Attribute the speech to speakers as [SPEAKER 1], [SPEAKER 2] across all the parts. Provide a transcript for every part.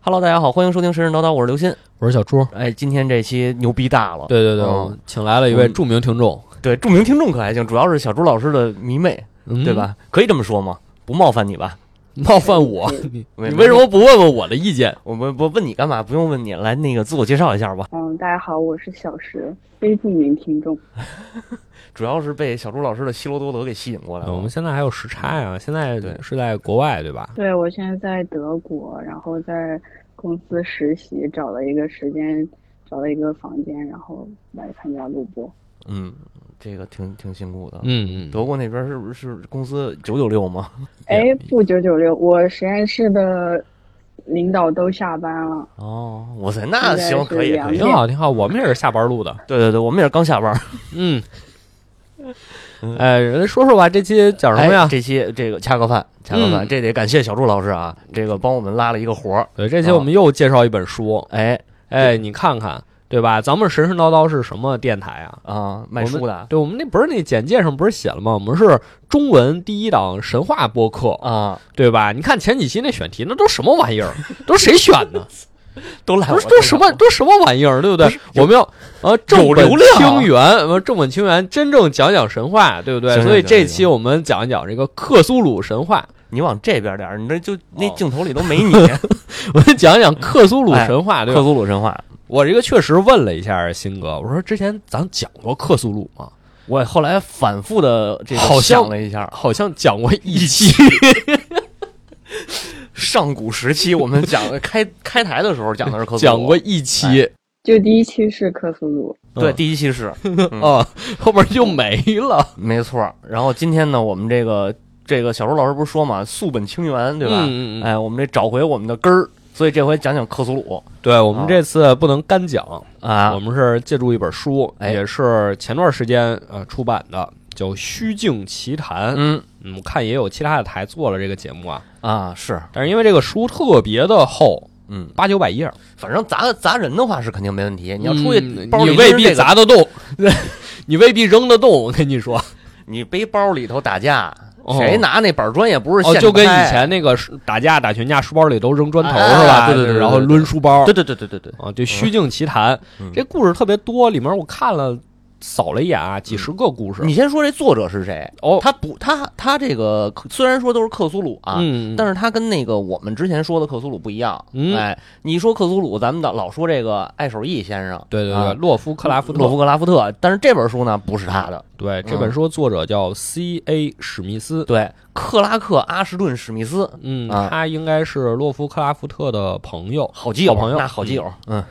[SPEAKER 1] Hello，大家好，欢迎收听《神神叨叨》，我是刘鑫。
[SPEAKER 2] 我是小哦朱。
[SPEAKER 1] 哎，今天这期牛逼大了，
[SPEAKER 2] 对对对，
[SPEAKER 1] 嗯
[SPEAKER 2] 我请来了一位
[SPEAKER 1] 嗯
[SPEAKER 2] 著名听众，
[SPEAKER 1] 对著名听众可还行，主要是小朱老师的迷妹，
[SPEAKER 2] 嗯
[SPEAKER 1] 对？吧？可以这么说吗？不冒犯你吧？
[SPEAKER 2] 冒犯我， 你
[SPEAKER 1] 没
[SPEAKER 2] 你为什么不问问我的意见？
[SPEAKER 1] 我们不问你干嘛？不用问你，来那个自我介绍一下吧。
[SPEAKER 3] 嗯，大家好，我是小石，非著名听众。
[SPEAKER 1] 主要是被小朱老师的希罗多德给吸引过来
[SPEAKER 2] 我
[SPEAKER 1] 了
[SPEAKER 2] 们。现在还有时差呀，现在
[SPEAKER 1] 对
[SPEAKER 2] 是在国外对吧？
[SPEAKER 3] 对我现在在德国，然后在公司实习，找了一个时间，找了一个房间，然后来参加录播。
[SPEAKER 1] 嗯，这个挺挺辛苦的。
[SPEAKER 2] 嗯嗯，
[SPEAKER 1] 德国那边是不是公司九九六吗？
[SPEAKER 3] 哎，不九九六，我实验室的领导都下班了。
[SPEAKER 1] 哦，哇塞，那
[SPEAKER 3] 应该
[SPEAKER 1] 行
[SPEAKER 3] 是
[SPEAKER 1] 可以
[SPEAKER 3] 两
[SPEAKER 1] 可以。
[SPEAKER 2] 挺好挺好，我们也是下班录的。
[SPEAKER 1] 对对对，我们也是刚下班。
[SPEAKER 2] 嗯，哎，人说说吧，这期讲什么呀
[SPEAKER 1] 哎？这期这个恰个饭，恰个饭，
[SPEAKER 2] 嗯
[SPEAKER 1] 这得感谢小朱老师啊，这个帮我们拉了一个活儿。
[SPEAKER 2] 对，这期我们又介绍一本书，
[SPEAKER 1] 哎
[SPEAKER 2] 哎，你看看，对吧？咱们神神叨叨是什么电台啊？
[SPEAKER 1] 啊，卖
[SPEAKER 2] 我们
[SPEAKER 1] 书的
[SPEAKER 2] 对，我们那不是那简介上不是写了吗？我们是中文第一档神话播客，
[SPEAKER 1] 啊，
[SPEAKER 2] 对吧？你看前几期那选题，那都什么玩意儿？都谁选的？
[SPEAKER 1] 都来
[SPEAKER 2] 不
[SPEAKER 1] 我啊
[SPEAKER 2] 是都什么都什么玩意儿，对不对？我们要呃正本
[SPEAKER 1] 流量啊
[SPEAKER 2] 清源，呃正本清源，真正讲讲神话，对不对？
[SPEAKER 1] 行行
[SPEAKER 2] 所以
[SPEAKER 1] 行
[SPEAKER 2] 这
[SPEAKER 1] 行
[SPEAKER 2] 期我们讲一讲这个克苏鲁神话，
[SPEAKER 1] 你往这边点儿，你这就那
[SPEAKER 2] 哦
[SPEAKER 1] 镜头里都没 你。
[SPEAKER 2] 我们讲讲克苏鲁神话，对
[SPEAKER 1] 哎克
[SPEAKER 2] 吧？
[SPEAKER 1] 苏鲁神话，
[SPEAKER 2] 我这个确实问了一下新哥，我说之前咱讲过克苏鲁吗？
[SPEAKER 1] 我后来反复的这
[SPEAKER 2] 好
[SPEAKER 1] 个
[SPEAKER 2] 像
[SPEAKER 1] 想了一下，
[SPEAKER 2] 好像讲过一期，
[SPEAKER 1] 上古时期我们 讲的开开台的时候讲的是克苏鲁，
[SPEAKER 2] 讲过一期
[SPEAKER 1] 哎
[SPEAKER 3] 就第一期是克苏鲁，
[SPEAKER 1] 对
[SPEAKER 2] 嗯
[SPEAKER 1] 第一期是嗯
[SPEAKER 2] 啊，后边就没了，
[SPEAKER 1] 没错儿。然后今天呢，我们这个这个小朱老师不是说嘛，溯本清源对吧？
[SPEAKER 2] 嗯嗯嗯
[SPEAKER 1] 哎，我们这找回我们的根儿，所以这回讲讲克苏鲁
[SPEAKER 2] 对我
[SPEAKER 1] 哦
[SPEAKER 2] 们这次不能干讲，
[SPEAKER 1] 啊
[SPEAKER 2] 我，们是借助一本书，
[SPEAKER 1] 哎
[SPEAKER 2] 也是前段时间呃出版的，叫《虚境奇谈》。
[SPEAKER 1] 嗯
[SPEAKER 2] 嗯，我看也有其他的台做了这个节目啊，
[SPEAKER 1] 啊是，
[SPEAKER 2] 但是因为这个书特别的厚，
[SPEAKER 1] 嗯，
[SPEAKER 2] 八九百页儿，
[SPEAKER 1] 反正砸砸人的话是肯定没问题，你要出去
[SPEAKER 2] 嗯
[SPEAKER 1] 包里
[SPEAKER 2] 你未
[SPEAKER 1] 拎着
[SPEAKER 2] 必
[SPEAKER 1] 这个
[SPEAKER 2] 砸得动， 你未必扔得动。我跟你说，
[SPEAKER 1] 你背包里头打架，
[SPEAKER 2] 哦
[SPEAKER 1] 谁拿那板砖也不是现
[SPEAKER 2] 哦，
[SPEAKER 1] 成
[SPEAKER 2] 就跟
[SPEAKER 1] 拍
[SPEAKER 2] 以前那个打架打群架，书包里都扔砖头
[SPEAKER 1] 哎
[SPEAKER 2] 是吧？
[SPEAKER 1] 对对对对
[SPEAKER 2] 然后
[SPEAKER 1] 对
[SPEAKER 2] 抡书包
[SPEAKER 1] 对对对对对对，
[SPEAKER 2] 啊，就《虚境奇谈》
[SPEAKER 1] 嗯
[SPEAKER 2] 这故事特别多，里面我看了扫了一眼啊，几十个故事。
[SPEAKER 1] 你先说这作者是谁？
[SPEAKER 2] 哦
[SPEAKER 1] 他不，他他这个克虽然说都是克苏鲁啊。
[SPEAKER 2] 嗯，
[SPEAKER 1] 但是
[SPEAKER 2] 是
[SPEAKER 1] 他跟那个我们之前说的克苏鲁不一样，
[SPEAKER 2] 嗯
[SPEAKER 1] 哎，你说克苏鲁，咱们的老说这个艾手艺先生，
[SPEAKER 2] 对对对，
[SPEAKER 1] 啊
[SPEAKER 2] 洛夫克拉夫特
[SPEAKER 1] 洛夫克拉夫特，但是这本书呢不是他的，
[SPEAKER 2] 对，这本书作者叫 C.A. 史密斯，
[SPEAKER 1] 对，克拉克阿什顿史密斯，
[SPEAKER 2] 嗯，
[SPEAKER 1] 啊
[SPEAKER 2] 他应该是洛夫克拉夫特的朋友。
[SPEAKER 1] 好基友，
[SPEAKER 2] 好朋友
[SPEAKER 1] 那好基友，嗯，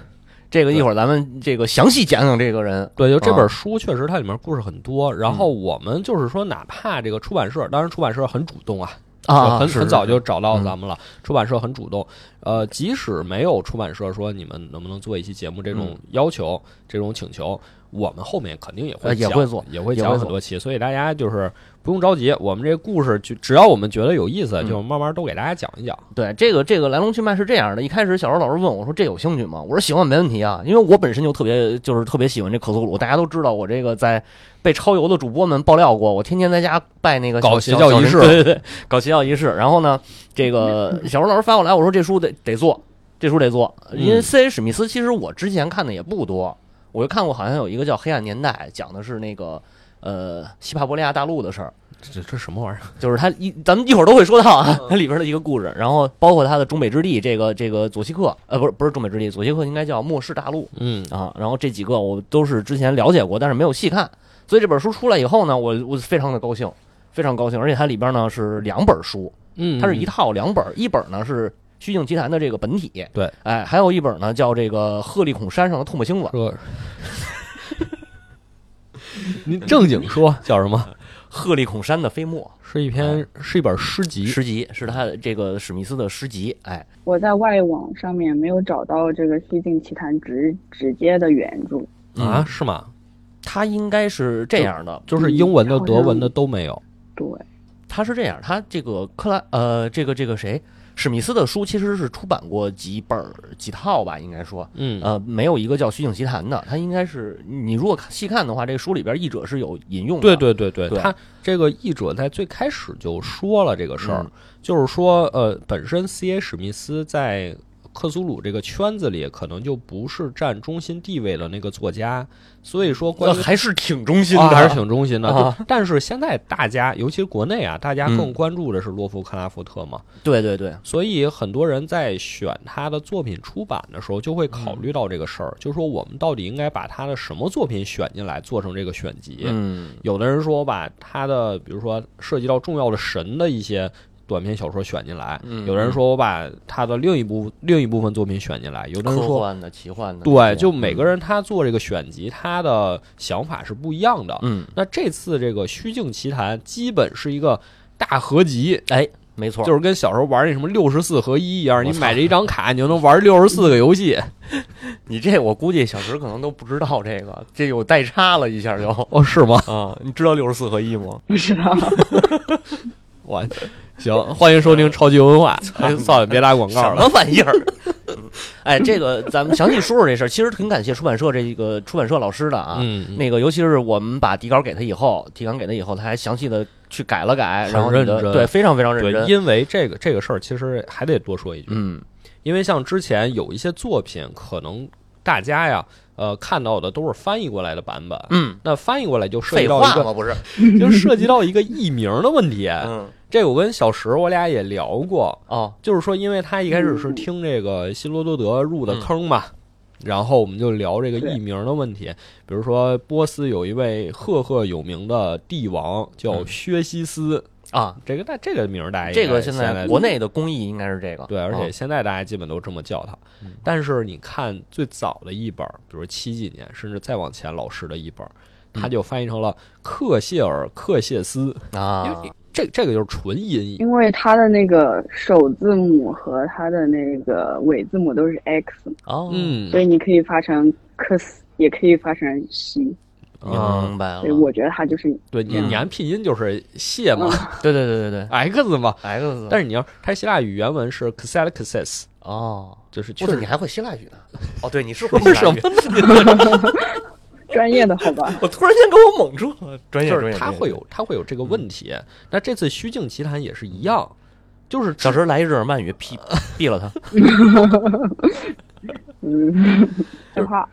[SPEAKER 1] 这个一会儿咱们这个详细讲讲这个人，
[SPEAKER 2] 对，就这
[SPEAKER 1] 啊嗯
[SPEAKER 2] 本书确实它里面故事很多，然后我们就是说，哪怕这个出版社，当然出版社很主动啊，
[SPEAKER 1] 啊，
[SPEAKER 2] 很
[SPEAKER 1] 是
[SPEAKER 2] 很早
[SPEAKER 1] 是
[SPEAKER 2] 就找到
[SPEAKER 1] 嗯
[SPEAKER 2] 咱们了，出版社很主动。呃，即使没有出版社说你们能不能做一期节目这种
[SPEAKER 1] 嗯
[SPEAKER 2] 要求、这种请求，我们后面肯定也会
[SPEAKER 1] 呃也
[SPEAKER 2] 讲
[SPEAKER 1] 会做
[SPEAKER 2] 也会
[SPEAKER 1] 也
[SPEAKER 2] 讲
[SPEAKER 1] 会
[SPEAKER 2] 很
[SPEAKER 1] 做
[SPEAKER 2] 多期，所以大家就是不用着急，我们这故事就只要我们觉得有意思，
[SPEAKER 1] 嗯
[SPEAKER 2] 就慢慢都给大家讲一讲。
[SPEAKER 1] 对，这个这个来龙去脉是这样的。一开始小时候老师问我说：“这有兴趣吗？”我说：“行啊，没问题啊，因为我本身就特别就是特别喜欢这克苏鲁。大家都知道我这个在被超游的主播们爆料过，我天天在家拜那个小
[SPEAKER 2] 搞邪教
[SPEAKER 1] 小
[SPEAKER 2] 仪
[SPEAKER 1] 小
[SPEAKER 2] 式
[SPEAKER 1] 对对对，搞邪教仪式。然后呢，这个小时候老师发过来，我说这书得得做，这书得做，因为
[SPEAKER 2] 嗯
[SPEAKER 1] C.A. 史密斯其实我之前看的也不多，我就看过好像有一个叫《黑暗年代》，讲的是那个呃西帕伯利亚大陆的事儿。
[SPEAKER 2] 这这什么玩意儿？
[SPEAKER 1] 就是他一，咱们一会儿都会说到啊，
[SPEAKER 2] 嗯
[SPEAKER 1] 它里边的一个故事，然后包括他的中北之地，这个这个左西克，呃，不是不是中北之地，左西克应该叫末世大陆
[SPEAKER 2] 嗯，
[SPEAKER 1] 啊，然后这几个我都是之前了解过，但是没有细看，所以这本书出来以后呢，我我非常的高兴，非常高兴，而且它里边呢是两本书，
[SPEAKER 2] 嗯，
[SPEAKER 1] 它是一套两本，一本呢是《虚境奇谭》的这个本体，
[SPEAKER 2] 对，
[SPEAKER 1] 哎，还有一本呢叫这个鹤立孔山上的唾沫星子，
[SPEAKER 2] 说，你正经说叫什么？
[SPEAKER 1] 鹤立孔山的飞沫
[SPEAKER 2] 是一篇是一本诗集。
[SPEAKER 1] 诗集，是他这个史密斯的诗集，哎，
[SPEAKER 3] 我在外网上面没有找到这个《西晋奇谭》直直接的原著。
[SPEAKER 2] 啊，
[SPEAKER 1] 嗯，
[SPEAKER 2] 是吗？
[SPEAKER 1] 他应该是这样的，
[SPEAKER 2] 就是英文的、德文的都没有。
[SPEAKER 3] 对，
[SPEAKER 1] 他是这样，他这个克拉呃，这个这个谁，史密斯的书其实是出版过几本儿几套吧，应该说，
[SPEAKER 2] 嗯
[SPEAKER 1] 呃，没有一个叫《虚影奇谈》的，他应该是你如果看细看的话，这个书里边译者是有引用的，
[SPEAKER 2] 对对对对，
[SPEAKER 1] 对
[SPEAKER 2] 他这个译者在最开始就说了这个事儿
[SPEAKER 1] 嗯，
[SPEAKER 2] 就是说，呃，本身 C.A. 史密斯在克苏鲁这个圈子里，可能就不是占中心地位的那个作家，所以说关于
[SPEAKER 1] 呃还是挺忠心的，
[SPEAKER 2] 啊还是挺忠心的。
[SPEAKER 1] 啊
[SPEAKER 2] 就但是现在大家，尤其是国内啊，大家更
[SPEAKER 1] 嗯
[SPEAKER 2] 关注的是洛夫克拉夫特嘛，
[SPEAKER 1] 对对对，
[SPEAKER 2] 所以很多人在选他的作品出版的时候，就会
[SPEAKER 1] 嗯
[SPEAKER 2] 考虑到这个事儿，就是说我们到底应该把他的什么作品选进来，做成这个选集。
[SPEAKER 1] 嗯
[SPEAKER 2] 有的人说我把他的，比如说涉及到重要的神的一些短篇小说选进来，
[SPEAKER 1] 嗯
[SPEAKER 2] 有的人说我把他的另一部另一部分作品选进来，有的人
[SPEAKER 1] 科
[SPEAKER 2] 说
[SPEAKER 1] 幻的、奇幻的，嗯
[SPEAKER 2] 对，就每个人他做这个选集，他的想法是不一样的。
[SPEAKER 1] 嗯，
[SPEAKER 2] 那这次这个《虚境奇谭》基本是一个大合集，
[SPEAKER 1] 哎，没错，
[SPEAKER 2] 就是跟小时候玩那什么六十四合一一样，你
[SPEAKER 1] 我操
[SPEAKER 2] 买了一张卡，你就能玩六十四个游戏。
[SPEAKER 1] 你这我估计小时可能都不知道这个，这有代差了一下 就
[SPEAKER 2] 哦，是吗？
[SPEAKER 1] 啊，你知道六十四合一吗？
[SPEAKER 3] 不知道，
[SPEAKER 2] 我行，欢迎收听超级文化。 哎算了，别打广告
[SPEAKER 1] 什
[SPEAKER 2] 了。
[SPEAKER 1] 么玩意儿？ 哎，这个咱们详细说说这事儿。其实挺感谢出版社这个出版社老师的啊，
[SPEAKER 2] 嗯，
[SPEAKER 1] 那个尤其是我们把底稿给他以后，提纲给他以后，他还详细的去改了改，
[SPEAKER 2] 很
[SPEAKER 1] 然后你的
[SPEAKER 2] 认真
[SPEAKER 1] 对非常非常认
[SPEAKER 2] 对，
[SPEAKER 1] 真。
[SPEAKER 2] 因为这个这个事儿，其实还得多说一句，
[SPEAKER 1] 嗯
[SPEAKER 2] 因为像之前有一些作品，可能大家呀，呃，看到的都是翻译过来的版本。
[SPEAKER 1] 嗯，
[SPEAKER 2] 那翻译过来就涉及
[SPEAKER 1] 废
[SPEAKER 2] 到一
[SPEAKER 1] 话
[SPEAKER 2] 个哎
[SPEAKER 1] 嘛，不是？
[SPEAKER 2] 就涉及到一个译名的问 题。
[SPEAKER 1] 嗯
[SPEAKER 2] 这我跟小石我俩也聊过，
[SPEAKER 1] 哦，
[SPEAKER 2] 就是说，因为他一开始
[SPEAKER 1] 嗯
[SPEAKER 2] 是听这个希罗多德入的坑嘛，然后我们就聊这个译名的问题。比如说，波斯有一位赫赫有名的帝王叫
[SPEAKER 1] 嗯
[SPEAKER 2] 薛西斯，
[SPEAKER 1] 啊，
[SPEAKER 2] 这个大这个名儿大家应该
[SPEAKER 1] 这个
[SPEAKER 2] 哎现
[SPEAKER 1] 现在国内的公益应该是这个。
[SPEAKER 2] 对，而
[SPEAKER 1] 啊
[SPEAKER 2] 且现在大家基本都这么叫他。
[SPEAKER 1] 嗯
[SPEAKER 2] 但是你看最早的一本儿，比如七几年，甚至再往前老师的一本儿，
[SPEAKER 1] 嗯
[SPEAKER 2] 他就翻译成了克谢尔克谢斯，因
[SPEAKER 1] 啊
[SPEAKER 2] 为，这这个就是纯音译。
[SPEAKER 3] 因为它的那个首字母和它的那个尾字母都是 X，嘛
[SPEAKER 1] 哦，
[SPEAKER 2] 嗯
[SPEAKER 3] 所以你可以发成 X，也可以发成西，
[SPEAKER 1] 明白了
[SPEAKER 3] 所以。哎我觉得它就是
[SPEAKER 2] 嗯对你，
[SPEAKER 1] 嗯
[SPEAKER 2] 你按拼音就是谢嘛、
[SPEAKER 1] 对对对对对
[SPEAKER 2] x 嘛。
[SPEAKER 1] ，X。
[SPEAKER 2] 但是你要它希腊语原文是 k s e l k s e s
[SPEAKER 1] 哦，
[SPEAKER 2] 就是确
[SPEAKER 1] 我操，
[SPEAKER 2] 实
[SPEAKER 1] 你还会希腊语呢？哦，对，你是
[SPEAKER 2] 不
[SPEAKER 1] 会希
[SPEAKER 2] 是什
[SPEAKER 1] 腊
[SPEAKER 2] 么
[SPEAKER 1] 语。
[SPEAKER 3] 专业的好 吧？
[SPEAKER 1] 我突然间给我猛住了，专业
[SPEAKER 2] 就
[SPEAKER 1] 专
[SPEAKER 2] 是
[SPEAKER 1] 业。
[SPEAKER 2] 它
[SPEAKER 1] 专业
[SPEAKER 2] 会有它会有
[SPEAKER 1] 嗯
[SPEAKER 2] 这个问题。那这次虚境奇谭也是一样，就是
[SPEAKER 1] 小时来一日耳曼语，劈毙了他。
[SPEAKER 3] 嗯，的话，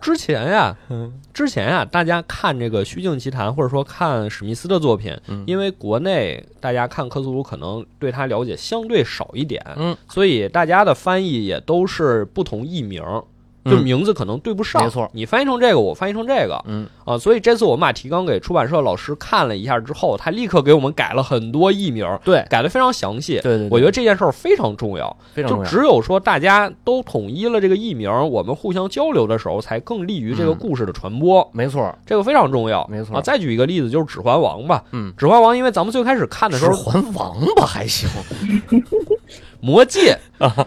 [SPEAKER 2] 之前呀、
[SPEAKER 1] 嗯
[SPEAKER 2] 之前啊，大家看这个《虚境奇谭》，或者说看史密斯的作品，
[SPEAKER 1] 嗯
[SPEAKER 2] 因为国内大家看克苏鲁可能对他了解相对少一点，
[SPEAKER 1] 嗯，
[SPEAKER 2] 所以大家的翻译也都是不同译名，就
[SPEAKER 1] 嗯
[SPEAKER 2] 名字可能对不上。
[SPEAKER 1] 没错
[SPEAKER 2] 你翻译成这个，我翻译成这个
[SPEAKER 1] 嗯，
[SPEAKER 2] 啊，所以这次我们把提纲给出版社老师看了一下之后，他立刻给我们改了很多译名，
[SPEAKER 1] 对
[SPEAKER 2] 改得非常详细。
[SPEAKER 1] 对对对
[SPEAKER 2] 我觉得这件事儿非常重要。
[SPEAKER 1] 非常
[SPEAKER 2] 就
[SPEAKER 1] 重要。
[SPEAKER 2] 只有说大家都统一了这个译名，我们互相交流的时候，才更利于这个
[SPEAKER 1] 嗯
[SPEAKER 2] 故事的传播，
[SPEAKER 1] 没错，
[SPEAKER 2] 这个非常重要。
[SPEAKER 1] 没错
[SPEAKER 2] 啊，再举一个例子，就是《指环王》吧，
[SPEAKER 1] 嗯
[SPEAKER 2] 指环王》因为咱们最开始看的时
[SPEAKER 1] 指
[SPEAKER 2] 候，
[SPEAKER 1] 环王吧还 行，
[SPEAKER 2] 魔戒，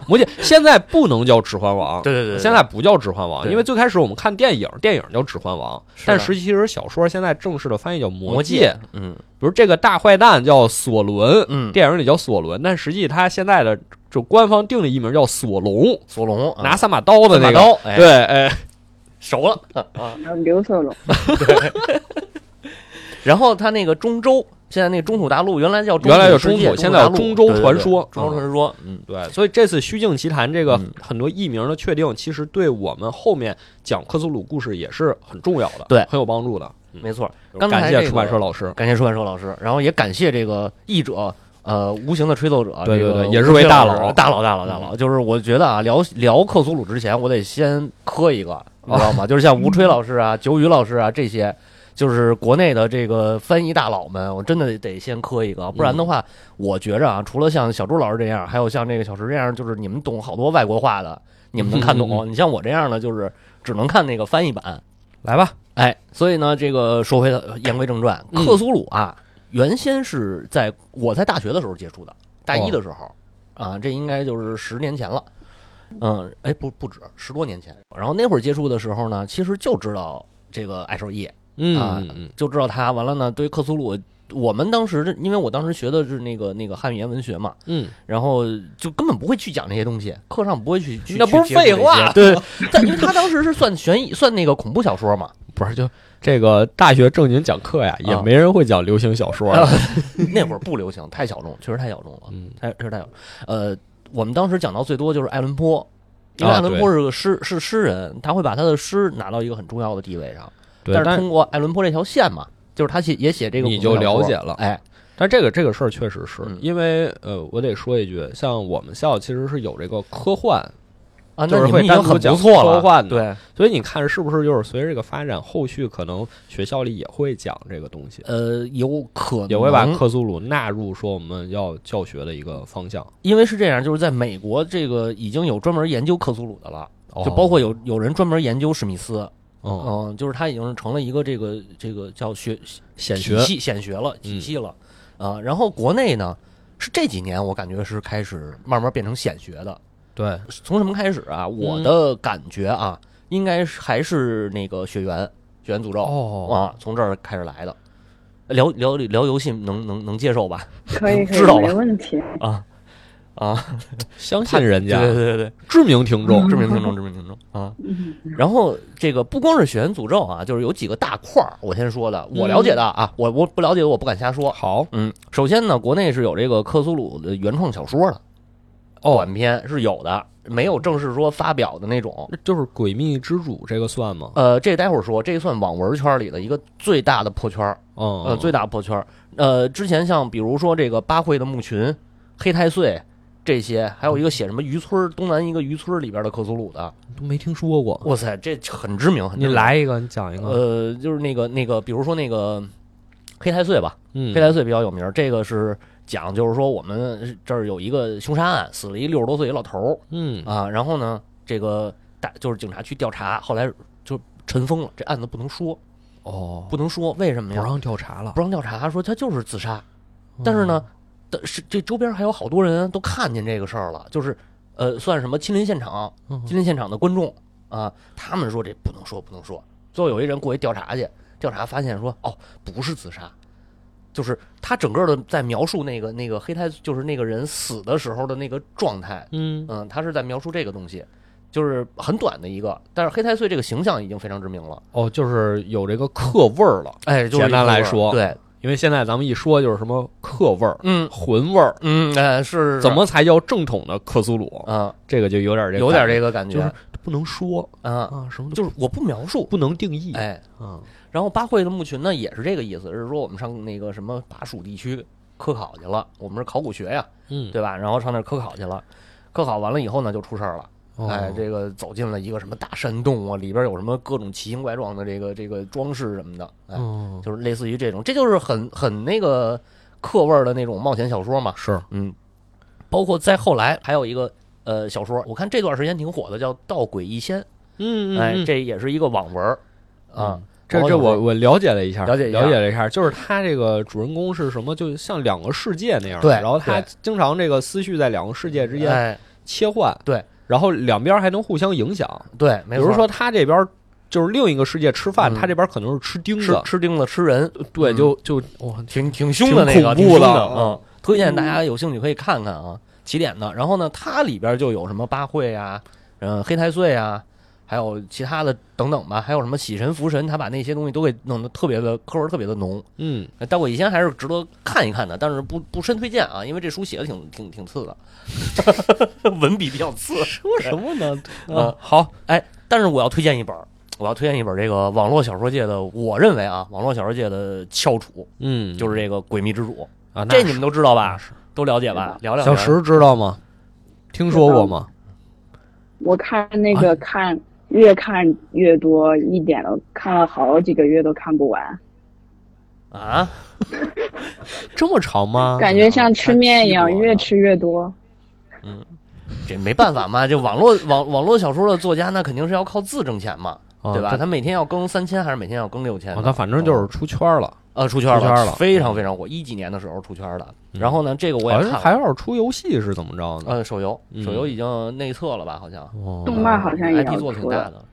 [SPEAKER 2] 魔戒现在不能叫《指环王》，
[SPEAKER 1] 啊对对对对
[SPEAKER 2] 现在不叫《指环王》，
[SPEAKER 1] 对
[SPEAKER 2] 因为最开始我们看电影，电影叫《指环王》，
[SPEAKER 1] 是的
[SPEAKER 2] 但实际其实小说现在正式的翻译叫《魔
[SPEAKER 1] 魔戒，嗯
[SPEAKER 2] 比如这个大坏蛋叫索伦，
[SPEAKER 1] 嗯，
[SPEAKER 2] 电影里叫索伦，但实际他现在的就官方定的译名叫索隆，
[SPEAKER 1] 索隆啊
[SPEAKER 2] 拿三把刀的
[SPEAKER 1] 三把
[SPEAKER 2] 那个，
[SPEAKER 1] 刀，哎，
[SPEAKER 2] 对，哎。
[SPEAKER 1] 熟了啊。
[SPEAKER 3] 然后刘呃色龙，
[SPEAKER 1] 然后他那个中州，现在那个中土大陆原来叫中
[SPEAKER 2] 原来叫
[SPEAKER 1] 世界
[SPEAKER 2] 中土
[SPEAKER 1] 中
[SPEAKER 2] 现在叫
[SPEAKER 1] 大陆
[SPEAKER 2] 中州
[SPEAKER 1] 对对
[SPEAKER 2] 传
[SPEAKER 1] 对
[SPEAKER 2] 说
[SPEAKER 1] 中州传说，嗯，
[SPEAKER 2] 对，所以这次《虚境奇谭》这个
[SPEAKER 1] 嗯
[SPEAKER 2] 很多译名的确定，其实对我们后面讲克苏鲁故事也是很重要的，
[SPEAKER 1] 对
[SPEAKER 2] 很有帮助的。嗯
[SPEAKER 1] 没错。刚才
[SPEAKER 2] 感
[SPEAKER 1] 这
[SPEAKER 2] 谢
[SPEAKER 1] 个
[SPEAKER 2] 出版社老师，
[SPEAKER 1] 感谢出版社老师，然后也感谢这个译者，呃，无形的吹奏者，
[SPEAKER 2] 对对
[SPEAKER 1] 这个
[SPEAKER 2] 对也是位大佬嗯
[SPEAKER 1] 吴奇老师大佬，大佬，大佬。就是我觉得啊，聊聊克苏鲁之前，我得先磕一个，你知道
[SPEAKER 2] 哦
[SPEAKER 1] 吗？就是像吴吹老师
[SPEAKER 2] 嗯
[SPEAKER 1] 啊、 九宇老师啊这些，就是国内的这个翻译大佬们，我真的得先磕一个，不
[SPEAKER 2] 嗯
[SPEAKER 1] 然的话，我觉着啊，除了像小朱老师这样，还有像这个小石这样，就是你们懂好多外国话的，你们能看懂。
[SPEAKER 2] 嗯
[SPEAKER 1] 你像我这样的，就是只能看那个翻译版。
[SPEAKER 2] 来吧，
[SPEAKER 1] 哎，所以呢，这个说回到言归正传，
[SPEAKER 2] 嗯
[SPEAKER 1] 克苏鲁啊，原先是在我在大学的时候接触的，大
[SPEAKER 2] 哦
[SPEAKER 1] 一的时候、啊，这应该就是十年前了，嗯，哎，不不止十多年前。然后那会儿接触的时候呢，其实就知道这个艾舍叶，
[SPEAKER 2] 嗯
[SPEAKER 1] 啊
[SPEAKER 2] 嗯
[SPEAKER 1] 就知道他。完了呢，对克苏鲁，我们当时因为我当时学的是那个那个汉语言文学嘛，
[SPEAKER 2] 嗯，
[SPEAKER 1] 然后就根本不会去讲这些东西，课上不会去去
[SPEAKER 2] 那不是
[SPEAKER 1] 去接触这
[SPEAKER 2] 废话
[SPEAKER 1] 些对，但因为他当时是算悬疑，算那个恐怖小说嘛，
[SPEAKER 2] 不是就这个大学正经讲课呀，也
[SPEAKER 1] 啊哎
[SPEAKER 2] 没人会讲流行小说了。
[SPEAKER 1] 那会儿不流行，太小众，确实太小众了，
[SPEAKER 2] 嗯
[SPEAKER 1] 太确实太小众。呃，我们当时讲到最多就是爱伦坡，因为
[SPEAKER 2] 啊
[SPEAKER 1] 爱伦
[SPEAKER 2] 对
[SPEAKER 1] 坡是个诗、是诗人，他会把他的诗拿到一个很重要的地位上。
[SPEAKER 2] 对，
[SPEAKER 1] 但
[SPEAKER 2] 但
[SPEAKER 1] 是通过爱伦坡这条线嘛，就是他写也写这个，
[SPEAKER 2] 你就了解了
[SPEAKER 1] 哎，
[SPEAKER 2] 但这个这个事儿确实是
[SPEAKER 1] 嗯
[SPEAKER 2] 因为呃，我得说一句，像我们校其实是有这个科幻，
[SPEAKER 1] 啊，
[SPEAKER 2] 就
[SPEAKER 1] 那
[SPEAKER 2] 是
[SPEAKER 1] 你们
[SPEAKER 2] 会
[SPEAKER 1] 已
[SPEAKER 2] 单
[SPEAKER 1] 经
[SPEAKER 2] 独
[SPEAKER 1] 很
[SPEAKER 2] 讲
[SPEAKER 1] 不错
[SPEAKER 2] 科
[SPEAKER 1] 了。
[SPEAKER 2] 幻的，
[SPEAKER 1] 对，
[SPEAKER 2] 所以你看是不是就是随着这个发展，后续可能学校里也会讲这个东西，
[SPEAKER 1] 呃，有可能
[SPEAKER 2] 也会把克苏鲁纳入说我们要教学的一个方向，
[SPEAKER 1] 因为是这样，就是在美国这个已经有专门研究克苏鲁的了，
[SPEAKER 2] 哦
[SPEAKER 1] 就包括有有人专门研究史密斯，
[SPEAKER 2] 嗯
[SPEAKER 1] 嗯，就是他已经成了一个这个这个叫学
[SPEAKER 2] 显
[SPEAKER 1] 体
[SPEAKER 2] 学，嗯
[SPEAKER 1] 系显学了，体系了，啊，然后国内呢是这几年我感觉是开始慢慢变成显学的，
[SPEAKER 2] 对，
[SPEAKER 1] 从什么开始啊？我
[SPEAKER 2] 嗯
[SPEAKER 1] 的感觉啊，应该是还是那个血缘血缘诅咒
[SPEAKER 2] 哦，
[SPEAKER 1] 啊，从这儿开始来的。聊聊聊游戏能能能接受吧？
[SPEAKER 3] 可以可
[SPEAKER 1] 知道
[SPEAKER 3] 以，
[SPEAKER 1] 了
[SPEAKER 3] 没问题。
[SPEAKER 1] 啊啊，
[SPEAKER 2] 相 信人家
[SPEAKER 1] 对对对 对，
[SPEAKER 2] 知名听众，
[SPEAKER 1] 知名听众，知名听众啊。
[SPEAKER 3] 嗯，
[SPEAKER 1] 然后这个不光是血缘诅咒啊，就是有几个大块儿，我先说的，
[SPEAKER 2] 嗯
[SPEAKER 1] 我了解的啊，我我不了解的我不敢瞎说。
[SPEAKER 2] 好
[SPEAKER 1] 嗯，首先呢，国内是有这个克苏鲁的原创小说的，短篇是有的，没有正式说发表的那种。
[SPEAKER 2] 那就是《诡秘之主》这个算吗？
[SPEAKER 1] 呃，这待会儿说，这算网文圈里的一个最大的破圈儿，
[SPEAKER 2] 嗯，
[SPEAKER 1] 呃，最大破圈儿。呃，之前像比如说这个八会的墓群、黑太岁这些，还有一个写什么渔村儿东南一个渔村儿里边的克苏鲁的，
[SPEAKER 2] 都没听说过。
[SPEAKER 1] 哇塞，这很知名，很知
[SPEAKER 2] 你
[SPEAKER 1] 名。
[SPEAKER 2] 来一个，你讲一个。
[SPEAKER 1] 呃，就是那个那个，比如说那个黑太岁吧，
[SPEAKER 2] 嗯，
[SPEAKER 1] 黑太岁比较有名儿，这个是讲就是说我们这儿有一个凶杀案，死了一六十多岁一老头儿，
[SPEAKER 2] 嗯
[SPEAKER 1] 啊，然后呢，这个大就是警察去调查，后来就尘封了，这案子不能说，
[SPEAKER 2] 哦，
[SPEAKER 1] 不能说，为什么
[SPEAKER 2] 不
[SPEAKER 1] 呀？
[SPEAKER 2] 让调查了
[SPEAKER 1] 不。让调查，说他就是自杀，但是
[SPEAKER 2] 嗯
[SPEAKER 1] 呢，但是这周边还有好多人都看见这个事儿了，就是呃，算什么亲临现场，
[SPEAKER 2] 嗯，
[SPEAKER 1] 亲临现场的观众啊，他们说这不能说，不能说。最后有一人过去调查去，调查发现说，哦，不是自杀。就是他整个的在描述那个那个黑太，就是那个人死的时候的那个状态，
[SPEAKER 2] 嗯
[SPEAKER 1] 嗯，他是在描述这个东西，就是很短的一个，但是黑太岁这个形象已经非常知名了。
[SPEAKER 2] 哦，就是有这个课味儿了。
[SPEAKER 1] 哎，就是
[SPEAKER 2] 简单
[SPEAKER 1] 一个
[SPEAKER 2] 来
[SPEAKER 1] 味儿
[SPEAKER 2] 说
[SPEAKER 1] 对，
[SPEAKER 2] 因为现在咱们一说就是什么课味儿、
[SPEAKER 1] 嗯
[SPEAKER 2] 魂味儿，
[SPEAKER 1] 嗯，哎，是
[SPEAKER 2] 怎么才叫正统的克苏鲁？
[SPEAKER 1] 啊，
[SPEAKER 2] 这个就有点这
[SPEAKER 1] 有点
[SPEAKER 2] 这
[SPEAKER 1] 这个感
[SPEAKER 2] 就
[SPEAKER 1] 觉
[SPEAKER 2] 是不能说
[SPEAKER 1] 啊，
[SPEAKER 2] 啊，什么
[SPEAKER 1] 就
[SPEAKER 2] 就是
[SPEAKER 1] 我不描述，
[SPEAKER 2] 不能定义。
[SPEAKER 1] 哎，
[SPEAKER 2] 嗯
[SPEAKER 1] 然后八会的墓群呢也是这个意思，是说我们上那个什么巴蜀地区科考去了，我们是考古学呀，
[SPEAKER 2] 嗯，
[SPEAKER 1] 对吧？然后上那儿科考去了，科考完了以后呢就出事儿了。
[SPEAKER 2] 哦
[SPEAKER 1] 哎，这个走进了一个什么大山洞啊，里边有什么各种奇形怪状的这个这个装饰什么的，哎，
[SPEAKER 2] 嗯
[SPEAKER 1] 就是类似于这种，这就是很很那个课味儿的那种冒险小说嘛。
[SPEAKER 2] 是
[SPEAKER 1] 嗯，包括再后来还有一个呃小说，我看这段时间挺火的，叫《盗鬼异仙》，
[SPEAKER 2] 嗯
[SPEAKER 1] 哎，这也是一个网文儿啊。
[SPEAKER 2] 这
[SPEAKER 1] 网
[SPEAKER 2] 这
[SPEAKER 1] 友说
[SPEAKER 2] 我我了解了一下，
[SPEAKER 1] 了解一下
[SPEAKER 2] 了解了一下，就是他这个主人公是什么，就像两个世界那样，
[SPEAKER 1] 对
[SPEAKER 2] 然后他
[SPEAKER 1] 对
[SPEAKER 2] 经常这个思绪在两个世界之间
[SPEAKER 1] 哎，
[SPEAKER 2] 切换，
[SPEAKER 1] 对，
[SPEAKER 2] 然后两边还能互相影响，
[SPEAKER 1] 对，没
[SPEAKER 2] 比
[SPEAKER 1] 错
[SPEAKER 2] 如说他这边就是另一个世界吃饭，
[SPEAKER 1] 嗯
[SPEAKER 2] 他这边可能是吃钉
[SPEAKER 1] 吃
[SPEAKER 2] 子，
[SPEAKER 1] 吃钉子吃人，
[SPEAKER 2] 对，
[SPEAKER 1] 嗯
[SPEAKER 2] 就就哇，
[SPEAKER 1] 挺挺凶的那个，挺
[SPEAKER 2] 挺恐怖
[SPEAKER 1] 凶
[SPEAKER 2] 的
[SPEAKER 1] 的，
[SPEAKER 2] 啊
[SPEAKER 1] 嗯，推荐
[SPEAKER 3] 嗯
[SPEAKER 1] 大家有兴趣可以看看啊，起点的。然后呢，它里边就有什么八会啊，嗯，黑太岁啊，还有其他的等等吧，还有什么喜神福神，他把那些东西都给弄得特别的科文特别的浓。
[SPEAKER 2] 嗯，
[SPEAKER 1] 但我以前还是值得看一看的，但是不不深推荐啊，因为这书写的挺挺挺次的， 文笔比较次。
[SPEAKER 2] 说什么呢？
[SPEAKER 1] 啊
[SPEAKER 2] 啊，好，
[SPEAKER 1] 哎，但是我要推荐一本儿，我要推荐一本儿这个网络小说界的，我认为啊，网络小说界的翘楚
[SPEAKER 2] 嗯，
[SPEAKER 1] 就是这个《诡秘之主
[SPEAKER 2] 啊，》，
[SPEAKER 1] 这
[SPEAKER 2] 那
[SPEAKER 1] 你们都知道吧？
[SPEAKER 2] 是
[SPEAKER 1] 都了解吧？聊聊
[SPEAKER 2] 小石知道吗？听说过吗？
[SPEAKER 3] 我看那个看越看越多，一点都看了好几个月都看不完，
[SPEAKER 1] 啊，
[SPEAKER 2] 这么长吗？
[SPEAKER 3] 感觉像吃面一样，
[SPEAKER 2] 太寂寞了
[SPEAKER 3] 越吃越多。
[SPEAKER 1] 这没办法嘛，就网络网网络小说的作家，那肯定是要靠字挣钱嘛，
[SPEAKER 2] 啊
[SPEAKER 1] 对吧？
[SPEAKER 2] 这
[SPEAKER 1] 他每天要更三千，还是每天要更六千
[SPEAKER 2] 啊，？他反正就是出圈了，
[SPEAKER 1] 呃，出圈了，
[SPEAKER 2] 出圈了
[SPEAKER 1] 非常非常火，一几年的时候出圈的。
[SPEAKER 2] 嗯
[SPEAKER 1] 然后呢，这个我也
[SPEAKER 2] 好
[SPEAKER 1] 看
[SPEAKER 2] 像
[SPEAKER 1] 了，
[SPEAKER 2] 还要出游戏是怎么着呢？
[SPEAKER 1] 呃，手游
[SPEAKER 2] 嗯
[SPEAKER 1] 手游已经内测了吧？好像
[SPEAKER 2] 哦
[SPEAKER 3] 动漫好像也要
[SPEAKER 1] IP 做的挺
[SPEAKER 3] 出
[SPEAKER 1] 大
[SPEAKER 3] 了
[SPEAKER 1] 的。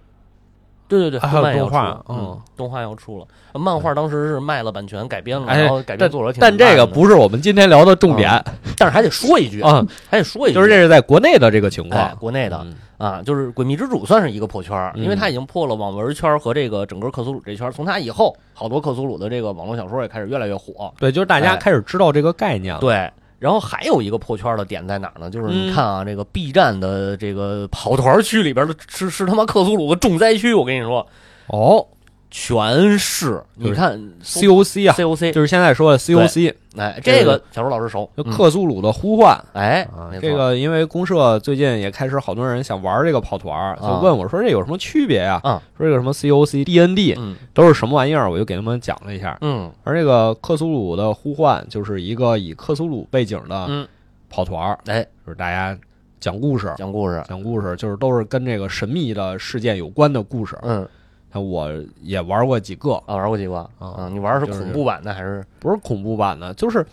[SPEAKER 1] 对对对，
[SPEAKER 2] 还
[SPEAKER 1] 动
[SPEAKER 2] 有
[SPEAKER 1] 漫也要
[SPEAKER 2] 动画
[SPEAKER 1] 出
[SPEAKER 2] 嗯
[SPEAKER 1] 嗯，动画要出了。呃漫画当时是卖了版权改编了，
[SPEAKER 2] 哎
[SPEAKER 1] 然后改编作者挺
[SPEAKER 2] 但这
[SPEAKER 1] 烂
[SPEAKER 2] 个
[SPEAKER 1] 的，
[SPEAKER 2] 不是我们今天聊的重点
[SPEAKER 1] 但是还得说一句，
[SPEAKER 2] 啊，
[SPEAKER 1] 还得说一句，
[SPEAKER 2] 就是这是在国内的这个情
[SPEAKER 1] 哎，
[SPEAKER 2] 况。
[SPEAKER 1] 国内的
[SPEAKER 2] 嗯
[SPEAKER 1] 啊，就是《诡秘之主》算是一个破圈儿，
[SPEAKER 2] 嗯
[SPEAKER 1] 因为它已经破了网文圈儿和这个整个克苏鲁这圈儿。从它以后，好多克苏鲁的这个网络小说也开始越来越火。
[SPEAKER 2] 对，就是大家
[SPEAKER 1] 哎
[SPEAKER 2] 开始知道这个概念了。
[SPEAKER 1] 对，然后还有一个破圈的点在哪儿呢？就是你看啊，这个 B 站的这个跑团区里边的是是他妈克苏鲁的重灾区，我跟你说，
[SPEAKER 2] 哦
[SPEAKER 1] 全是
[SPEAKER 2] 就是
[SPEAKER 1] 你看
[SPEAKER 2] ，COC 啊，
[SPEAKER 1] COC，
[SPEAKER 2] 就是现在说的 COC，
[SPEAKER 1] 哎，
[SPEAKER 2] 这
[SPEAKER 1] 这
[SPEAKER 2] 个
[SPEAKER 1] 个小周老师熟，
[SPEAKER 2] 就
[SPEAKER 1] 嗯
[SPEAKER 2] 克苏鲁的呼唤。
[SPEAKER 1] 哎
[SPEAKER 2] 啊，
[SPEAKER 1] 没错
[SPEAKER 2] 这个因为公社最近也开始好多人想玩这个跑团儿，就
[SPEAKER 1] 啊
[SPEAKER 2] 问我说这有什么区别呀、
[SPEAKER 1] 啊
[SPEAKER 2] 说这个什么 COC、DND
[SPEAKER 1] 嗯
[SPEAKER 2] 都是什么玩意儿，我就给他们讲了一下。
[SPEAKER 1] 嗯
[SPEAKER 2] 而这个克苏鲁的呼唤就是一个以克苏鲁背景的
[SPEAKER 1] 嗯
[SPEAKER 2] 跑团儿，
[SPEAKER 1] 哎，
[SPEAKER 2] 就是大家讲故事，
[SPEAKER 1] 讲故事，
[SPEAKER 2] 讲故事就是都是跟这个神秘的事件有关的故事。
[SPEAKER 1] 嗯
[SPEAKER 2] 那我也玩过几个，
[SPEAKER 1] 啊，玩过几个
[SPEAKER 2] 哦
[SPEAKER 1] 啊？你玩的是恐怖版的还是
[SPEAKER 2] 不是恐怖版的，就是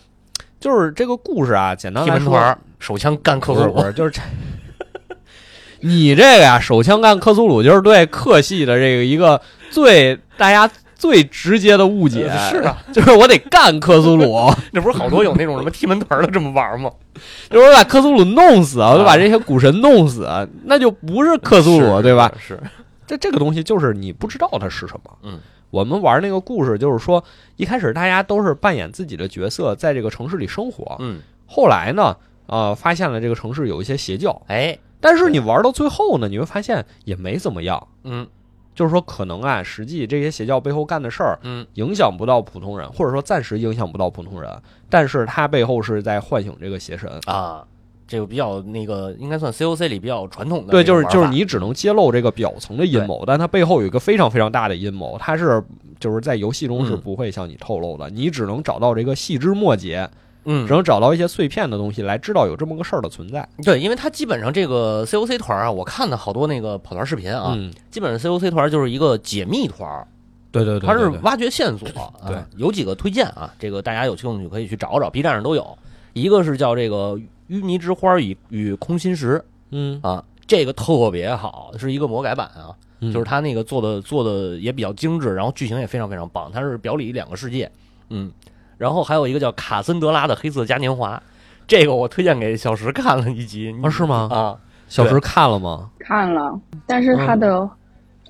[SPEAKER 2] 就是这个故事啊，简单
[SPEAKER 1] 踢
[SPEAKER 2] 来
[SPEAKER 1] 门
[SPEAKER 2] 说，
[SPEAKER 1] 团手枪干克
[SPEAKER 2] 不
[SPEAKER 1] 苏
[SPEAKER 2] 是
[SPEAKER 1] 鲁
[SPEAKER 2] 不？是，就是这。你这个呀，手枪干克苏鲁就是对克系的这个一个最大家最直接的误解。
[SPEAKER 1] 呃是啊，
[SPEAKER 2] 就是我得干克苏鲁，
[SPEAKER 1] 那不是好多有那种什么踢门团的这么玩吗？
[SPEAKER 2] 就是我把克苏鲁弄死，我就把
[SPEAKER 1] 啊
[SPEAKER 2] 这些古神弄死，啊那就不是克苏鲁，
[SPEAKER 1] 是
[SPEAKER 2] 对吧？？
[SPEAKER 1] 是，
[SPEAKER 2] 这这个东西就是你不知道它是什么。
[SPEAKER 1] 嗯，
[SPEAKER 2] 我们玩那个故事，就是说一开始大家都是扮演自己的角色，在这个城市里生活。
[SPEAKER 1] 嗯，
[SPEAKER 2] 后来呢，呃，发现了这个城市有一些邪教，
[SPEAKER 1] 哎，
[SPEAKER 2] 但是你玩到最后呢，你会发现也没怎么样。
[SPEAKER 1] 嗯
[SPEAKER 2] 就是说，可能啊，实际这些邪教背后干的事儿，
[SPEAKER 1] 嗯，
[SPEAKER 2] 影响不到普通人，或者说暂时影响不到普通人，但是他背后是在唤醒这个邪神。
[SPEAKER 1] 啊，这个比较那个应该算 COC 里比较传统的
[SPEAKER 2] 对，
[SPEAKER 1] 那种
[SPEAKER 2] 就是
[SPEAKER 1] 玩法，
[SPEAKER 2] 就是你只能揭露这个表层的阴谋，但它背后有一个非常非常大的阴谋，它是就是在游戏中是
[SPEAKER 1] 嗯
[SPEAKER 2] 不会向你透露的，你只能找到这个细枝末节，
[SPEAKER 1] 嗯
[SPEAKER 2] 只，能找到一些碎片的东西来知道有这么个事儿的存在
[SPEAKER 1] 对，因为它基本上这个 COC 团啊，我看的好多那个跑团视频啊，
[SPEAKER 2] 嗯，
[SPEAKER 1] 基本上 COC 团就是一个解密团儿，
[SPEAKER 2] 对对
[SPEAKER 1] 它是挖掘线索。
[SPEAKER 2] 对
[SPEAKER 1] 啊，有几个推荐啊，这个大家有兴趣可以去找找，B 站上都有。一个是叫这个淤泥之花与与空心石
[SPEAKER 2] 嗯，
[SPEAKER 1] 啊，这个特别好，是一个魔改版啊，
[SPEAKER 2] 嗯
[SPEAKER 1] 就是它那个做的做的也比较精致，然后剧情也非常非常棒，它是表里两个世界，嗯，然后还有一个叫卡森德拉的黑色嘉年华，这个我推荐给小石看了一集，你
[SPEAKER 2] 啊是吗
[SPEAKER 1] 啊，
[SPEAKER 2] 小时候看了吗？
[SPEAKER 3] 看了，但是
[SPEAKER 2] 嗯
[SPEAKER 3] 他的，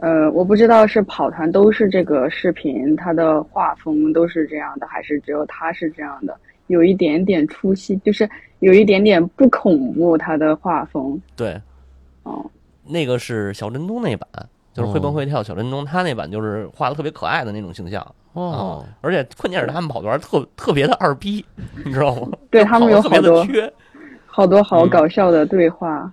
[SPEAKER 3] 呃，我不知道是跑团都是这个视频，它的画风都是这样的，还是只有他是这样的，有一点点出戏，就是有一点点不恐怖，他的画风，
[SPEAKER 1] 对，
[SPEAKER 3] 哦，
[SPEAKER 1] 那个是小珍珠那版，就是
[SPEAKER 2] 哦
[SPEAKER 1] 会蹦会跳小珍珠，他那版就是画的特别可爱的那种形象，
[SPEAKER 2] 哦，
[SPEAKER 1] 而且关键是他们跑团特特别的二逼，你知道吗？
[SPEAKER 3] 对他们有
[SPEAKER 1] 跑得特
[SPEAKER 3] 好
[SPEAKER 1] 别的
[SPEAKER 3] 多
[SPEAKER 1] 缺，
[SPEAKER 3] 好多好
[SPEAKER 1] 嗯
[SPEAKER 3] 搞笑的对话，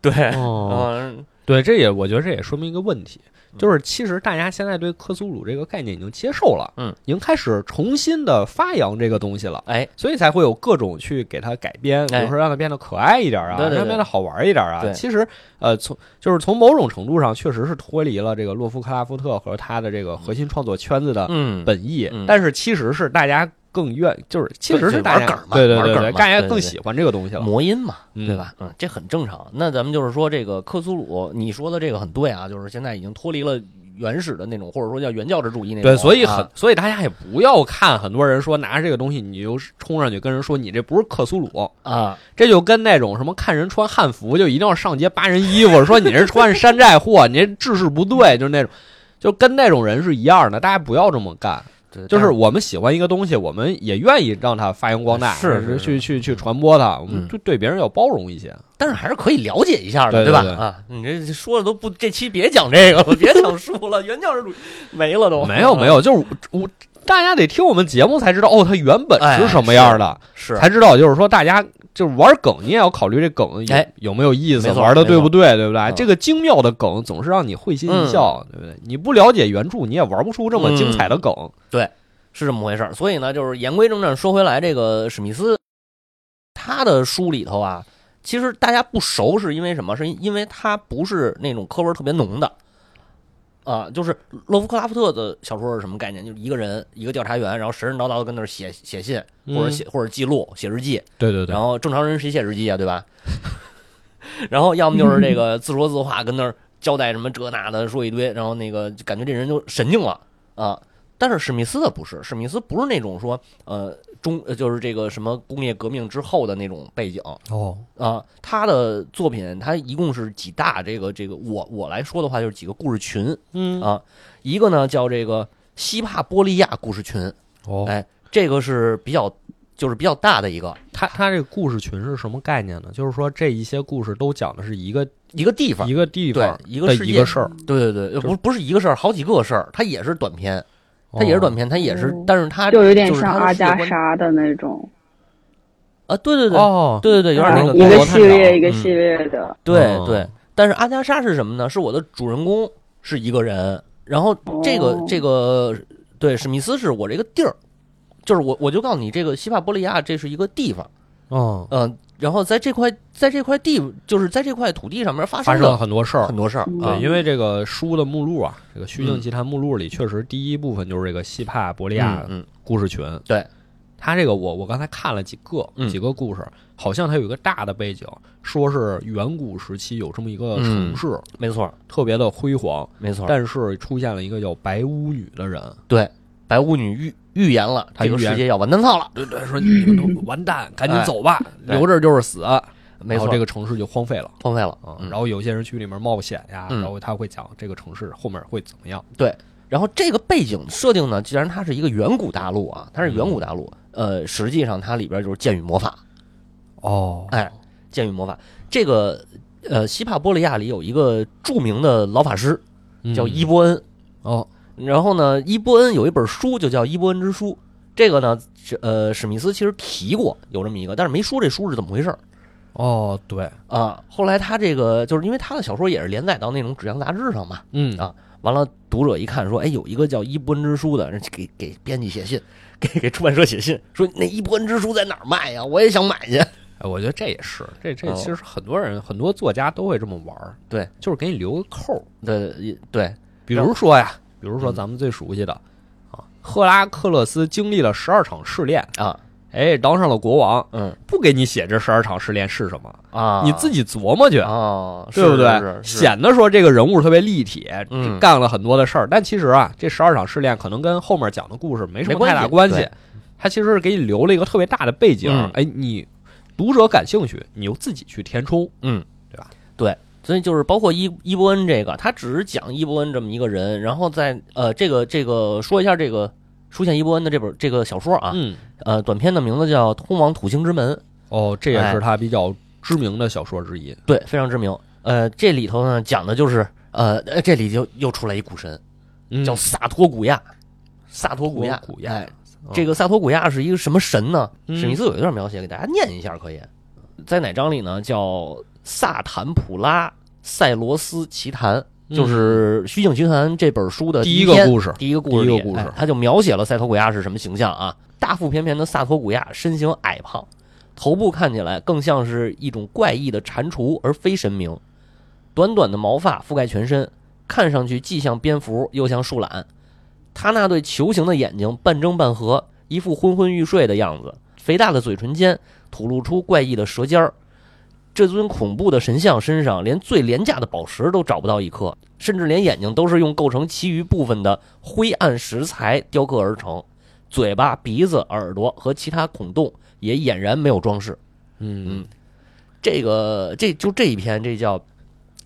[SPEAKER 1] 对，
[SPEAKER 2] 哦
[SPEAKER 1] 嗯，
[SPEAKER 2] 对，这也我觉得这也说明一个问题，就是其实大家现在对克苏鲁这个概念已经接受了，
[SPEAKER 1] 嗯，
[SPEAKER 2] 已经开始重新的发扬这个东西了。
[SPEAKER 1] 哎，
[SPEAKER 2] 所以才会有各种去给它改编，比
[SPEAKER 1] 哎
[SPEAKER 2] 如说让它变得可爱一点啊，
[SPEAKER 1] 对对对
[SPEAKER 2] 让它变得好玩一点啊。
[SPEAKER 1] 对
[SPEAKER 2] 其实，呃，从就是从某种程度上，确实是脱离了这个洛夫克拉夫特和他的这个核心创作圈子的
[SPEAKER 1] 嗯，
[SPEAKER 2] 本意，
[SPEAKER 1] 嗯
[SPEAKER 2] 但是其实是大家更愿，就是其实是
[SPEAKER 1] 对
[SPEAKER 2] 大
[SPEAKER 1] 玩
[SPEAKER 2] 家
[SPEAKER 1] 梗嘛
[SPEAKER 2] 对对
[SPEAKER 1] 玩
[SPEAKER 2] 对
[SPEAKER 1] 梗
[SPEAKER 2] 对，
[SPEAKER 1] 嘛
[SPEAKER 2] 大家
[SPEAKER 1] 对对
[SPEAKER 2] 更
[SPEAKER 1] 对
[SPEAKER 2] 喜欢这个东西了。
[SPEAKER 1] 魔音嘛，
[SPEAKER 2] 嗯
[SPEAKER 1] 对吧？嗯，这很正常。那咱们就是说，这个克苏鲁，你说的这个很对啊，就是现在已经脱离了原始的那种，或者说叫原教旨主义那种啊。
[SPEAKER 2] 对，所以很，所以大家也不要看很多人说拿着这个东西，你就冲上去跟人说你这不是克苏鲁，
[SPEAKER 1] 啊，
[SPEAKER 2] 这就跟那种什么看人穿汉服就一定要上街扒人衣服，说你这穿山寨货，你这制式不对，就是那种，就跟那种人是一样的。大家不要这么干，
[SPEAKER 1] 对
[SPEAKER 2] 就是
[SPEAKER 1] 但
[SPEAKER 2] 我们喜欢一个东西，我们也愿意让它发扬光大，
[SPEAKER 1] 是是是
[SPEAKER 2] 去去去传播它，我们
[SPEAKER 1] 嗯
[SPEAKER 2] 对对别人要包容一些。
[SPEAKER 1] 但是还是可以了解一下的，
[SPEAKER 2] 对
[SPEAKER 1] 吧？
[SPEAKER 2] 对对
[SPEAKER 1] 啊，你这说的都不，这期别讲这 个了，别讲书了，原教旨主义没了都。
[SPEAKER 2] 没有没，有，就是我我大家得听我们节目才知道哦，它原本是
[SPEAKER 1] 哎
[SPEAKER 2] 什么样的。
[SPEAKER 1] 是
[SPEAKER 2] 才知道，就是说大家就是玩梗，你也要考虑这梗有、
[SPEAKER 1] 哎
[SPEAKER 2] 有没有意思，
[SPEAKER 1] 没错
[SPEAKER 2] 玩的对不对，对不对？
[SPEAKER 1] 嗯
[SPEAKER 2] 这个精妙的梗总是让你会心一笑，对不对？你不了解原著，你也玩不出这么精彩
[SPEAKER 1] 嗯
[SPEAKER 2] 的梗。
[SPEAKER 1] 是这么回事儿。所以呢，就是言归正传，说回来，这个史密斯他的书里头啊，其实大家不熟是因为什么？是因为他不是那种科文特别浓的。啊，就是洛夫克拉夫特的小说是什么概念？就是一个人，一个调查员，然后神神叨叨的跟那儿写写信，或者
[SPEAKER 2] 嗯
[SPEAKER 1] 写或者记录、写日记。
[SPEAKER 2] 对对
[SPEAKER 1] 然后正常人谁写日记啊，对吧？ 然后要么就是这个自说自话，跟那儿交代什么这那的说一堆，然后那个就感觉这人就神经了啊。但是史密斯的不是，史密斯不是那种说呃中呃就是这个什么工业革命之后的那种背景
[SPEAKER 2] 哦，
[SPEAKER 1] 啊，他的作品他一共是几大这个这个我我来说的话就是几个故事群
[SPEAKER 2] 嗯
[SPEAKER 1] 啊，一个呢叫这个西帕波利亚故事群，
[SPEAKER 2] 哦
[SPEAKER 1] 哎，这个是比较就是比较大的一个
[SPEAKER 2] 他他这个故事群是什么概念呢？就是说这一些故事都讲的是一个
[SPEAKER 1] 一个地方
[SPEAKER 2] 一，个地
[SPEAKER 1] 对
[SPEAKER 2] 方
[SPEAKER 1] 一个
[SPEAKER 2] 的
[SPEAKER 1] 世
[SPEAKER 2] 一
[SPEAKER 1] 界
[SPEAKER 2] 个，事儿，
[SPEAKER 1] 对对对，
[SPEAKER 2] 就
[SPEAKER 1] 不不是一个事儿，好几个事儿，它也是短片，它也是短
[SPEAKER 2] 哦
[SPEAKER 1] 片，它也是
[SPEAKER 3] 嗯，
[SPEAKER 1] 但是它
[SPEAKER 3] 就有点
[SPEAKER 1] 就是它
[SPEAKER 3] 像
[SPEAKER 1] 的
[SPEAKER 3] 阿
[SPEAKER 1] 世界
[SPEAKER 3] 加
[SPEAKER 1] 观
[SPEAKER 3] 莎的那种，
[SPEAKER 1] 啊，对对对，
[SPEAKER 2] 哦，
[SPEAKER 1] 对对对，有点那
[SPEAKER 3] 啊
[SPEAKER 1] 个
[SPEAKER 3] 一
[SPEAKER 1] 感
[SPEAKER 3] 个
[SPEAKER 1] 觉
[SPEAKER 3] 系列一个
[SPEAKER 1] 嗯
[SPEAKER 3] 系列的，
[SPEAKER 1] 对
[SPEAKER 2] 哦
[SPEAKER 1] 对，但是阿加莎是什么呢？是我的主人公是一个人，然后这个、
[SPEAKER 3] 哦
[SPEAKER 1] 这个对史密斯是我这个地儿，就是我我就告诉你，这个西帕波利亚这是一个地方，
[SPEAKER 2] 嗯，
[SPEAKER 1] 嗯、然后在这块在这块地就是在这块土地上面发生
[SPEAKER 2] 发生了
[SPEAKER 1] 了
[SPEAKER 2] 很多事儿
[SPEAKER 1] 很。多事儿
[SPEAKER 3] 嗯
[SPEAKER 1] 啊
[SPEAKER 2] 对，，因为这个书的目录啊，这个《虚境
[SPEAKER 1] 嗯
[SPEAKER 2] 奇谭》目录里确实第一部分就是这个西帕伯利亚
[SPEAKER 1] 嗯
[SPEAKER 2] 故事群。
[SPEAKER 1] 对，
[SPEAKER 2] 他这个我我刚才看了几个
[SPEAKER 1] 嗯
[SPEAKER 2] 几个故事，好像它有一个大的背景，说是远古时期有这么一个
[SPEAKER 1] 嗯
[SPEAKER 2] 城市，
[SPEAKER 1] 嗯没错
[SPEAKER 2] 特别的辉煌，
[SPEAKER 1] 没错，
[SPEAKER 2] 但是出现了一个叫白巫女的人，
[SPEAKER 1] 白巫女预预言了
[SPEAKER 2] 她
[SPEAKER 1] 这个
[SPEAKER 2] 预言
[SPEAKER 1] 世界要完蛋操了，
[SPEAKER 2] 对对，说你们都完蛋，赶紧走吧，
[SPEAKER 1] 对
[SPEAKER 2] 哎留着就是死。
[SPEAKER 1] 没
[SPEAKER 2] 然后
[SPEAKER 1] 错，
[SPEAKER 2] 这个城市就荒废了
[SPEAKER 1] 荒废了
[SPEAKER 2] 啊。
[SPEAKER 1] 嗯
[SPEAKER 2] 然后有些人去里面冒险呀，
[SPEAKER 1] 嗯
[SPEAKER 2] 然后他会讲这个城市后面会怎么样。
[SPEAKER 1] 然后这个背景设定呢，既然它是一个远古大陆啊，它是远
[SPEAKER 2] 嗯
[SPEAKER 1] 古大陆，呃，实际上它里边就是剑与魔法，
[SPEAKER 2] 哦
[SPEAKER 1] 哎，剑与魔法这个呃，西帕波利亚里有一个著名的老法师叫伊波恩，
[SPEAKER 2] 嗯哦，
[SPEAKER 1] 然后呢，伊波恩有一本书就叫《伊波恩之书》，这个呢，是呃，史密斯其实提过有这么一个，但是没说这书是怎么回事儿
[SPEAKER 2] 哦，对，
[SPEAKER 1] 啊。后来他这个就是因为他的小说也是连载到那种质量杂志上嘛，
[SPEAKER 2] 嗯
[SPEAKER 1] 啊完了，读者一看说，哎，有一个叫伊波恩之书的，人给给编辑写信， 给给出版社写信，说那伊波恩之书在哪儿卖呀？我也想买去。
[SPEAKER 2] 哎我觉得这也是，这这
[SPEAKER 1] 哦
[SPEAKER 2] 其实很多人、很多作家都会这么玩儿，
[SPEAKER 1] 对，
[SPEAKER 2] 就是给你留个扣儿。
[SPEAKER 1] 对也对，
[SPEAKER 2] 比如说呀，比如说
[SPEAKER 1] 嗯
[SPEAKER 2] 咱们最熟悉的、啊，赫拉克勒斯经历了十二场试炼，
[SPEAKER 1] 啊，
[SPEAKER 2] 哎，当上了国王，
[SPEAKER 1] 嗯
[SPEAKER 2] 不给你写这十二场试炼是什么，
[SPEAKER 1] 啊，
[SPEAKER 2] 你自己琢磨去。
[SPEAKER 1] 哦，
[SPEAKER 2] 对不对？
[SPEAKER 1] 是是
[SPEAKER 2] 显得说这个人物特别立体，
[SPEAKER 1] 嗯
[SPEAKER 2] 干了很多的事儿。但其实啊，这十二场试炼可能跟后面讲的故事没什
[SPEAKER 1] 没
[SPEAKER 2] 么
[SPEAKER 1] 关
[SPEAKER 2] 太
[SPEAKER 1] 系
[SPEAKER 2] 大关系
[SPEAKER 1] 对。
[SPEAKER 2] 它其实是给你留了一个特别大的背景
[SPEAKER 1] 嗯，
[SPEAKER 2] 哎，你读者感兴趣，你就自己去填充。
[SPEAKER 1] 嗯所以就是包括伊伊波恩这个，他只是讲伊波恩这么一个人，然后在呃这个这个说一下这个出现伊波恩的这本这个小说啊，
[SPEAKER 2] 嗯，
[SPEAKER 1] 呃短篇的名字叫《通往土星之门》，
[SPEAKER 2] 哦，这也
[SPEAKER 1] 哎
[SPEAKER 2] 是他比较知名的小说之一。
[SPEAKER 1] 对，非常知名。呃，这里头呢讲的就是呃呃这里就又出来一股神，
[SPEAKER 2] 嗯
[SPEAKER 1] 叫萨托古亚，萨托古亚，
[SPEAKER 2] 萨托古亚
[SPEAKER 1] 哎
[SPEAKER 2] 哦
[SPEAKER 1] 这个萨托古亚是一个什么神呢？
[SPEAKER 2] 嗯
[SPEAKER 1] 史密斯有一段描写，给大家念一下，可以在哪章里呢？叫萨坦普拉塞罗斯奇谭，就是《虚境奇谭》这本书的
[SPEAKER 2] 嗯第
[SPEAKER 1] 一
[SPEAKER 2] 一个
[SPEAKER 1] 篇
[SPEAKER 2] 故事，
[SPEAKER 1] 第一个故事里，
[SPEAKER 2] 第一个故事
[SPEAKER 1] 哎他就描写了塞托古亚是什么形象啊？大腹便便的萨托古亚，身形矮胖，头部看起来更像是一种怪异的蟾蜍，而非神明。短短的毛发覆盖全身，看上去既像蝙蝠又像树懒。他那对球形的眼睛半睁半合，一副昏昏欲睡的样子。肥大的嘴唇间吐露出怪异的舌尖儿。这尊恐怖的神像身上连最廉价的宝石都找不到一颗，甚至连眼睛都是用构成其余部分的灰暗石材雕刻而成，嘴巴、鼻子、耳朵和其他孔洞也俨然没有装饰。
[SPEAKER 2] 嗯
[SPEAKER 1] 这个这就这一篇，这叫《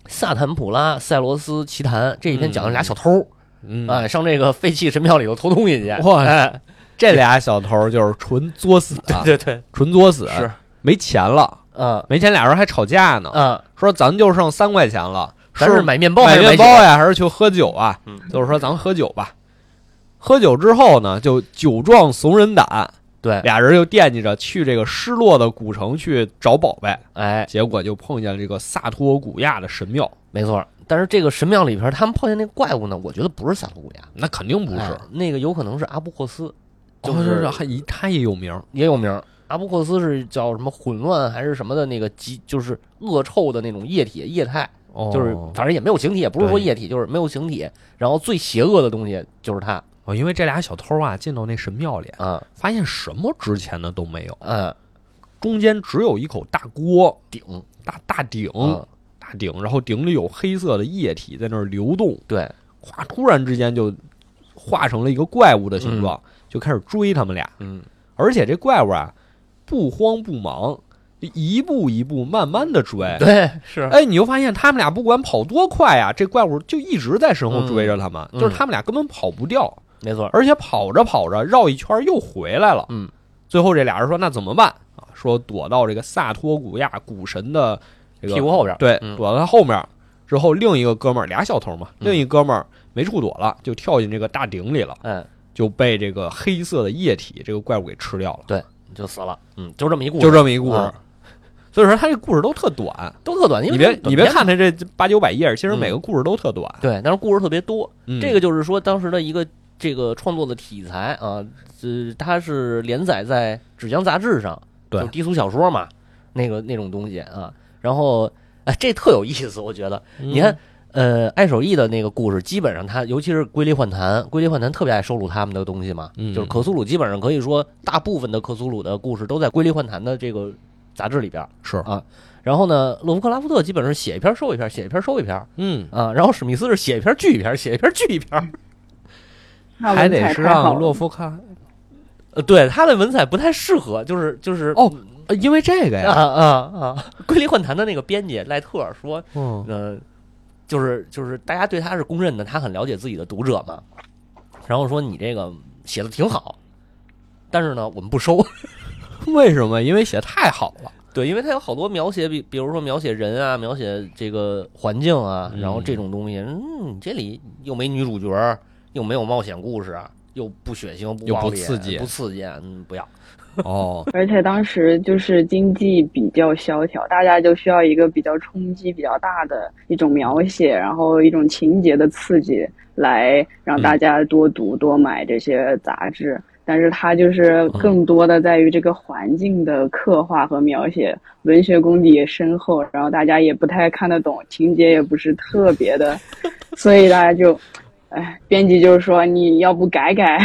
[SPEAKER 1] 萨坦普拉塞罗斯奇谭》这一篇讲的俩小偷儿，
[SPEAKER 2] 嗯哦
[SPEAKER 1] 哎，上这个废弃神庙里头偷东西去。
[SPEAKER 2] 哇
[SPEAKER 1] 哎，
[SPEAKER 2] 这俩小头儿就是纯作死啊，
[SPEAKER 1] 对对，
[SPEAKER 2] 纯作死，
[SPEAKER 1] 是，
[SPEAKER 2] 没钱了，
[SPEAKER 1] 嗯
[SPEAKER 2] 没钱，俩人还吵架呢，
[SPEAKER 1] 嗯，
[SPEAKER 2] 说咱就剩三块钱了，
[SPEAKER 1] 咱
[SPEAKER 2] 是
[SPEAKER 1] 是买面包还
[SPEAKER 2] 买
[SPEAKER 1] 是
[SPEAKER 2] 面
[SPEAKER 1] 酒
[SPEAKER 2] 包？呀，还是去喝酒啊？
[SPEAKER 1] 嗯
[SPEAKER 2] 就是说咱们喝酒吧。喝酒之后呢，就酒壮怂人胆，
[SPEAKER 1] 对，
[SPEAKER 2] 俩人就惦记着去这个失落的古城去找宝贝，
[SPEAKER 1] 哎，
[SPEAKER 2] 结果就碰见了这个萨托古亚的神庙，
[SPEAKER 1] 没错儿。但是这个神庙里边，他们碰见那个怪物呢，我觉得不是萨托古亚，
[SPEAKER 2] 那肯定不是，
[SPEAKER 1] 哎那个有可能是阿布霍斯，就
[SPEAKER 2] 哦
[SPEAKER 1] 是
[SPEAKER 2] 还一他也有名儿
[SPEAKER 1] 也有名儿。阿布霍斯是叫什么混乱还是什么的那个极，就是恶臭的那种液体液态，
[SPEAKER 2] 哦
[SPEAKER 1] 就是反正也没有形体，也不是说液体，就是没有形体。然后最邪恶的东西就是它
[SPEAKER 2] 哦，因为这俩小偷啊进到那神庙里，
[SPEAKER 1] 啊，
[SPEAKER 2] 发现什么值钱的都没有，
[SPEAKER 1] 嗯，
[SPEAKER 2] 中间只有一口大锅，
[SPEAKER 1] 顶，
[SPEAKER 2] 大大鼎，
[SPEAKER 1] 嗯，
[SPEAKER 2] 大鼎，然后鼎里有黑色的液体在那儿流动，
[SPEAKER 1] 对，
[SPEAKER 2] 咵，突然之间就化成了一个怪物的形状，就开始追他们俩。
[SPEAKER 1] 嗯，
[SPEAKER 2] 而且这怪物啊，不慌不忙，一步一步慢慢的追。
[SPEAKER 1] 嗯对，是，
[SPEAKER 2] 哎，你就发现他们俩不管跑多快啊，这怪物就一直在身后追着他们，
[SPEAKER 1] 嗯
[SPEAKER 2] 就是他们俩根本跑不掉，
[SPEAKER 1] 没错儿，
[SPEAKER 2] 而且跑着跑着绕一圈又回来了。
[SPEAKER 1] 嗯，
[SPEAKER 2] 最后这俩人说那怎么办啊？说躲到这个萨托古亚古神的这个
[SPEAKER 1] 屁股后边儿，
[SPEAKER 2] 对，
[SPEAKER 1] 嗯
[SPEAKER 2] 躲到他后面儿之后，另一个哥们儿俩小头嘛，
[SPEAKER 1] 嗯
[SPEAKER 2] 另一哥们儿没处躲了，就跳进这个大鼎里了，
[SPEAKER 1] 哎，
[SPEAKER 2] 就被这个黑色的液体这个怪物给吃掉了，
[SPEAKER 1] 就死了。嗯，就这么一故事，
[SPEAKER 2] 就这么一故事
[SPEAKER 1] 啊。
[SPEAKER 2] 所以说他这故事都特短，
[SPEAKER 1] 都特短，因为
[SPEAKER 2] 你别
[SPEAKER 1] 都是短
[SPEAKER 2] 你别
[SPEAKER 1] 片
[SPEAKER 2] 看他这八九百页儿，其实
[SPEAKER 1] 嗯
[SPEAKER 2] 每个故事都特短。
[SPEAKER 1] 对，但是故事特别多。
[SPEAKER 2] 嗯
[SPEAKER 1] 这个就是说当时的一个这个创作的题材啊，呃，它是连载在纸浆杂志上，
[SPEAKER 2] 对
[SPEAKER 1] 就是低俗小说嘛，那个那种东西啊。然后，哎，这特有意思，我觉得。你
[SPEAKER 2] 嗯
[SPEAKER 1] 看，，呃，爱手艺的那个故事，基本上他，尤其是瑰丽幻谈，瑰丽幻谈特别爱收录他们的东西嘛，
[SPEAKER 2] 嗯
[SPEAKER 1] 就是克苏鲁，基本上可以说大部分的克苏鲁的故事都在瑰丽幻谈的这个杂志里边儿
[SPEAKER 2] 是
[SPEAKER 1] 啊。然后呢，勒夫克拉夫特基本上是写一篇收一篇，写一篇收一篇
[SPEAKER 2] 嗯，
[SPEAKER 1] 啊。然后史密斯是写一篇剧一篇，写一篇剧一篇。
[SPEAKER 3] 那
[SPEAKER 2] 嗯还
[SPEAKER 3] 文
[SPEAKER 2] 得
[SPEAKER 3] 采
[SPEAKER 2] 是
[SPEAKER 3] 太好
[SPEAKER 2] 让
[SPEAKER 3] 了
[SPEAKER 2] 洛夫克
[SPEAKER 1] 呃，对，他的文采不太适合，就是就是
[SPEAKER 2] 哦，呃因为这个
[SPEAKER 1] 啊
[SPEAKER 2] 呀，
[SPEAKER 1] 啊啊！瑰丽幻谈的那个编辑赖特说，
[SPEAKER 2] 嗯
[SPEAKER 1] 呃，就是就是大家对他是公认的，他很了解自己的读者嘛。然后说你这个写的挺好，但是呢，我们不收。
[SPEAKER 2] 为什么？因为写太好了，
[SPEAKER 1] 对，因为他有好多描写，比比如说描写人啊，描写这个环境啊，然后这种东西，嗯，你这里又没女主角儿，又没有冒险故事啊，又不血腥，
[SPEAKER 2] 又
[SPEAKER 1] 暴
[SPEAKER 2] 不
[SPEAKER 1] 力
[SPEAKER 2] 刺激
[SPEAKER 1] 不刺激，嗯，不要。
[SPEAKER 2] 哦，
[SPEAKER 3] 而且当时就是经济比较萧条，大家就需要一个比较冲击比较大的一种描写，然后一种情节的刺激，来让
[SPEAKER 2] 嗯
[SPEAKER 3] 大家多读、多买这些杂志。但是它就是
[SPEAKER 2] 哦
[SPEAKER 3] 更多的在于这个环境的刻画和描写，文学功底也深厚，然后大家也不太看得懂，情节也不是特 别的，所以大家就，哎，编辑就是说你要不改改，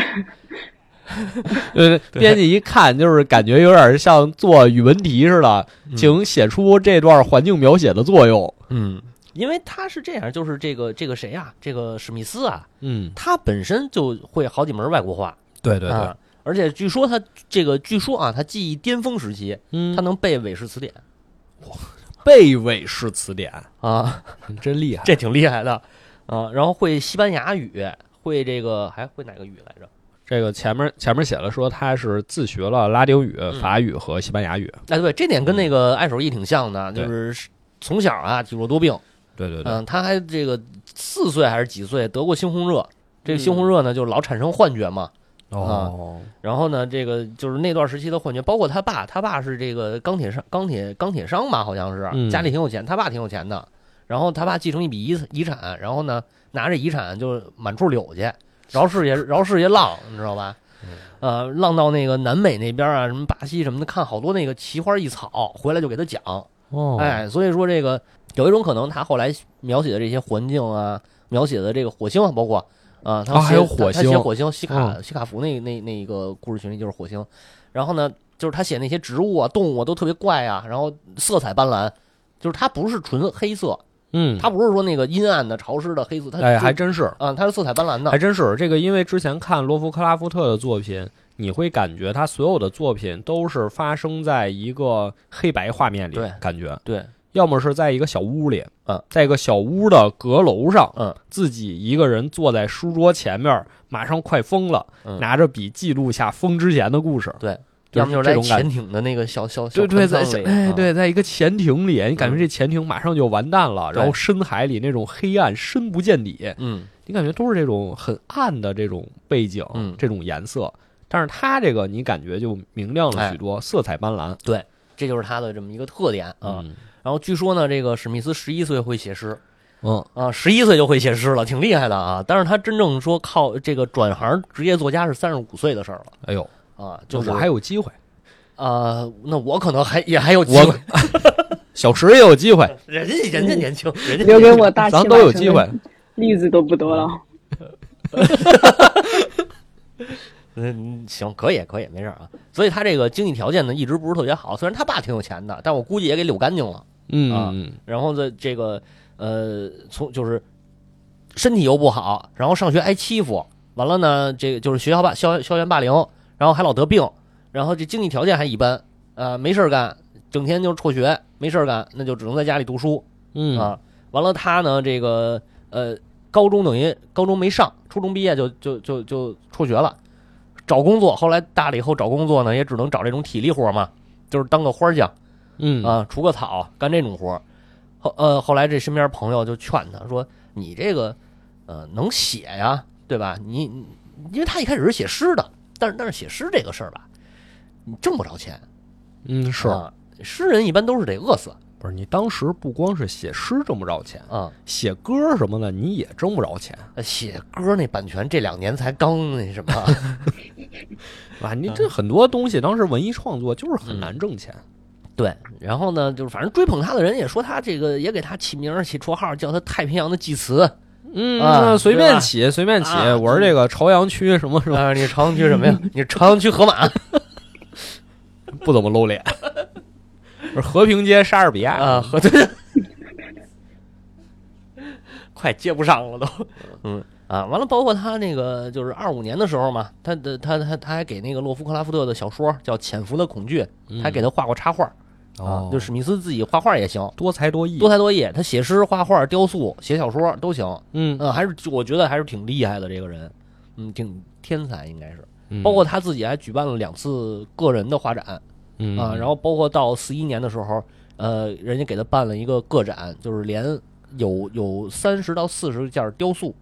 [SPEAKER 2] 呃，编辑一看就是感觉有点像做语文题似的，请写出这段环境描写的作用。
[SPEAKER 1] 嗯，因为他是这样，就是这个这个谁啊，这个史密斯啊，
[SPEAKER 2] 嗯，
[SPEAKER 1] 他本身就会好几门外国话，
[SPEAKER 2] 对对
[SPEAKER 1] 啊，而且据说他这个据说啊，他记忆巅峰时期，
[SPEAKER 2] 嗯
[SPEAKER 1] 他能背韦氏词典
[SPEAKER 2] 背韦氏词典
[SPEAKER 1] 啊，
[SPEAKER 2] 嗯真厉害。
[SPEAKER 1] 这挺厉害的啊。然后会西班牙语，会这个还会哪个语来着？
[SPEAKER 2] 这个前面前面写了说他是自学了拉丁语、法语和西班牙语。
[SPEAKER 1] 哎，对，这点跟那个爱手艺挺像的，
[SPEAKER 2] 对
[SPEAKER 1] 就是从小啊体弱多病，
[SPEAKER 2] 对对
[SPEAKER 1] 嗯，他还这个四岁还是几岁得过猩红热，这个猩
[SPEAKER 2] 嗯
[SPEAKER 1] 红热呢就老产生幻觉嘛，
[SPEAKER 2] 哦，
[SPEAKER 1] 然后呢，这个就是那段时期的幻觉，包括他爸，他爸是这个钢铁商、钢铁钢铁商吧，好像是、
[SPEAKER 2] 嗯
[SPEAKER 1] 家里挺有钱，他爸挺有钱的。然后他爸继承一笔遗遗产，然后呢，拿着遗产就满处溜去，饶世界饶世界浪，你知道吧？呃，浪到那个南美那边啊，什么巴西什么的，看好多那个奇花异草，回来就给他讲，
[SPEAKER 2] 哦，
[SPEAKER 1] 哎，所以说这个有一种可能，他后来描写的这些环境啊，描写的这个火星啊，包括啊，他
[SPEAKER 2] 啊
[SPEAKER 1] 写
[SPEAKER 2] 还有
[SPEAKER 1] 他
[SPEAKER 2] 火
[SPEAKER 1] 他写
[SPEAKER 2] 星哦
[SPEAKER 1] 火星西卡、西卡福那那那个故事群里就是火星，然后呢，就是他写那些植物啊、动物啊都特别怪啊，然后色彩斑斓，就是它不是纯黑色，
[SPEAKER 2] 嗯，
[SPEAKER 1] 它不是说那个阴暗的、潮湿的黑色，它
[SPEAKER 2] 哎，
[SPEAKER 1] 就
[SPEAKER 2] 还真是，
[SPEAKER 1] 啊，它是色彩斑斓的
[SPEAKER 2] 还，真是这个，因为之前看洛夫克拉夫特的作品，你会感觉他所有的作品都是发生在一个黑白画面里，
[SPEAKER 1] 对
[SPEAKER 2] 感觉
[SPEAKER 1] 对，
[SPEAKER 2] 要么是在一个小屋里，
[SPEAKER 1] 嗯，
[SPEAKER 2] 在一个小屋的阁楼上，
[SPEAKER 1] 嗯，
[SPEAKER 2] 自己一个人坐在书桌前面，马上快疯了，
[SPEAKER 1] 嗯
[SPEAKER 2] 拿着笔记录下疯之前的故事，
[SPEAKER 1] 对，
[SPEAKER 2] 就
[SPEAKER 1] 要么
[SPEAKER 2] 是
[SPEAKER 1] 就是在
[SPEAKER 2] 这种感觉。
[SPEAKER 1] 潜艇的那个小小小
[SPEAKER 2] 对对，在
[SPEAKER 1] 船舱里
[SPEAKER 2] 哎
[SPEAKER 1] 啊
[SPEAKER 2] 对，在一个潜艇里，你感觉这潜艇马上就完蛋了，
[SPEAKER 1] 对
[SPEAKER 2] 然后深海里那种黑暗深不见底，
[SPEAKER 1] 嗯
[SPEAKER 2] 你感觉都是这种很暗的这种背景，
[SPEAKER 1] 嗯
[SPEAKER 2] 这种颜色，但是它这个你感觉就明亮了许多，色彩斑斓
[SPEAKER 1] 对，这就是它的这么一个特点啊。
[SPEAKER 2] 嗯
[SPEAKER 1] 然后据说呢，这个史密斯十一岁会写诗
[SPEAKER 2] 嗯
[SPEAKER 1] 啊，十一岁就会写诗了，挺厉害的啊。但是他真正说靠这个转行职业作家是三十五岁的事儿了
[SPEAKER 2] 哎呦，
[SPEAKER 1] 啊，就是
[SPEAKER 2] 我还有机会，
[SPEAKER 1] 啊、那我可能还也还有机
[SPEAKER 2] 我
[SPEAKER 1] 会，
[SPEAKER 2] 小池也有机会，
[SPEAKER 1] 人家人家年轻，人家
[SPEAKER 3] 留给我大器
[SPEAKER 2] 咱
[SPEAKER 3] 晚
[SPEAKER 2] 们都有
[SPEAKER 3] 成
[SPEAKER 2] 机
[SPEAKER 3] 的
[SPEAKER 2] 会。
[SPEAKER 3] 例子都不多了。
[SPEAKER 1] 嗯行，可以可以，没事儿啊。所以他这个经济条件呢一直不是特别好，虽然他爸挺有钱的，但我估计也给溜干净了。
[SPEAKER 2] 嗯
[SPEAKER 1] 啊
[SPEAKER 2] 嗯
[SPEAKER 1] 然后在这个呃，从就是身体又不好，然后上学挨欺负，完了呢，这个就是学校霸校校园霸凌，然后还老得病，然后这经济条件还一般，呃，没事儿干，整天就辍学，没事儿干，那就只能在家里读书
[SPEAKER 2] 嗯
[SPEAKER 1] 啊。完了，他呢，这个呃，高中等于高中没上，初中毕业就就就就辍学了。找工作，后来大了以后找工作呢，也只能找这种体力活嘛，就是当个花匠
[SPEAKER 2] 嗯
[SPEAKER 1] 啊，除个草，干这种活儿。后呃，后来这身边朋友就劝他说：“你这个呃能写呀，对吧？你你因为他一开始是写诗的，但是但是写诗这个事儿吧，你挣不着钱，
[SPEAKER 2] 嗯是，
[SPEAKER 1] 啊诗人一般都是得饿死
[SPEAKER 2] 不是你当时不光是写诗挣不着钱，
[SPEAKER 1] 啊。
[SPEAKER 2] 写歌什么的你也挣不着钱
[SPEAKER 1] 写歌那版权这两年才刚那 什么，
[SPEAKER 2] 啊！你这很多东西当时文艺创作就是很难挣钱。
[SPEAKER 1] 对，然后呢，就是反正追捧他的人也说他这个也给他起名儿起绰号，叫他太平洋的祭词。
[SPEAKER 2] 嗯
[SPEAKER 1] 啊
[SPEAKER 2] 那随
[SPEAKER 1] 对吧
[SPEAKER 2] 便起随便起，
[SPEAKER 1] 啊
[SPEAKER 2] 我是这个朝阳区什么什么
[SPEAKER 1] 啊，你朝阳区什么呀？ 你朝阳区河马
[SPEAKER 2] 不怎么露脸，我是和平街莎士比亚
[SPEAKER 1] 啊，河对， 快接不上了都。嗯啊，完了，包括他那个就是二五年的时候嘛，他的他他他还给那个洛夫克拉夫特的小说叫《潜伏的恐惧》，
[SPEAKER 2] 嗯
[SPEAKER 1] 还给他画过插画啊
[SPEAKER 2] 哦，
[SPEAKER 1] 就史密斯自己画画也行。
[SPEAKER 2] 多才多艺，
[SPEAKER 1] 多才多艺，他写诗、画画、雕塑、写小说都行，
[SPEAKER 2] 嗯
[SPEAKER 1] 嗯，还是我觉得还是挺厉害的这个人，嗯，挺天才应该是。包括他自己还举办了两次个人的画展
[SPEAKER 2] 嗯
[SPEAKER 1] 啊，然后包括到四一年的时候，呃，人家给他办了一个个展，就是连有有三十到四十件雕塑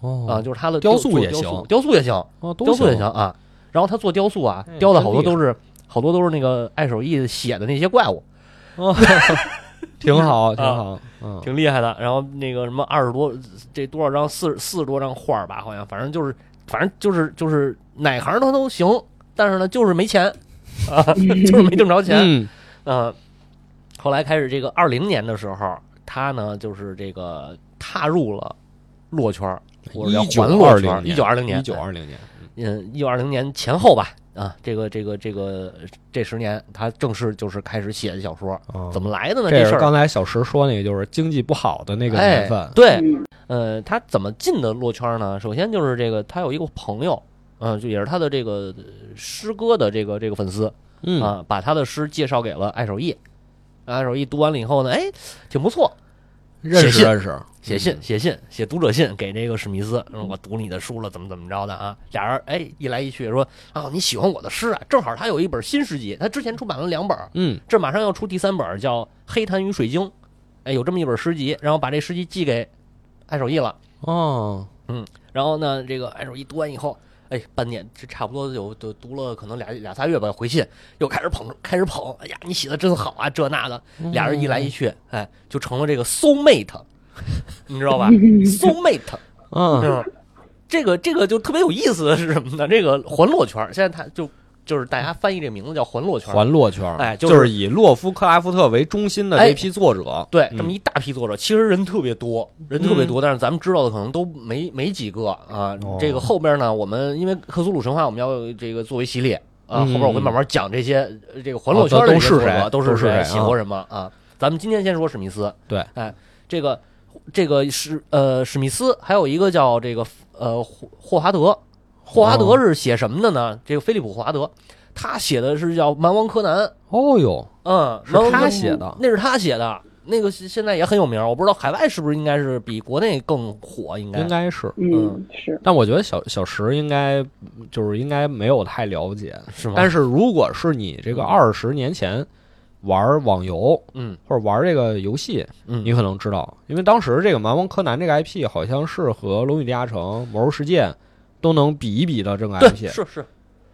[SPEAKER 2] 后
[SPEAKER 1] 啊，就是他的
[SPEAKER 2] 哦雕
[SPEAKER 1] 做
[SPEAKER 2] 塑
[SPEAKER 1] 做
[SPEAKER 2] 也
[SPEAKER 1] 雕塑
[SPEAKER 2] 行
[SPEAKER 1] 雕塑也行，
[SPEAKER 2] 嗯哦，都
[SPEAKER 1] 雕塑也行啊。然后他做雕塑啊
[SPEAKER 2] 哎，
[SPEAKER 1] 雕的
[SPEAKER 2] 真
[SPEAKER 1] 好多
[SPEAKER 2] 厉害
[SPEAKER 1] 都是好多都是那个爱手艺写的那些怪物，
[SPEAKER 2] 哦，挺好，挺好，嗯，
[SPEAKER 1] 啊挺厉害的。然后那个什么二十多这多少张四四十多张画儿吧，好像反正就是反正就是就是哪行他都行，但是呢就是没钱 啊，就是没挣着钱。
[SPEAKER 2] 嗯
[SPEAKER 1] 嗯，后来开始这个二零年的时候，他呢就是这个踏入了洛圈儿，或者叫环洛圈儿，一九二零年，
[SPEAKER 2] 一九二零年，
[SPEAKER 1] 嗯，一九二零年前后吧，啊，这个这个这个这十年，他正式就是开始写小说，
[SPEAKER 2] 嗯
[SPEAKER 1] 怎么来的呢？
[SPEAKER 2] 这
[SPEAKER 1] 事
[SPEAKER 2] 是
[SPEAKER 1] 儿
[SPEAKER 2] 刚。才小石说那个，就是经济不好的那个
[SPEAKER 1] 哎
[SPEAKER 2] 年份，，
[SPEAKER 1] 对，
[SPEAKER 3] 嗯
[SPEAKER 1] 呃，他怎么进的洛圈儿呢？首先就是这个，他有一个朋友，嗯、就也是他的这个呃诗歌的这个这个粉丝，
[SPEAKER 2] 嗯，
[SPEAKER 1] 啊，把他的诗介绍给了艾守义。艾守义读完了以后呢，哎，挺不错，
[SPEAKER 2] 认
[SPEAKER 1] 写
[SPEAKER 2] 识
[SPEAKER 1] 信
[SPEAKER 2] 认识，
[SPEAKER 1] 写信写信写读者信给这个史密斯，说我读你的书了，怎么怎么着的啊？俩人哎一来一去说啊，你喜欢我的诗啊？正好他有一本新诗集，他之前出版了两本，
[SPEAKER 2] 嗯，
[SPEAKER 1] 这马上要出第三本叫《黑檀与水晶》，哎，有这么一本诗集，然后把这诗集寄给艾守义了。
[SPEAKER 2] 哦，
[SPEAKER 1] 然后呢，这个艾守一读完以后，哎，半年这差不多有就读了可能俩俩仨月吧，回信又开始捧，开始捧，哎呀，你写的真好啊，这那的，俩人一来一去，哎，就成了这个 soul mate，你知道吧？soul mate，
[SPEAKER 2] 嗯，
[SPEAKER 1] 嗯，这个这个就特别有意思的是什么呢？这个环洛圈儿，现在它就就是大家翻译这名字叫环洛圈儿，
[SPEAKER 2] 环洛圈儿，
[SPEAKER 1] 哎就
[SPEAKER 2] 就是是以洛夫克拉夫特为中心的
[SPEAKER 1] 哎
[SPEAKER 2] 这批作者，
[SPEAKER 1] 对，
[SPEAKER 2] 嗯
[SPEAKER 1] 这么一大批作者，其实人特别多，人特别多，但是咱们知道的可能都没没几个啊。
[SPEAKER 2] 哦
[SPEAKER 1] 这个后边呢，我们因为克苏鲁神话，我们要这个作为系列啊，
[SPEAKER 2] 嗯
[SPEAKER 1] 后边我会慢慢讲这些呃这个环洛圈的
[SPEAKER 2] 哦
[SPEAKER 1] 这
[SPEAKER 2] 都是
[SPEAKER 1] 些作
[SPEAKER 2] 谁
[SPEAKER 1] 者都
[SPEAKER 2] 都是
[SPEAKER 1] 谁
[SPEAKER 2] 谁
[SPEAKER 1] 写过什么啊。咱们今天先说史密斯，
[SPEAKER 2] 对，
[SPEAKER 1] 哎，这个这个史呃史密斯，还有一个叫这个呃霍霍华德，霍华德
[SPEAKER 2] 哦
[SPEAKER 1] 是写什么的呢？这个菲利普霍华德，他写的是叫《蛮王柯南》。
[SPEAKER 2] 哦哟，
[SPEAKER 1] 嗯，
[SPEAKER 2] 是
[SPEAKER 1] 然后
[SPEAKER 2] 他
[SPEAKER 1] 那
[SPEAKER 2] 写的
[SPEAKER 1] 那是他写的，那个现现在也很有名儿，我不知道海外是不是应该是比国内更火，应该
[SPEAKER 2] 应该是。
[SPEAKER 1] 嗯
[SPEAKER 3] 嗯，是
[SPEAKER 2] 但我觉得小小石应该就是应该没有太了解，
[SPEAKER 1] 是吗？
[SPEAKER 2] 但
[SPEAKER 1] 是
[SPEAKER 2] 是如果是你这个
[SPEAKER 1] 嗯
[SPEAKER 2] 二十年前玩网游
[SPEAKER 1] 嗯
[SPEAKER 2] 或者玩这个游戏，
[SPEAKER 1] 嗯，
[SPEAKER 2] 你可能知道，因为当时这个《蛮王柯南》这个 IP 好像是和《龙与地下城》《魔兽世界》都能比一比的这个
[SPEAKER 1] 对
[SPEAKER 2] IP，
[SPEAKER 1] 是是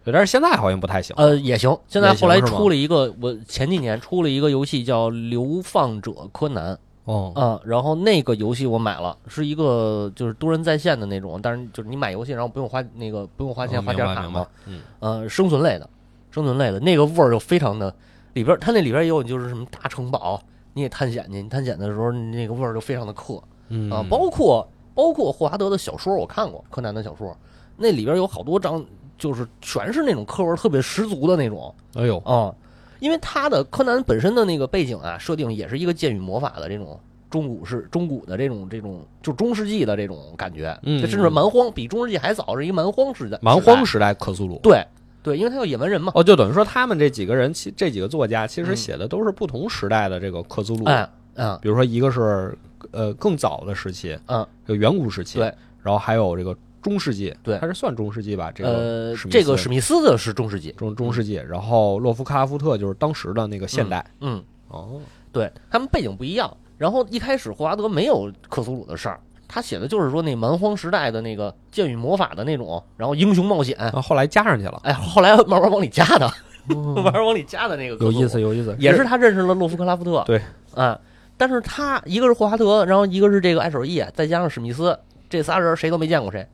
[SPEAKER 2] 对但是现在好像不太行。
[SPEAKER 1] 呃也行，现在
[SPEAKER 2] 也行
[SPEAKER 1] 后来
[SPEAKER 2] 是吗
[SPEAKER 1] 出了一个，我前几年出了一个游戏叫《流放者柯南》
[SPEAKER 2] 哦，
[SPEAKER 1] 啊，然后那个游戏我买了，是一个就是多人在线的那种，但是就是你买游戏然后不用花那个不用花钱
[SPEAKER 2] 嗯
[SPEAKER 1] 花
[SPEAKER 2] 明
[SPEAKER 1] 点
[SPEAKER 2] 白
[SPEAKER 1] 卡
[SPEAKER 2] 明白
[SPEAKER 1] 嘛，
[SPEAKER 2] 嗯，
[SPEAKER 1] 呃，生存类的，生存类的那个味儿就非常的里边儿，它那里边儿也有就是什么大城堡，你也探险去，你探险的时候你那个味儿就非常的克
[SPEAKER 2] 嗯
[SPEAKER 1] 啊，包括包括霍华德的小说我看过，柯南的小说，那里边有好多章就是全是那种课文特别十足的那种
[SPEAKER 2] 哎呦，
[SPEAKER 1] 啊，因为他的柯南本身的那个背景啊设定也是一个剑与魔法的这种。中古是中古的这种这种就中世纪的这种感觉，
[SPEAKER 2] 嗯
[SPEAKER 1] 这甚至蛮荒，比中世纪还早，是一个蛮荒时代。
[SPEAKER 2] 蛮
[SPEAKER 1] 时代
[SPEAKER 2] 荒时代克苏鲁。
[SPEAKER 1] 对对，因为他叫野蛮人嘛。
[SPEAKER 2] 哦，就等于说他们这几个人，其这几个作家其实
[SPEAKER 1] 嗯
[SPEAKER 2] 写的都是不同时代的这个克苏鲁。
[SPEAKER 1] 哎嗯
[SPEAKER 2] 比如说一个是呃更早的时期，
[SPEAKER 1] 嗯，
[SPEAKER 2] 就远古时期，
[SPEAKER 1] 对，
[SPEAKER 2] 然后还有这个中世纪，
[SPEAKER 1] 对
[SPEAKER 2] 它是算中世纪吧？这
[SPEAKER 1] 呃
[SPEAKER 2] 个史，密
[SPEAKER 1] 这个
[SPEAKER 2] 斯
[SPEAKER 1] 史密斯的是中世纪，
[SPEAKER 2] 中中世纪，然后洛夫克拉夫特就是当时的那个现代。
[SPEAKER 1] 嗯，
[SPEAKER 2] 哦，
[SPEAKER 1] 对他们背景不一样。然后一开始霍华德没有克苏鲁的事儿，他写的就是说那蛮荒时代的那个剑与魔法的那种，然后英雄冒险。
[SPEAKER 2] 那后来加上去了，
[SPEAKER 1] 哎，后来慢慢往里加的， 慢慢往里加的那个克
[SPEAKER 2] 嗯有
[SPEAKER 1] 苏鲁
[SPEAKER 2] 意思，，有意思，
[SPEAKER 1] 哦 也是他认识了洛夫克拉夫特。
[SPEAKER 2] 对，
[SPEAKER 1] 啊，但是他一个是霍华德，然后一个是这个艾舍伊，啊再加上史密斯，这仨人谁都没见 过谁，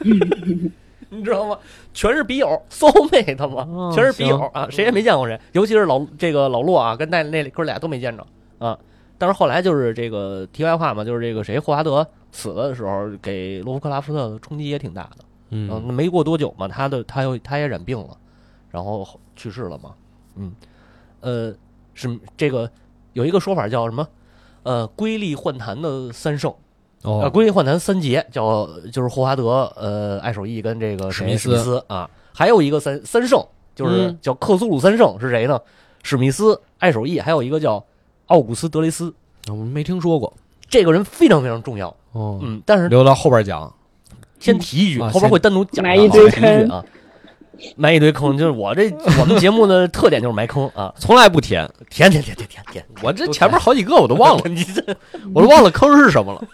[SPEAKER 1] 你知道吗？全是笔友，骚妹他妈
[SPEAKER 2] 哦，
[SPEAKER 1] 全是笔友
[SPEAKER 2] 行
[SPEAKER 1] 啊，谁也没见过谁，尤其是老这个老洛啊，跟那那哥俩都没见着啊。但是后来就是这个题外话嘛，就是这个谁霍华德死的时候，给洛夫克拉夫特的冲击也挺大的。嗯，
[SPEAKER 2] 嗯，
[SPEAKER 1] 那没过多久嘛，他的他又他也染病了，然后去世了嘛。嗯，呃，是这个有一个说法叫什么？呃，瑰丽幻坛的三圣，呃，
[SPEAKER 2] 哦，
[SPEAKER 1] 瑰丽幻坛三杰叫就是霍华德、呃，艾守义跟这个
[SPEAKER 2] 史
[SPEAKER 1] 谁
[SPEAKER 2] 密
[SPEAKER 1] 史密
[SPEAKER 2] 斯
[SPEAKER 1] 斯啊，还有一个三三圣就是
[SPEAKER 2] 嗯
[SPEAKER 1] 叫克苏鲁三圣是谁呢？史密斯、艾守义，还有一个叫奥古斯德雷斯。
[SPEAKER 2] 我没听说过。
[SPEAKER 1] 这个人非常非常重要，
[SPEAKER 2] 哦，
[SPEAKER 1] 嗯，但是
[SPEAKER 2] 留到后 边讲。
[SPEAKER 1] 先提一句，
[SPEAKER 2] 嗯啊
[SPEAKER 1] 后边会单独讲的啊。
[SPEAKER 3] 埋一
[SPEAKER 1] 先
[SPEAKER 3] 堆
[SPEAKER 1] 提句
[SPEAKER 3] 坑
[SPEAKER 1] 啊，埋一堆坑，就是我这我们节目的特点就是埋坑啊，
[SPEAKER 2] 从来不填，
[SPEAKER 1] 填填填填填填，
[SPEAKER 2] 我这前面好几个我都忘 了，，
[SPEAKER 1] 你这
[SPEAKER 2] 我都忘了坑是什么了。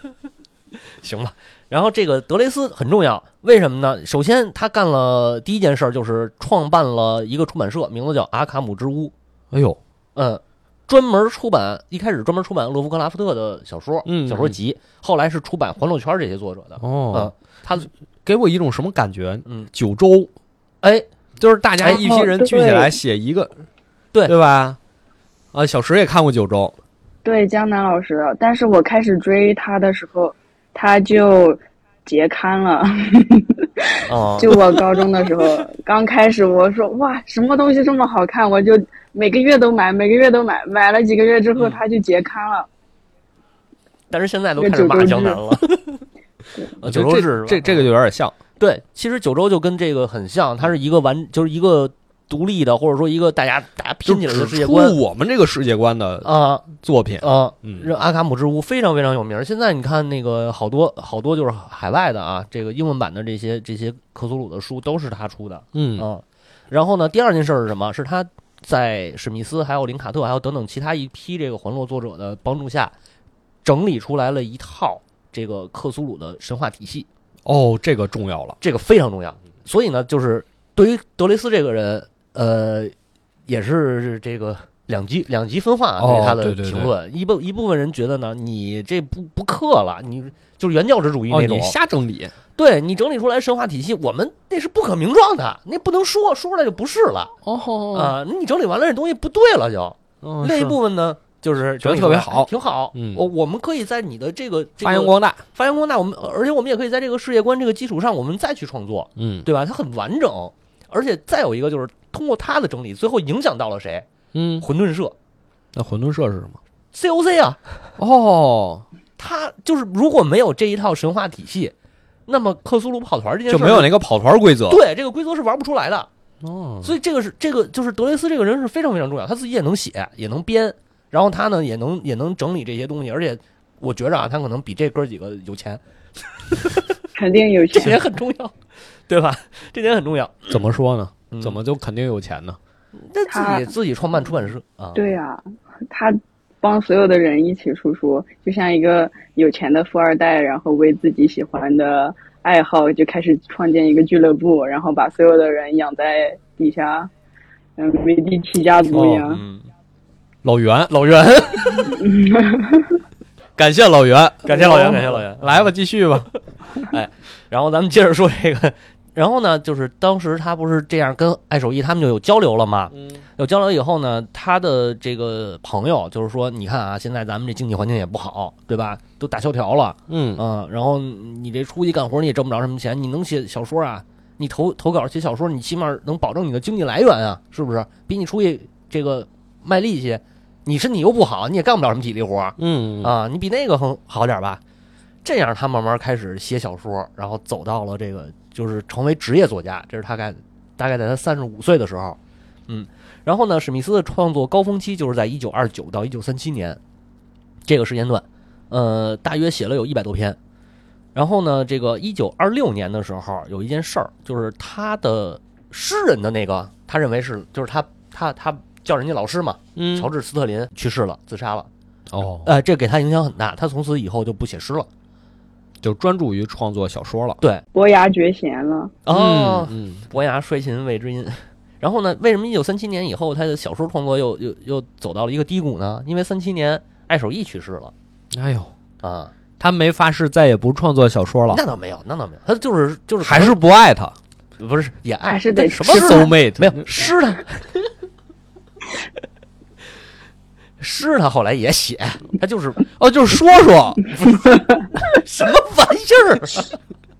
[SPEAKER 1] 行吧。然后这个德雷斯很重要，为什么呢？首先他干了第一件事儿就是创办了一个出版社，名字叫阿卡姆之屋，
[SPEAKER 2] 哎呦，
[SPEAKER 1] 嗯，专门出版一开始专门出版洛夫克拉夫特的小说，
[SPEAKER 2] 嗯
[SPEAKER 1] 小说集，后来是出版《欢乐圈》这些作者的，嗯
[SPEAKER 2] 哦，，
[SPEAKER 1] 他
[SPEAKER 2] 给我一种什么感觉？
[SPEAKER 1] 嗯，
[SPEAKER 2] 九州
[SPEAKER 1] 哎，
[SPEAKER 2] 就是大家一批人聚起
[SPEAKER 3] 哦
[SPEAKER 2] 来
[SPEAKER 3] 对
[SPEAKER 2] 写一个，
[SPEAKER 1] 对
[SPEAKER 2] 对吧？啊，小石也看过九州，
[SPEAKER 3] 对江南老师的，但是我开始追他的时候，他就结刊了。
[SPEAKER 1] 哦啊，
[SPEAKER 3] 就我高中的时候，刚开始我说哇，什么东西这么好看，我就每个月都买，每个月都买，买了几个月之后，
[SPEAKER 1] 嗯
[SPEAKER 3] 他就结刊了。
[SPEAKER 1] 但是现在都
[SPEAKER 3] 这
[SPEAKER 1] 开始
[SPEAKER 3] 九州
[SPEAKER 1] 骂江
[SPEAKER 3] 制
[SPEAKER 1] 南 了， 啊九州
[SPEAKER 2] 这
[SPEAKER 1] 市是吧
[SPEAKER 2] 这这个就有点像，
[SPEAKER 1] 对，其实九州就跟这个很像，它是一个完，就是一个独立的，或者说一个大家大家
[SPEAKER 2] 就
[SPEAKER 1] 拼起来的世界
[SPEAKER 2] 出
[SPEAKER 1] 观
[SPEAKER 2] 我们这个世界观的
[SPEAKER 1] 啊
[SPEAKER 2] 作品。
[SPEAKER 1] 啊。
[SPEAKER 2] 嗯，
[SPEAKER 1] 让阿卡姆之屋非常非常有名。现在你看那个好多好多就是海外的啊，这个英文版的这些这些克苏鲁的书都是他出的
[SPEAKER 2] 嗯，
[SPEAKER 1] 啊。然后呢，第二件事儿是什么？是他在史密斯、还有林卡特、还有等等其他一批这个环洛作者的帮助下，整理出来了一套这个克苏鲁的神话体系。
[SPEAKER 2] 哦，这个重要了。
[SPEAKER 1] 这个非常重要。
[SPEAKER 2] 嗯
[SPEAKER 1] 所以呢，就是对于德雷斯这个人，呃，也是这个两极两极分化啊
[SPEAKER 2] 哦
[SPEAKER 1] 对他的
[SPEAKER 2] 对对对
[SPEAKER 1] 评论。一部一部分人觉得呢，你这不不克了，你就是原教旨主义
[SPEAKER 2] 哦，
[SPEAKER 1] 那种，
[SPEAKER 2] 你瞎整理，
[SPEAKER 1] 对你整理出来神话体系，我们那是不可名状的，那不能说说出来就不是了
[SPEAKER 2] 哦
[SPEAKER 1] 啊、那你整理完了这东西不对了就，
[SPEAKER 2] 哦，
[SPEAKER 1] 那一
[SPEAKER 2] 是
[SPEAKER 1] 嗯部分呢。就是
[SPEAKER 2] 觉
[SPEAKER 1] 整
[SPEAKER 2] 得
[SPEAKER 1] 理
[SPEAKER 2] 特别
[SPEAKER 1] 出来
[SPEAKER 2] 好
[SPEAKER 1] 挺好。
[SPEAKER 2] 嗯
[SPEAKER 1] 我我们可以在你的这个这
[SPEAKER 2] 发扬
[SPEAKER 1] 个
[SPEAKER 2] 光大。
[SPEAKER 1] 发扬光大，我们而且我们也可以在这个世界观这个基础上，我们再去创作。
[SPEAKER 2] 嗯
[SPEAKER 1] 对吧？它很完整，而且再有一个就是通过他的整理，最后影响到了谁？
[SPEAKER 2] 嗯，
[SPEAKER 1] 混沌社
[SPEAKER 2] 那混沌社是什么？
[SPEAKER 1] COC 啊，
[SPEAKER 2] 哦，
[SPEAKER 1] 他就是如果没有这一套神话体系，那么克苏鲁跑团这件事
[SPEAKER 2] 就
[SPEAKER 1] 儿
[SPEAKER 2] 没有那个跑团规则。
[SPEAKER 1] 对这个规则是玩不出来的。
[SPEAKER 2] 哦，
[SPEAKER 1] 所以这个是这个就是德雷斯这个人是非常非常重要，他自己也能写，也能编，然后他呢也能也能整理这些东西，而且我觉着啊，他可能比这哥几个有钱，
[SPEAKER 3] 肯定有
[SPEAKER 1] 这
[SPEAKER 3] 钱
[SPEAKER 1] 点，很重要， 对吧？这点很重要。
[SPEAKER 2] 怎么说呢？
[SPEAKER 1] 嗯
[SPEAKER 2] 怎么就肯定有钱呢？
[SPEAKER 1] 那
[SPEAKER 3] 他
[SPEAKER 1] 自己自己创办出版社啊？
[SPEAKER 3] 对呀、他帮所有的人一起出书，就像一个有钱的富二代，然后为自己喜欢的爱好就开始创建一个俱乐部，然后把所有的人养在底下，嗯，梅第奇家族一样。
[SPEAKER 1] 嗯，
[SPEAKER 2] 老袁，老袁，感谢老袁，
[SPEAKER 1] 感谢老袁，感谢老袁，
[SPEAKER 2] 来吧，继续吧。
[SPEAKER 1] 然后咱们接着说这个，然后呢，就是当时他不是这样跟艾守义他们就有交流了嘛？
[SPEAKER 2] 嗯
[SPEAKER 1] 有交流以后呢，他的这个朋友就是说，你看啊，现在咱们这经济环境也不好，对吧？都打萧条了，
[SPEAKER 2] 嗯，
[SPEAKER 1] 嗯，然后你这出去干活你也挣不着什么钱，你能写小说啊？你投投稿写小说，你起码能保证你的经济来源啊，是不是？比你出去这个卖力气，你身体又不好，你也干不了什么体力活儿，
[SPEAKER 2] 嗯，
[SPEAKER 1] 啊，你比那个更好点儿吧？这样他慢慢开始写小说，然后走到了这个就是成为职业作家，这是大概大概在他三十五岁的时候，嗯，然后呢，史密斯的创作高峰期就是在一九二九到一九三七年这个时间段，呃，大约写了有一百多篇，然后呢，这个一九二六年的时候有一件事儿，就是他的诗人的那个，他认为是就是他他他叫人家老师嘛，
[SPEAKER 2] 嗯
[SPEAKER 1] 乔治斯特林去世了，自杀了，
[SPEAKER 2] 哦，
[SPEAKER 1] 呃，这给他影响很大，他从此以后就不写诗了。
[SPEAKER 2] 就专注于创作小说了。
[SPEAKER 1] 对，
[SPEAKER 3] 伯牙绝弦了。
[SPEAKER 1] 哦，
[SPEAKER 2] 嗯，
[SPEAKER 1] 伯牙摔琴谓之音。然后呢，为什么一九三七年以后他的小说创作又又又走到了一个低谷呢？因为三七年艾守义去世了
[SPEAKER 2] 嗯哎呦，
[SPEAKER 1] 啊，
[SPEAKER 2] 他没发誓再也不创作小说了，
[SPEAKER 1] 那倒没有，那倒没有，他就是就是
[SPEAKER 2] 还是不爱他
[SPEAKER 1] 不是也爱
[SPEAKER 3] 还是得
[SPEAKER 1] 但什么
[SPEAKER 3] 吃
[SPEAKER 1] 都
[SPEAKER 2] ，soul mate
[SPEAKER 1] 没有诗他， 诗他后来也写，他就是
[SPEAKER 2] 哦，就是说说
[SPEAKER 1] 什么玩意儿，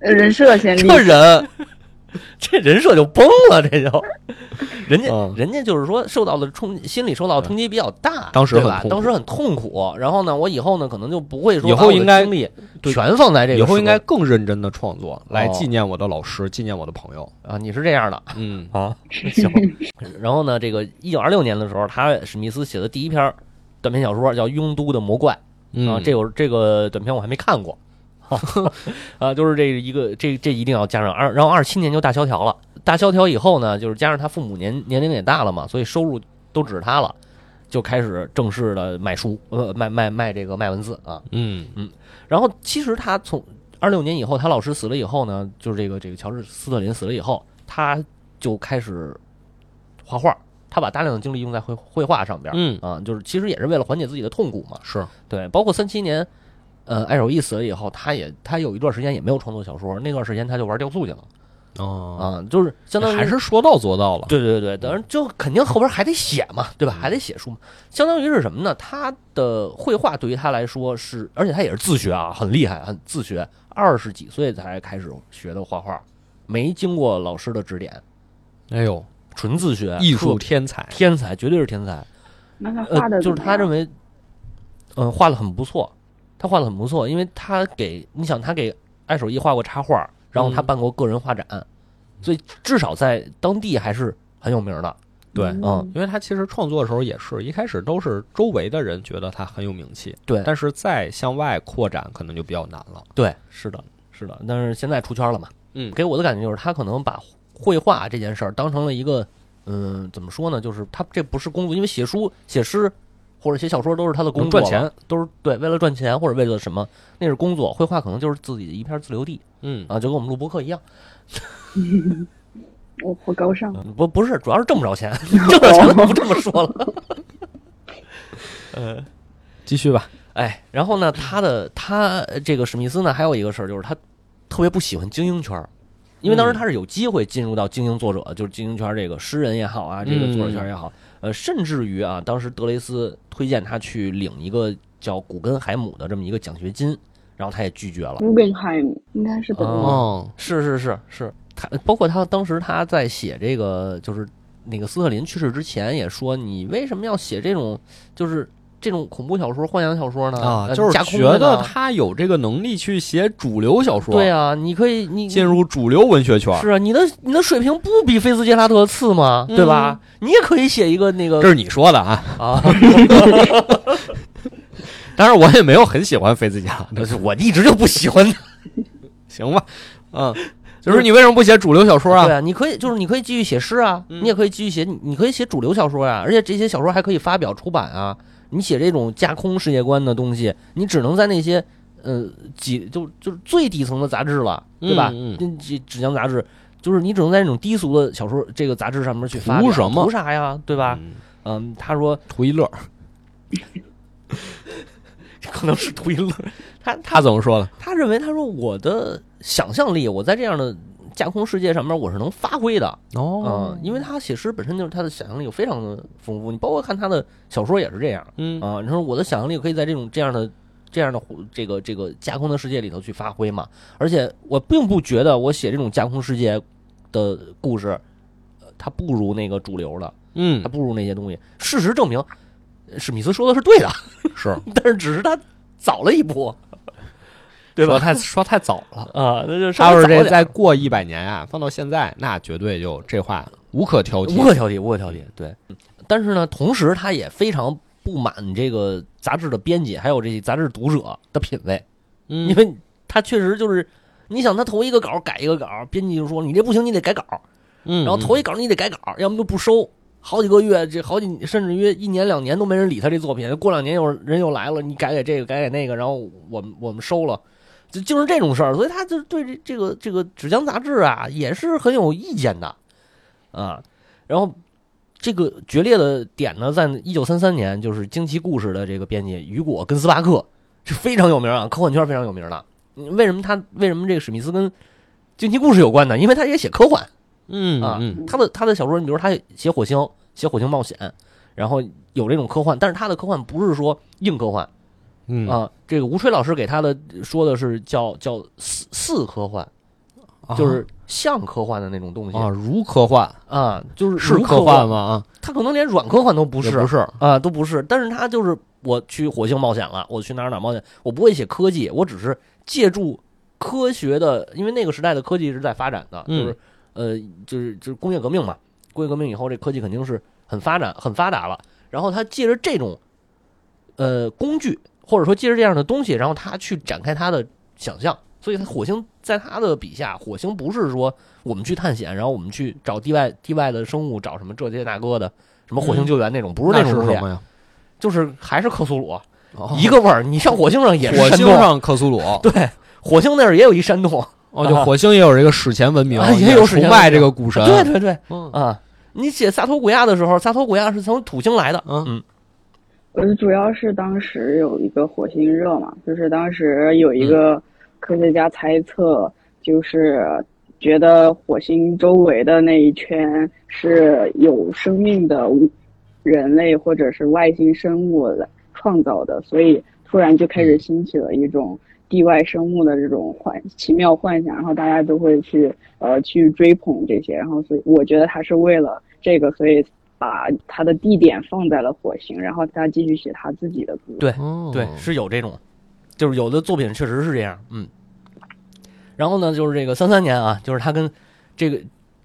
[SPEAKER 3] 呃人设 先立
[SPEAKER 1] 这人 这人设就崩了，这就人家、
[SPEAKER 2] 嗯
[SPEAKER 1] 人家就是说受到的冲心理受到的冲击比较大，
[SPEAKER 2] 当时
[SPEAKER 1] 对
[SPEAKER 2] 很
[SPEAKER 1] 吧
[SPEAKER 2] 痛苦
[SPEAKER 1] 当时很痛苦，然后呢，我以后呢可能就不会说
[SPEAKER 2] 以
[SPEAKER 1] 把
[SPEAKER 2] 后
[SPEAKER 1] 我的
[SPEAKER 2] 应该
[SPEAKER 1] 精力
[SPEAKER 2] 对
[SPEAKER 1] 全放在这个
[SPEAKER 2] 以后应该
[SPEAKER 1] 事
[SPEAKER 2] 更认真的创作，来
[SPEAKER 1] 哦
[SPEAKER 2] 纪念我的老师，纪念我的朋友。
[SPEAKER 1] 情啊，你是这样 的。
[SPEAKER 2] 嗯
[SPEAKER 1] 啊， 行。然后呢，这个一九二六年的时候，他史密斯写的第一篇短篇小说叫《庸都的魔怪》
[SPEAKER 2] 嗯
[SPEAKER 1] 啊，这有这个短篇我还没看过， 啊，就是这一个这这一定要加上二，然后二七年就大萧条了，大萧条以后呢，就是加上他父母年年龄也大了嘛，所以收入都指着他了，就开始正式的卖书，呃，卖卖卖这个卖文字啊，
[SPEAKER 2] 嗯
[SPEAKER 1] 然后其实他从二六年以后，他老师死了以后呢，就是这个这个乔治斯特林死了以后，他就开始画画，他把大量的精力用在绘绘画上边儿，
[SPEAKER 2] 嗯
[SPEAKER 1] 啊，就是其实也是为了缓解自己的痛苦嘛。
[SPEAKER 2] 是
[SPEAKER 1] 对，包括三七年，呃，艾守义死了以后，他也他有一段时间也没有创作小说，那段时间他就玩雕塑去了
[SPEAKER 2] 哦，
[SPEAKER 1] 啊，就是相当于
[SPEAKER 2] 还是嗯说到做到了。
[SPEAKER 1] 对对对，当然就肯定后边还得写嘛，对吧？还得写书嘛，相当于是什么呢？他的绘画对于他来说是，而且他也是自学啊，很厉害，很自学，二十几岁才开始学的画画，没经过老师的指点，
[SPEAKER 2] 哎呦，
[SPEAKER 1] 纯自学，
[SPEAKER 2] 艺术
[SPEAKER 1] 特
[SPEAKER 2] 天才。
[SPEAKER 1] 天才，绝对是天才。
[SPEAKER 3] 那他画
[SPEAKER 1] 呃，
[SPEAKER 3] 的
[SPEAKER 1] 就
[SPEAKER 3] 怎
[SPEAKER 1] 是
[SPEAKER 3] 么
[SPEAKER 1] 他
[SPEAKER 3] 样
[SPEAKER 1] 认为，嗯、画的很不错，他画的很不错，因为他给你想他给爱手艺画过插画，然后他
[SPEAKER 2] 嗯
[SPEAKER 1] 办过个人画展，所以至少在当地还是很有名的。
[SPEAKER 2] 对
[SPEAKER 1] 嗯
[SPEAKER 2] 因为他其实创作的时候也是一开始都是周围的人觉得他很有名气，
[SPEAKER 1] 对
[SPEAKER 2] 但是再向外扩展可能就比较难了。
[SPEAKER 1] 对，是的，是的，但是现在出圈了嘛，
[SPEAKER 2] 嗯
[SPEAKER 1] 给我的感觉就是他可能把绘画这件事儿当成了一个，嗯，怎么说呢？就是他这不是工作，因为写书、写诗或者写小说都是他的工作了，
[SPEAKER 2] 能赚钱
[SPEAKER 1] 都是对为了赚钱或者为了什么，那是工作。绘画可能就是自己的一片自留地
[SPEAKER 2] 嗯，
[SPEAKER 1] 啊，就跟我们录播课一样，
[SPEAKER 3] 我不高尚，
[SPEAKER 1] 嗯不不是，主要是挣不着钱，挣着 钱了不这么说了。
[SPEAKER 2] 继续吧。
[SPEAKER 1] 哎，然后呢，他的他呃这个史密斯呢，还有一个事儿就是他特别不喜欢精英圈儿，因为当时他是有机会进入到精英作者，就是精英圈儿这个诗人也好啊，这个作者圈儿也好，呃，甚至于啊，当时德雷斯推荐他去领一个叫古根海姆的这么一个奖学金，然后他也拒绝了。
[SPEAKER 3] 古根海姆应该是本
[SPEAKER 1] 哦
[SPEAKER 3] 人。
[SPEAKER 2] 哦，
[SPEAKER 1] 是是是是，他包括他当时他在写这个，就是那个斯特林去世之前也说，你为什么要写这种就是这种恐怖小说、幻想小说呢？
[SPEAKER 2] 啊，
[SPEAKER 1] 呃
[SPEAKER 2] 就是
[SPEAKER 1] 架空
[SPEAKER 2] 觉
[SPEAKER 1] 的
[SPEAKER 2] 得
[SPEAKER 1] 呢
[SPEAKER 2] 他有这个能力去写主流小说，
[SPEAKER 1] 对啊，你可以你
[SPEAKER 2] 进入主流文学圈。
[SPEAKER 1] 是啊，你的你的水平不比菲茨杰拉德次吗？对吧？你也可以写一个那
[SPEAKER 2] 这
[SPEAKER 1] 个
[SPEAKER 2] 是你说的啊，
[SPEAKER 1] 啊，
[SPEAKER 2] 当然我也没有很喜欢菲茨杰拉德，
[SPEAKER 1] 我一直就不喜欢他。
[SPEAKER 2] 啊 行吧，嗯，就是你为什么不写主流小说
[SPEAKER 1] 对
[SPEAKER 2] 啊？
[SPEAKER 1] 啊，你可以就是你可以继续写诗啊，
[SPEAKER 2] 嗯
[SPEAKER 1] 你也可以继续写，你你可以写主流小说呀、而且这些小说还可以发表出版啊。你写这种架空世界观的东西，你只能在那些呃几就就是最底层的杂志了，对吧？
[SPEAKER 2] 嗯
[SPEAKER 1] 嗯，纸纸浆杂志。就是你只能在那种低俗的小说这个杂志上面去发
[SPEAKER 2] 图
[SPEAKER 1] 表
[SPEAKER 2] 什么
[SPEAKER 1] 图啥呀？对吧？
[SPEAKER 2] 嗯
[SPEAKER 1] 嗯，他说
[SPEAKER 2] 图一乐，
[SPEAKER 1] 可能是图一乐，他他
[SPEAKER 2] 他怎么说的？
[SPEAKER 1] 他认为他说我的想象力，我在这样的架空世界上面我是能发挥的，
[SPEAKER 2] 哦，
[SPEAKER 1] 嗯，因为他写诗本身就是他的想象力非常的丰富，你包括看他的小说也是这样
[SPEAKER 2] 嗯
[SPEAKER 1] 啊。你说我的想象力可以在这种这样的这样的这个这个架空的世界里头去发挥嘛？而且我并不觉得我写这种架空世界的故事，呃它不如那个主流的，
[SPEAKER 2] 嗯
[SPEAKER 1] 它，不如那些东西。事实证明，呃史密斯说的是对的，
[SPEAKER 2] 是
[SPEAKER 1] 但是只是他早了一步
[SPEAKER 2] 对吧？说太说太早了。
[SPEAKER 1] 啊。那就稍
[SPEAKER 2] 他要
[SPEAKER 1] 微早一
[SPEAKER 2] 是这
[SPEAKER 1] 点
[SPEAKER 2] 再过一百年啊，放到现在，那绝对就这话无可挑剔。
[SPEAKER 1] 无可挑剔，无可挑剔。对，但是呢，同时他也非常不满这个杂志的编辑，还有这些杂志读者的品味，
[SPEAKER 2] 嗯
[SPEAKER 1] 因为他确实就是，你想他头一个稿改一个稿，编辑就说你这不行，你得改稿，
[SPEAKER 2] 嗯，
[SPEAKER 1] 然后头一稿你得改稿，要么就不收。好几个月，这好几甚至于一年两年都没人理他这作品，过两年又人又来了，你改改这个，改改那个，然后我们我们收了，就就是这种事儿，所以他就对这这个这个纸浆杂志啊也是很有意见的，啊，然后这个决裂的点呢，在一九三三年，就是惊奇故事的这个编辑雨果跟斯巴克，这非常有名啊，科幻圈非常有名的。嗯为什么他为什么这个史密斯跟惊奇故事有关呢？因为他也写科幻，
[SPEAKER 2] 嗯
[SPEAKER 1] 啊
[SPEAKER 2] 嗯
[SPEAKER 1] 他的他的小说，你比如他写火星，写火星冒险，然后有这种科幻，但是他的科幻不是说硬科幻
[SPEAKER 2] 嗯
[SPEAKER 1] 啊。这个吴吹老师给他的说的是叫叫似似科幻，
[SPEAKER 2] 啊
[SPEAKER 1] 就是像科幻的那种东西
[SPEAKER 2] 啊，如科幻
[SPEAKER 1] 啊，就是
[SPEAKER 2] 是
[SPEAKER 1] 如
[SPEAKER 2] 科幻
[SPEAKER 1] 幻？
[SPEAKER 2] 吗？啊，
[SPEAKER 1] 他可能连软科幻都不
[SPEAKER 2] 也
[SPEAKER 1] 是
[SPEAKER 2] 不是，
[SPEAKER 1] 啊，都不是。但是他就是我去火星冒险了，我去哪儿哪儿冒险，我不会写科技，我只是借助科学的，因为那个时代的科技是在发展的，
[SPEAKER 2] 嗯
[SPEAKER 1] 就是呃，就是就是工业革命嘛，工业革命以后这科技肯定是很发展很发达了。然后他借着这种呃工具，或者说借着这样的东西，然后他去展开他的想象。所以，他火星在他的笔下，火星不是说我们去探险，然后我们去找地外地外的生物，找什么这些那个的，什么火星救援那种，不是
[SPEAKER 2] 那
[SPEAKER 1] 那种
[SPEAKER 2] 是
[SPEAKER 1] 东西
[SPEAKER 2] 什，么呀？
[SPEAKER 1] 就是还是克苏鲁、
[SPEAKER 2] 哦
[SPEAKER 1] 一个味儿。你上火星上也是
[SPEAKER 2] 火
[SPEAKER 1] 山
[SPEAKER 2] 星
[SPEAKER 1] 洞，
[SPEAKER 2] 上克苏鲁，
[SPEAKER 1] 对，火星那儿也有一山 洞，
[SPEAKER 2] 哦，就火星也有这个史前文明
[SPEAKER 1] 啊，也有史前文
[SPEAKER 2] 崇
[SPEAKER 1] 明
[SPEAKER 2] 拜这个古神，
[SPEAKER 1] 对对对
[SPEAKER 2] 嗯
[SPEAKER 1] 啊！你写萨托古亚的时候，萨托古亚是从土星来的，
[SPEAKER 2] 嗯
[SPEAKER 1] 嗯
[SPEAKER 3] 我呃主要是当时有一个火星热嘛，就是当时有一个科学家猜测，就是觉得火星周围的那一圈是有生命的人类或者是外星生物来创造的，所以突然就开始兴起了一种地外生物的这种幻奇妙幻想，然后大家都会去呃去追捧这些，然后所以我觉得他是为了这个，所以把他的地点放在了火星，然后他继续写他自己的故事。
[SPEAKER 1] 对
[SPEAKER 2] 哦
[SPEAKER 1] 嗯对，是有这种，就是有的作品确实是这样，嗯。然后呢，就是这个三三年啊，就是他跟这个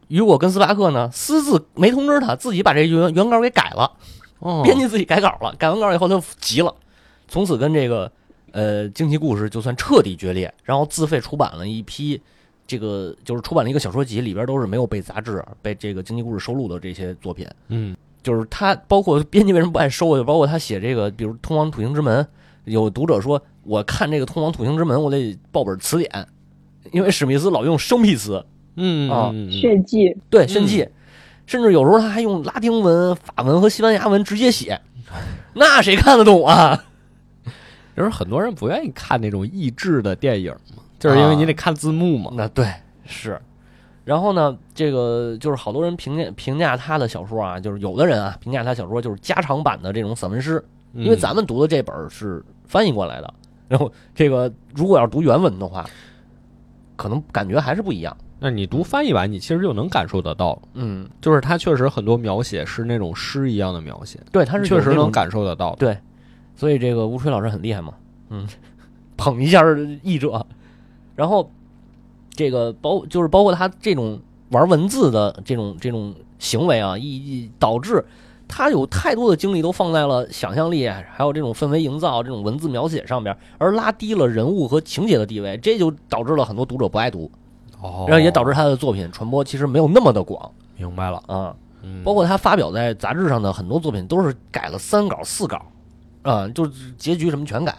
[SPEAKER 1] 雨果跟斯巴克呢私自没通知他，自己把这原原稿给改了。
[SPEAKER 2] 哦
[SPEAKER 1] 编辑自己改稿了，改完稿以后他就急了，从此跟这个呃惊奇故事就算彻底决裂，然后自费出版了一批这个就是出版了一个小说集，里边都是没有被杂志被这个惊奇故事收录的这些作品，
[SPEAKER 2] 嗯
[SPEAKER 1] 就是他包括编辑为什么不爱收，就包括他写这个，比如《通往土星之门》，有读者说我看这个《通往土星之门》，我得报本词典，因为史密斯老用生僻词，
[SPEAKER 2] 嗯
[SPEAKER 1] 啊
[SPEAKER 2] 嗯嗯
[SPEAKER 3] 血迹，
[SPEAKER 1] 对，炫技，甚至有时候他还用拉丁文、法文和西班牙文直接写，那谁看得懂啊？
[SPEAKER 2] 就是很多人不愿意看那种益智的电影嘛，就是
[SPEAKER 1] 啊
[SPEAKER 2] 因为你得看字幕嘛。
[SPEAKER 1] 那对是。然后呢，这个就是好多人评价评价他的小说啊，就是有的人啊评价他小说就是加长版的这种散文诗，
[SPEAKER 2] 嗯
[SPEAKER 1] 因为咱们读的这本儿是翻译过来的，然后这个如果要读原文的话，可能感觉还是不一样。
[SPEAKER 2] 那你读翻译版，你其实就能感受得到，
[SPEAKER 1] 嗯，
[SPEAKER 2] 就是它确实很多描写是那种诗一样的描写，
[SPEAKER 1] 对，他是有
[SPEAKER 2] 确实
[SPEAKER 1] 那种
[SPEAKER 2] 能感受得到的。
[SPEAKER 1] 对，所以这个吴吹老师很厉害嘛，嗯， 捧一下译者，然后这个包就是包括他这种玩文字的这种这种行为啊，一一导致他有太多的精力都放在了想象力，还有这种氛围营造、这种文字描写上边，而拉低了人物和情节的地位，这就导致了很多读者不爱读，
[SPEAKER 2] 哦，
[SPEAKER 1] 然后也导致他的作品传播其实没有那么的广
[SPEAKER 2] 明白了，
[SPEAKER 1] 啊。
[SPEAKER 2] 嗯
[SPEAKER 1] 包括他发表在杂志上的很多作品都是改了三稿四稿，啊、就是结局什么全改。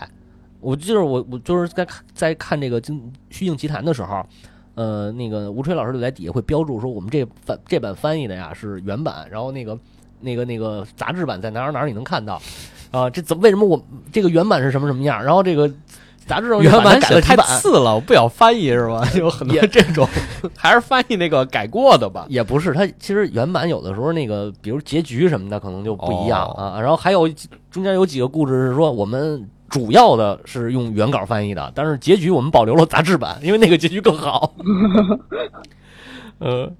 [SPEAKER 1] 我记得我我就是在看在看这个《惊虚境奇谭》的时候，呃，那个吴吹老师就在底下会标注说我们这翻这版翻译的呀是原版，然后那个那个那个杂志版在哪儿哪儿你能看到，啊、这怎么为什么我这个原版是什么什么样？然后这个杂志上
[SPEAKER 2] 原版
[SPEAKER 1] 改了
[SPEAKER 2] 写得
[SPEAKER 1] 几
[SPEAKER 2] 太
[SPEAKER 1] 版，
[SPEAKER 2] 次了，我不想翻译是吧？有很多
[SPEAKER 1] 也
[SPEAKER 2] 这种，还是翻译那个改过的吧。
[SPEAKER 1] 也不是，它其实原版有的时候那个，比如结局什么的，可能就不一样
[SPEAKER 2] 哦
[SPEAKER 1] 啊。然后还有中间有几个故事是说我们主要的是用原稿翻译的，但是结局我们保留了杂志版，因为那个结局更好。呃，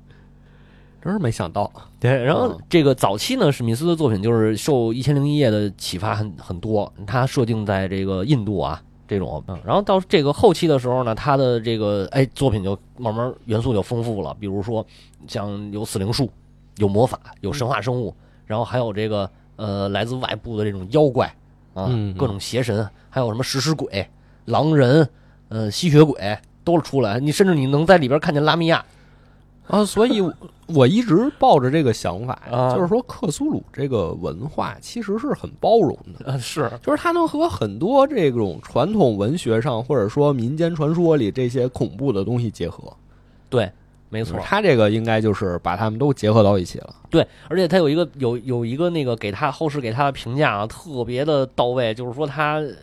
[SPEAKER 2] 真是没想 到，
[SPEAKER 1] 对，然后
[SPEAKER 2] 嗯
[SPEAKER 1] 这个早期呢，史密斯的作品就是受《一千零一夜》的启发很很多，他设定在这个印度啊这种，嗯然后到这个后期的时候呢，他的这个哎作品就慢慢元素就丰富了，比如说像有死灵术，有魔法，有神话生物，然后还有这个呃来自外部的这种妖怪啊
[SPEAKER 2] 嗯，
[SPEAKER 1] 各种邪神，还有什么食尸鬼、狼人呃，吸血鬼都出来，你甚至你能在里边看见拉米亚，
[SPEAKER 2] 啊，所以我我一直抱着这个想法
[SPEAKER 1] 啊，
[SPEAKER 2] 就是说克苏鲁这个文化其实是很包容的，
[SPEAKER 1] 呃，是，
[SPEAKER 2] 就是它能和很多这种传统文学上或者说民间传说里这些恐怖的东西结合。
[SPEAKER 1] 对，没
[SPEAKER 2] 没
[SPEAKER 1] 错，
[SPEAKER 2] 它这个应该就是把它们都结合到一起了。
[SPEAKER 1] 对，而且他有一个有有一个那个给他后世给他的评价啊，特别的到位，就是说他呃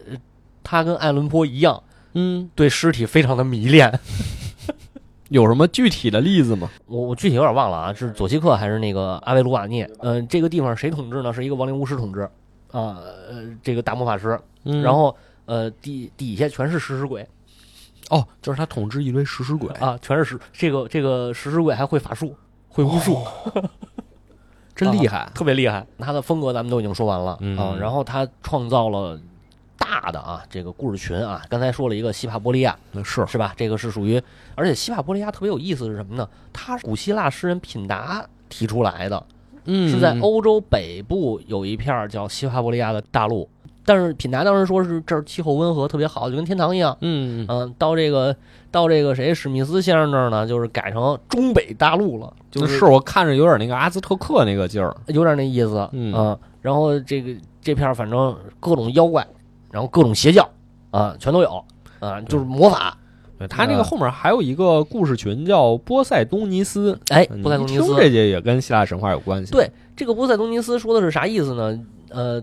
[SPEAKER 1] 他跟爱伦坡一样，
[SPEAKER 2] 嗯，
[SPEAKER 1] 对尸体非常的迷恋。
[SPEAKER 2] 有什么具体的例子吗？
[SPEAKER 1] 我我具体有点忘了啊，是佐西克还是那个阿维鲁瓦涅？嗯、这个地方谁统治呢？是一个亡灵巫师统治啊、呃，这个大魔法师。
[SPEAKER 2] 嗯
[SPEAKER 1] 然后呃，底底下全是食尸鬼
[SPEAKER 2] 哦，就是他统治一堆食尸鬼，
[SPEAKER 1] 啊，全是食这个这个食尸鬼还会法术，会巫术。
[SPEAKER 2] 哦 真 厉害。
[SPEAKER 1] 特别厉害。他的风格咱们都已经说完了啊、
[SPEAKER 2] 嗯
[SPEAKER 1] 然后他创造了大的啊这个故事群啊，刚才说了一个西帕波利亚
[SPEAKER 2] 那是
[SPEAKER 1] 是吧？这个是属于，而且西帕波利亚特别有意思是什么呢？他是古希腊诗人品达提出来的，
[SPEAKER 2] 嗯
[SPEAKER 1] 是在欧洲北部有一片儿叫西帕波利亚的大陆，但是品达当时说是这儿气候温和，特别好，就跟天堂一样。
[SPEAKER 2] 嗯嗯
[SPEAKER 1] 嗯，到这个到这个谁史密斯先生那儿呢，就是改成中北大陆了，就
[SPEAKER 2] 那
[SPEAKER 1] 是
[SPEAKER 2] 是我看着有点那个阿兹特克那个劲儿。
[SPEAKER 1] 有点那意思，
[SPEAKER 2] 嗯
[SPEAKER 1] 啊然后这个这片儿反正各种妖怪，然后各种邪教啊，全都有啊，就是魔法，
[SPEAKER 2] 对他这个后面还有一个故事群叫波塞冬尼斯，
[SPEAKER 1] 哎，
[SPEAKER 2] 嗯
[SPEAKER 1] 波塞冬尼
[SPEAKER 2] 一听这
[SPEAKER 1] 斯，
[SPEAKER 2] 些也跟希腊神话有关系。
[SPEAKER 1] 对，这个波塞冬尼斯说的是啥意思呢？呃，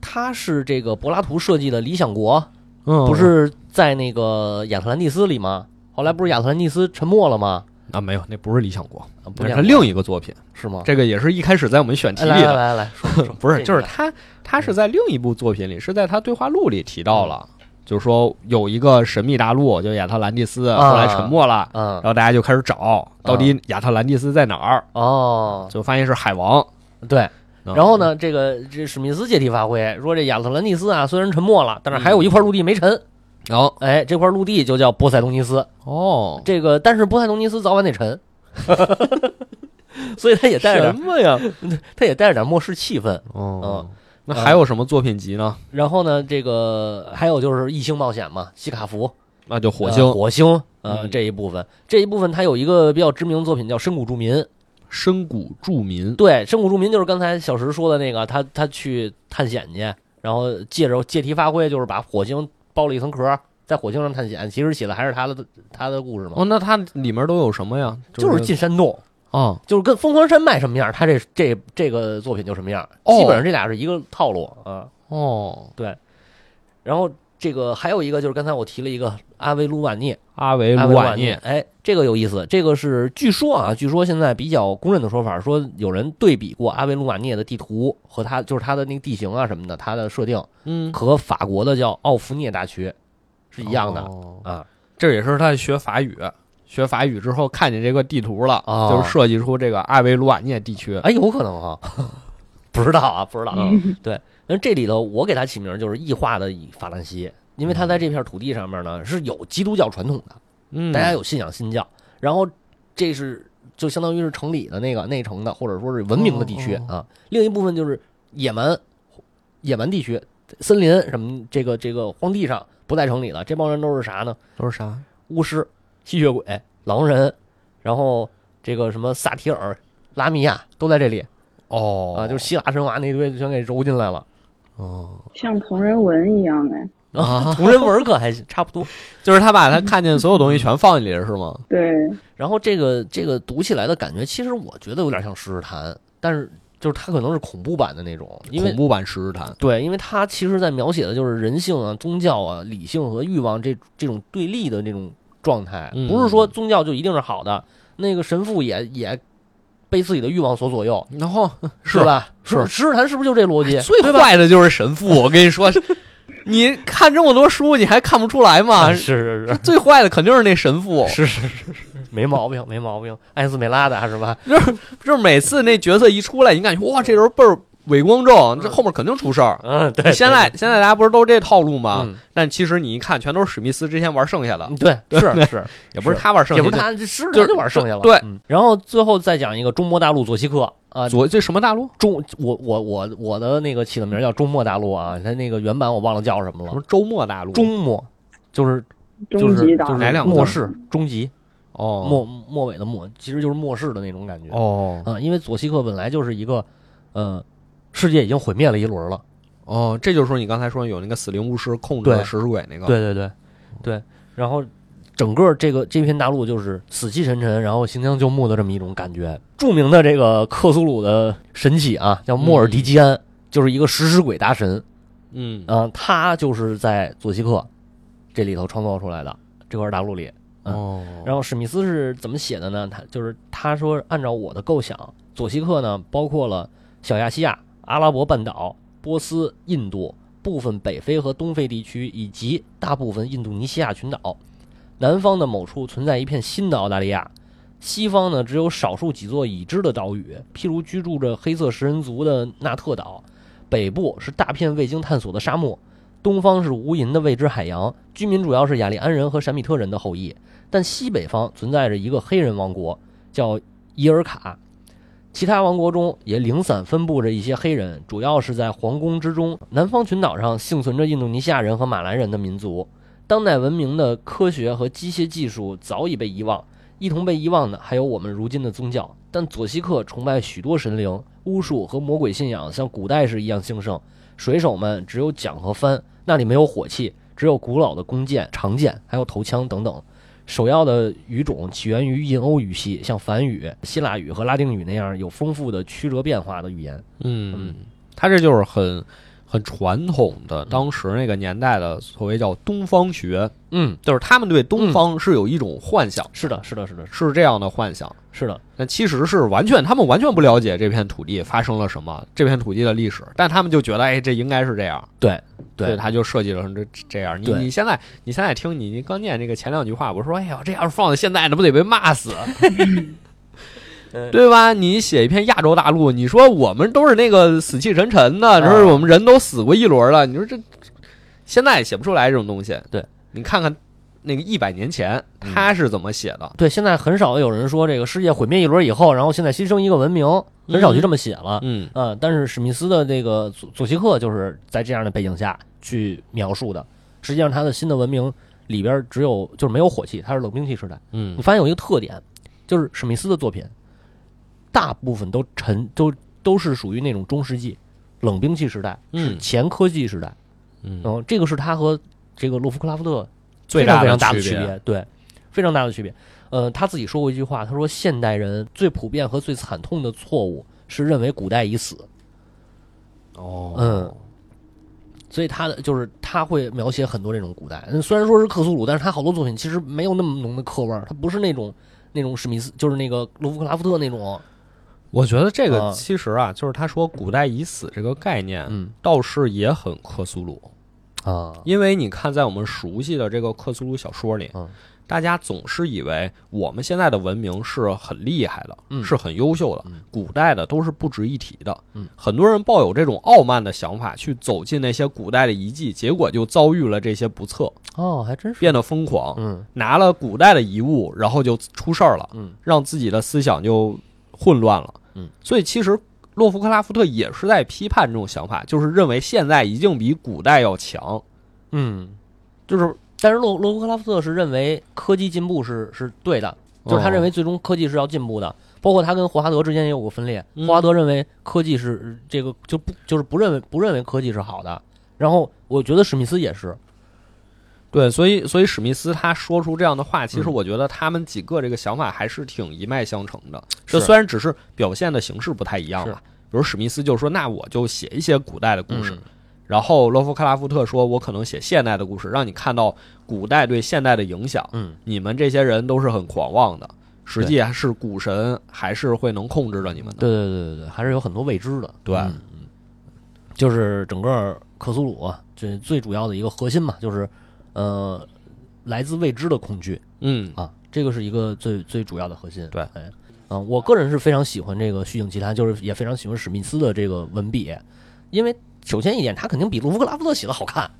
[SPEAKER 1] 他是这个柏拉图设计的理想国，
[SPEAKER 2] 嗯，
[SPEAKER 1] 不是在那个亚特兰蒂斯里吗？后来不是亚特兰蒂斯沉没了吗？
[SPEAKER 2] 啊，没有，那不是理想国，啊
[SPEAKER 1] 啊不
[SPEAKER 2] 那
[SPEAKER 1] 是
[SPEAKER 2] 是另一个作品。
[SPEAKER 1] 是吗？
[SPEAKER 2] 这个也是一开始在我们选题
[SPEAKER 1] 哎来
[SPEAKER 2] 里
[SPEAKER 1] 来
[SPEAKER 2] 的，
[SPEAKER 1] 来来，说说
[SPEAKER 2] 不是，
[SPEAKER 1] 这
[SPEAKER 2] 就是
[SPEAKER 1] 个
[SPEAKER 2] 他，他是在另一部作品里，是在他对话录里提到了，
[SPEAKER 1] 嗯
[SPEAKER 2] 就是说有一个神秘大陆，就亚特兰蒂斯，
[SPEAKER 1] 啊
[SPEAKER 2] 后来沉没了，
[SPEAKER 1] 嗯
[SPEAKER 2] 然后大家就开始找，到底亚特兰蒂斯在哪儿，
[SPEAKER 1] 哦，
[SPEAKER 2] 就发现是海王。
[SPEAKER 1] 对，
[SPEAKER 2] 嗯
[SPEAKER 1] 然后？呢，这个这史密斯借题发挥，说这亚特兰蒂斯啊，虽然沉没了，但是还有一块陆地没沉。
[SPEAKER 2] 然后
[SPEAKER 1] 哎，这块陆地就叫波塞冬尼斯。
[SPEAKER 2] 哦，
[SPEAKER 1] 这个，但是波塞冬尼斯早晚得沉， 所以他也带着嗯
[SPEAKER 2] 什
[SPEAKER 1] 点，
[SPEAKER 2] 么呀？
[SPEAKER 1] 他也带着点末世气氛。
[SPEAKER 2] 哦
[SPEAKER 1] 嗯，
[SPEAKER 2] 那还有什么作品集呢？
[SPEAKER 1] 然后呢，这个还有就是异星冒险嘛，西卡福、
[SPEAKER 2] 那就火
[SPEAKER 1] 呃
[SPEAKER 2] 星、
[SPEAKER 1] 火星，呃，
[SPEAKER 2] 嗯
[SPEAKER 1] 这一部分，这一部分它有一个比较知名的作品叫《深谷住民》。
[SPEAKER 2] 深谷住民。
[SPEAKER 1] 对，深谷住民就是刚才小石说的那个，他他去探险去，然后借着借题发挥，就是把火星包了一层壳，在火星上探险，其实写的还是他的他的故事嘛，
[SPEAKER 2] 哦，那它里面都有什么呀？
[SPEAKER 1] 就是进山洞，
[SPEAKER 2] 啊，
[SPEAKER 1] 就是跟疯狂山脉什么样，他这这这个作品就什么样，
[SPEAKER 2] 哦
[SPEAKER 1] 基本上这俩是一个套路啊。
[SPEAKER 2] 哦，
[SPEAKER 1] 然后这个还有一个就是刚才我提了一个阿维鲁瓦涅，
[SPEAKER 2] 阿维
[SPEAKER 1] 阿
[SPEAKER 2] 鲁
[SPEAKER 1] 维
[SPEAKER 2] 瓦
[SPEAKER 1] 涅
[SPEAKER 2] 涅，，
[SPEAKER 1] 哎，这个有意思，这个是据说啊，据说现在比较公认的说法，说有人对比过阿维鲁瓦涅的地图和它就是它的那个地形啊什么的，它的设定
[SPEAKER 2] 嗯，
[SPEAKER 1] 和法国的叫奥弗涅大学是一样的、
[SPEAKER 2] 哦
[SPEAKER 1] 啊。
[SPEAKER 2] 这也是他学法语，学法语之后看见这个地图了，
[SPEAKER 1] 哦
[SPEAKER 2] 就是设计出这个阿维鲁瓦涅地区。
[SPEAKER 1] 哎，有可能啊， 不知道啊，不知道。
[SPEAKER 2] 嗯
[SPEAKER 1] 对，那这里头我给它起名就是异化的法兰西，因为它在这片土地上面呢是有基督教传统的，
[SPEAKER 2] 嗯，
[SPEAKER 1] 大家有信仰新教，然后这是就相当于是城里的那个内城的，或者说是文明的地区
[SPEAKER 2] 哦
[SPEAKER 1] 啊。另一部分就是野蛮，野蛮地区，森林什么这个这个荒地上不在城里了，这帮人都是啥呢？
[SPEAKER 2] 都是啥？
[SPEAKER 1] 巫师、吸血鬼、狼人，然后这个什么萨提尔、拉米亚都在这里
[SPEAKER 2] 哦
[SPEAKER 1] 啊，就是希腊神话那堆全给揉进来了。
[SPEAKER 2] 哦
[SPEAKER 3] 像同人文一样哎，
[SPEAKER 1] 啊，同人文可还行差不多。
[SPEAKER 2] 就是他把他看见所有东西全放进里了，是 吗？
[SPEAKER 3] 对，
[SPEAKER 1] 然后这个这个读起来的感觉，其实我觉得有点像《十日谈》，但是就是它可能是恐怖版的那种，因
[SPEAKER 2] 恐
[SPEAKER 1] 为
[SPEAKER 2] 怖版《十日谈》
[SPEAKER 1] 对，因为它其实在描写的就是人性啊、宗教啊、理性和欲望这这种对立的那种状态，
[SPEAKER 2] 嗯
[SPEAKER 1] 不是说宗教就一定是好的，那个神父也也被自己的欲望所左右，
[SPEAKER 2] 然 后
[SPEAKER 1] 是吧？
[SPEAKER 2] 是
[SPEAKER 1] 《十日谈》是哎不是就这逻辑？
[SPEAKER 2] 最坏的就是神父，我跟你 说，你看这么多书，你还看不出来吗
[SPEAKER 1] 啊，？是是是
[SPEAKER 2] 最坏的肯哎定是那神父，
[SPEAKER 1] 是是是是，没毛病，没毛病，艾斯美拉达是吧？
[SPEAKER 2] 就是就是每次那角色一出来，你感觉哇，这人倍儿伟光正，这后面肯定出事儿。
[SPEAKER 1] 嗯，对，
[SPEAKER 2] 现在现在大家不是都这套路吗？
[SPEAKER 1] 嗯
[SPEAKER 2] 但其实你一看，全都是史密斯之前玩剩下的，
[SPEAKER 1] 啊对，是是，
[SPEAKER 2] 也不是他玩剩
[SPEAKER 1] 也
[SPEAKER 2] 下的，
[SPEAKER 1] 不是他，这十日
[SPEAKER 2] 就是
[SPEAKER 1] 就玩剩下了。
[SPEAKER 2] 对
[SPEAKER 1] 嗯然后最后再讲一个中国大陆佐西克啊，
[SPEAKER 2] 左这什么大陆？
[SPEAKER 1] 中我我我我的那个起的名叫中末大陆啊，它那个原版我忘了叫什么
[SPEAKER 2] 什
[SPEAKER 1] 了
[SPEAKER 2] 么，周末大陆？
[SPEAKER 1] 中末就是就
[SPEAKER 3] 终
[SPEAKER 1] 是
[SPEAKER 3] 极达
[SPEAKER 1] 就是
[SPEAKER 4] 哪两个字
[SPEAKER 1] 末世终极
[SPEAKER 2] 哦
[SPEAKER 1] 末末尾的末，其实就是末世的那种感觉。
[SPEAKER 2] 哦
[SPEAKER 1] 啊，因为佐西克本来就是一个，呃，世界已经毁灭了一轮了。
[SPEAKER 2] 哦，这就是说你刚才说有那个死灵巫师控制
[SPEAKER 1] 对
[SPEAKER 2] 了食尸鬼那个，
[SPEAKER 1] 对对对，对。然后整个这个这片大陆就是死气沉沉，然后行将就木的这么一种感觉。著名的这个克苏鲁的神祇啊，叫莫尔迪基安，就是一个食尸鬼大神。
[SPEAKER 2] 嗯
[SPEAKER 1] 嗯、他就是在佐西克这里头创造出来的这块大陆里。嗯
[SPEAKER 2] 哦，
[SPEAKER 1] 然后史密斯是怎么写的呢？他就是他说，按照我的构想，佐西克呢包括了小亚细亚、阿拉伯半岛、波斯、印度、部分北非和东非地区，以及大部分印度尼西亚群岛。南方的某处存在一片新的澳大利亚，西方呢只有少数几座已知的岛屿，譬如居住着黑色食人族的纳特岛。北部是大片未经探索的沙漠，东方是无垠的未知海洋，居民主要是雅利安人和闪米特人的后裔。但西北方存在着一个黑人王国，叫伊尔卡。其他王国中也零散分布着一些黑人，主要是在皇宫之中。南方群岛上幸存着印度尼西亚人和马来人的民族。当代文明的科学和机械技术早已被遗忘，一同被遗忘的还有我们如今的宗教。但佐西克崇拜许多神灵、巫术和魔鬼信仰，像古代时一样兴盛。水手们只有桨和帆，那里没有火器，只有古老的弓箭、长剑，还有头枪等等。首要的语种起源于印欧语系，像梵语、希腊语和拉丁语那样有丰富的曲折变化的语言。
[SPEAKER 2] 嗯，他这就是很很传统的当时那个年代的所谓叫东方学，
[SPEAKER 1] 嗯，
[SPEAKER 2] 就是他们对东方是有一种幻想，
[SPEAKER 1] 是的，是的，是的，
[SPEAKER 2] 是这样的幻想。
[SPEAKER 1] 是的，
[SPEAKER 2] 但其实是完全，他们完全不了解这片土地发生了什么，这片土地的历史，但他们就觉得，哎，这应该是这样，
[SPEAKER 1] 对，
[SPEAKER 2] 所以
[SPEAKER 1] 对，
[SPEAKER 2] 他就设计了成这这这样。你
[SPEAKER 1] 对
[SPEAKER 2] 你现在你现在听你你刚念这个前两句话，我说，哎呀，这要是放在现在，那不得被骂死，对吧？你写一篇亚洲大陆，你说我们都是那个死气沉沉的，
[SPEAKER 1] 啊
[SPEAKER 2] 就是我们人都死过一轮了，你说这现在也写不出来这种东西。
[SPEAKER 1] 对
[SPEAKER 2] 你看看那个一百年前
[SPEAKER 1] 嗯
[SPEAKER 2] 他是怎么写的，
[SPEAKER 1] 对。现在很少有人说这个世界毁灭一轮以后，然后现在新生一个文明，很少去这么写了。
[SPEAKER 2] 嗯
[SPEAKER 1] 啊，但是史密斯的这个佐佐西克就是在这样的背景下去描述的。实际上，他的新的文明里边只有就是没有火器，它是冷兵器时代。
[SPEAKER 2] 嗯
[SPEAKER 1] 你发现有一个特点，就是史密斯的作品大部分都沉都都是属于那种中世纪冷兵器时代、
[SPEAKER 2] 嗯
[SPEAKER 1] 前科技时代。
[SPEAKER 2] 嗯
[SPEAKER 1] 然后这个是他和这个洛夫克拉夫特
[SPEAKER 2] 最
[SPEAKER 1] 非常非常
[SPEAKER 2] 大
[SPEAKER 1] 大
[SPEAKER 2] 的
[SPEAKER 1] 的
[SPEAKER 2] 区
[SPEAKER 1] 区
[SPEAKER 2] 别
[SPEAKER 1] 别，对，非常大的区别。呃，他自己说过一句话，他说现代人最普遍和最惨痛的错误是认为古代已死。
[SPEAKER 2] 哦
[SPEAKER 1] 嗯，所以他的就是他会描写很多这种古代，嗯虽然说是克苏鲁，但是他好多作品其实没有那么浓的克味儿，他不是那种那种史密斯，就是那个罗夫克拉夫特那种，
[SPEAKER 2] 我觉得这个
[SPEAKER 1] 啊
[SPEAKER 2] 其实啊，就是他说古代已死这个概念，
[SPEAKER 1] 嗯
[SPEAKER 2] 倒是也很克苏鲁，
[SPEAKER 1] 啊，
[SPEAKER 2] 因为你看在我们熟悉的这个克苏鲁小说里，
[SPEAKER 1] 嗯
[SPEAKER 2] 大家总是以为我们现在的文明是很厉害的，
[SPEAKER 1] 嗯
[SPEAKER 2] 是很优秀的，
[SPEAKER 1] 嗯
[SPEAKER 2] 古代的都是不值一提的。
[SPEAKER 1] 嗯
[SPEAKER 2] 很多人抱有这种傲慢的想法去走进那些古代的遗迹，结果就遭遇了这些不测，
[SPEAKER 1] 哦，还真是，
[SPEAKER 2] 变得疯狂，
[SPEAKER 1] 嗯
[SPEAKER 2] 拿了古代的遗物，然后就出事儿了。
[SPEAKER 1] 嗯
[SPEAKER 2] 让自己的思想就混乱了。
[SPEAKER 1] 嗯，
[SPEAKER 2] 所以其实洛夫克拉夫特也是在批判这种想法，就是认为现在已经比古代要强。
[SPEAKER 1] 嗯，
[SPEAKER 2] 就是
[SPEAKER 1] 但是洛洛夫克拉夫特是认为科技进步是是对的，就是他认为最终科技是要进步的。包括他跟霍华德之间也有过分裂，
[SPEAKER 2] 嗯
[SPEAKER 1] 霍华德认为科技是这个就不就是不认为不认为科技是好的，然后我觉得史密斯也是，
[SPEAKER 2] 对，所以所以史密斯他说出这样的话，其实
[SPEAKER 1] 嗯
[SPEAKER 2] 我觉得他们几个这个想法还是挺一脉相承的。
[SPEAKER 1] 是
[SPEAKER 2] 这虽然只是表现的形式不太一样
[SPEAKER 1] 是
[SPEAKER 2] 吧，比如史密斯就说：“那我就写一些古代的故事。
[SPEAKER 1] 嗯
[SPEAKER 2] 然后洛夫克拉夫特说：“我可能写现代的故事，让你看到古代对现代的影响。”
[SPEAKER 1] 嗯，
[SPEAKER 2] 你们这些人都是很狂妄的，实际还是股神还是会能控制着你们的。
[SPEAKER 1] 对对对对对，还是有很多未知的。
[SPEAKER 2] 对
[SPEAKER 1] 嗯嗯就是整个克苏鲁啊，这最主要的一个核心嘛，就是呃，来自未知的恐惧
[SPEAKER 2] 嗯
[SPEAKER 1] 啊，这个是一个最最主要的核心。
[SPEAKER 2] 对
[SPEAKER 1] 哎，嗯、我个人是非常喜欢这个《虚影奇谭》，就是也非常喜欢史密斯的这个文笔，因为首先一点，他肯定比卢夫克拉夫特写的好看，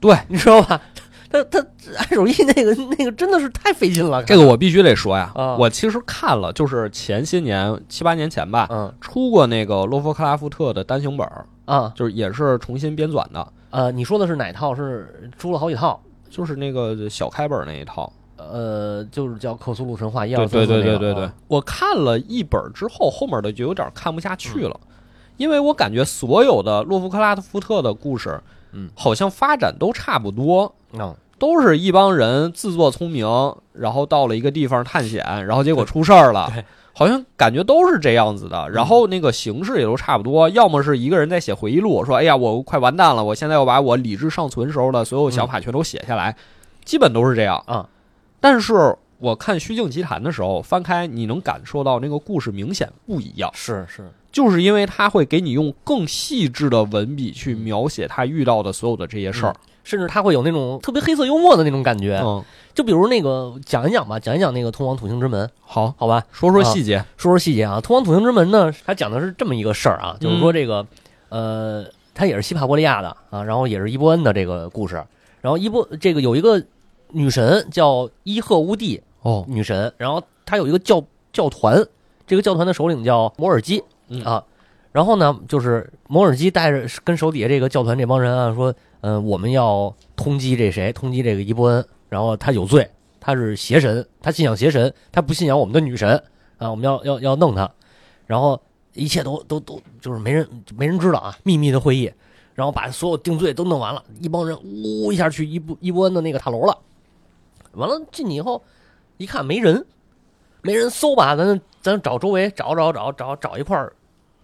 [SPEAKER 2] 对，
[SPEAKER 1] 你知道吧？他他按手艺那个那个真的是太费劲了，
[SPEAKER 2] 这个我必须得说呀，
[SPEAKER 1] 啊
[SPEAKER 2] 我其实看了，就是前些年七八年前吧，
[SPEAKER 1] 嗯
[SPEAKER 2] 出过那个洛夫克拉夫特的单行本儿，
[SPEAKER 1] 啊
[SPEAKER 2] 就是也是重新编纂的。
[SPEAKER 1] 呃，你说的是哪套？是出了好几套，
[SPEAKER 2] 就是那个小开本那一套。
[SPEAKER 1] 呃，就是叫克苏鲁神话一
[SPEAKER 2] 对
[SPEAKER 1] 二三四
[SPEAKER 2] 对对对
[SPEAKER 1] 那
[SPEAKER 2] 对
[SPEAKER 1] 个
[SPEAKER 2] 对
[SPEAKER 1] 啊，
[SPEAKER 2] 我看了一本之后，后面的就有点看不下去了，因为我感觉所有的洛夫克拉夫特的故事，
[SPEAKER 1] 嗯，
[SPEAKER 2] 好像发展都差不多，
[SPEAKER 1] 嗯，
[SPEAKER 2] 都是一帮人自作聪明，然后到了一个地方探险，然后结果出事儿了
[SPEAKER 1] 对嗯对。
[SPEAKER 2] 好像感觉都是这样子的，然后那个形式也都差不多，要么是一个人在写回忆录，说哎呀我快完蛋了，我现在要把我理智尚存时候的所有想法全都写下来，
[SPEAKER 1] 嗯
[SPEAKER 2] 基本都是这样
[SPEAKER 1] 啊。
[SPEAKER 2] 但是我看《虚境奇谭》的时候，翻开你能感受到那个故事明显不一样，
[SPEAKER 1] 是是，
[SPEAKER 2] 就是因为它会给你用更细致的文笔
[SPEAKER 1] 嗯
[SPEAKER 2] 去描写他遇到的所有的这些事儿。
[SPEAKER 1] 甚至他会有那种特别黑色幽默的那种感觉。
[SPEAKER 2] 嗯，
[SPEAKER 1] 就比如那个讲一讲吧，讲一讲那个通往土星之门，
[SPEAKER 2] 好，
[SPEAKER 1] 好吧？
[SPEAKER 2] 说说细节。
[SPEAKER 1] 说说细节啊，通往土星之门呢，它讲的是这么一个事儿啊，就是说这个，呃，它也是西帕波利亚的啊，然后也是伊波恩的这个故事，然后伊波这个有一个女神叫伊赫乌蒂
[SPEAKER 2] 哦，
[SPEAKER 1] 女神，然后她有一个教教团，这个教团的首领叫摩尔基
[SPEAKER 2] 嗯
[SPEAKER 1] 啊，然后呢，就是摩尔基带着跟手底下这个教团这帮人啊说，嗯、我们要通缉这谁，通缉这个伊波恩，然后他有罪，他是邪神，他信仰邪神，他不信仰我们的女神啊，我们要要要弄他，然后一切都都都就是没人没人知道啊，秘密的会议，然后把所有定罪都弄完了，一帮人呜一下去伊波伊波恩的那个塔楼了，完了进去以后一看没人，没人搜吧，咱咱找周围找找找找找一块儿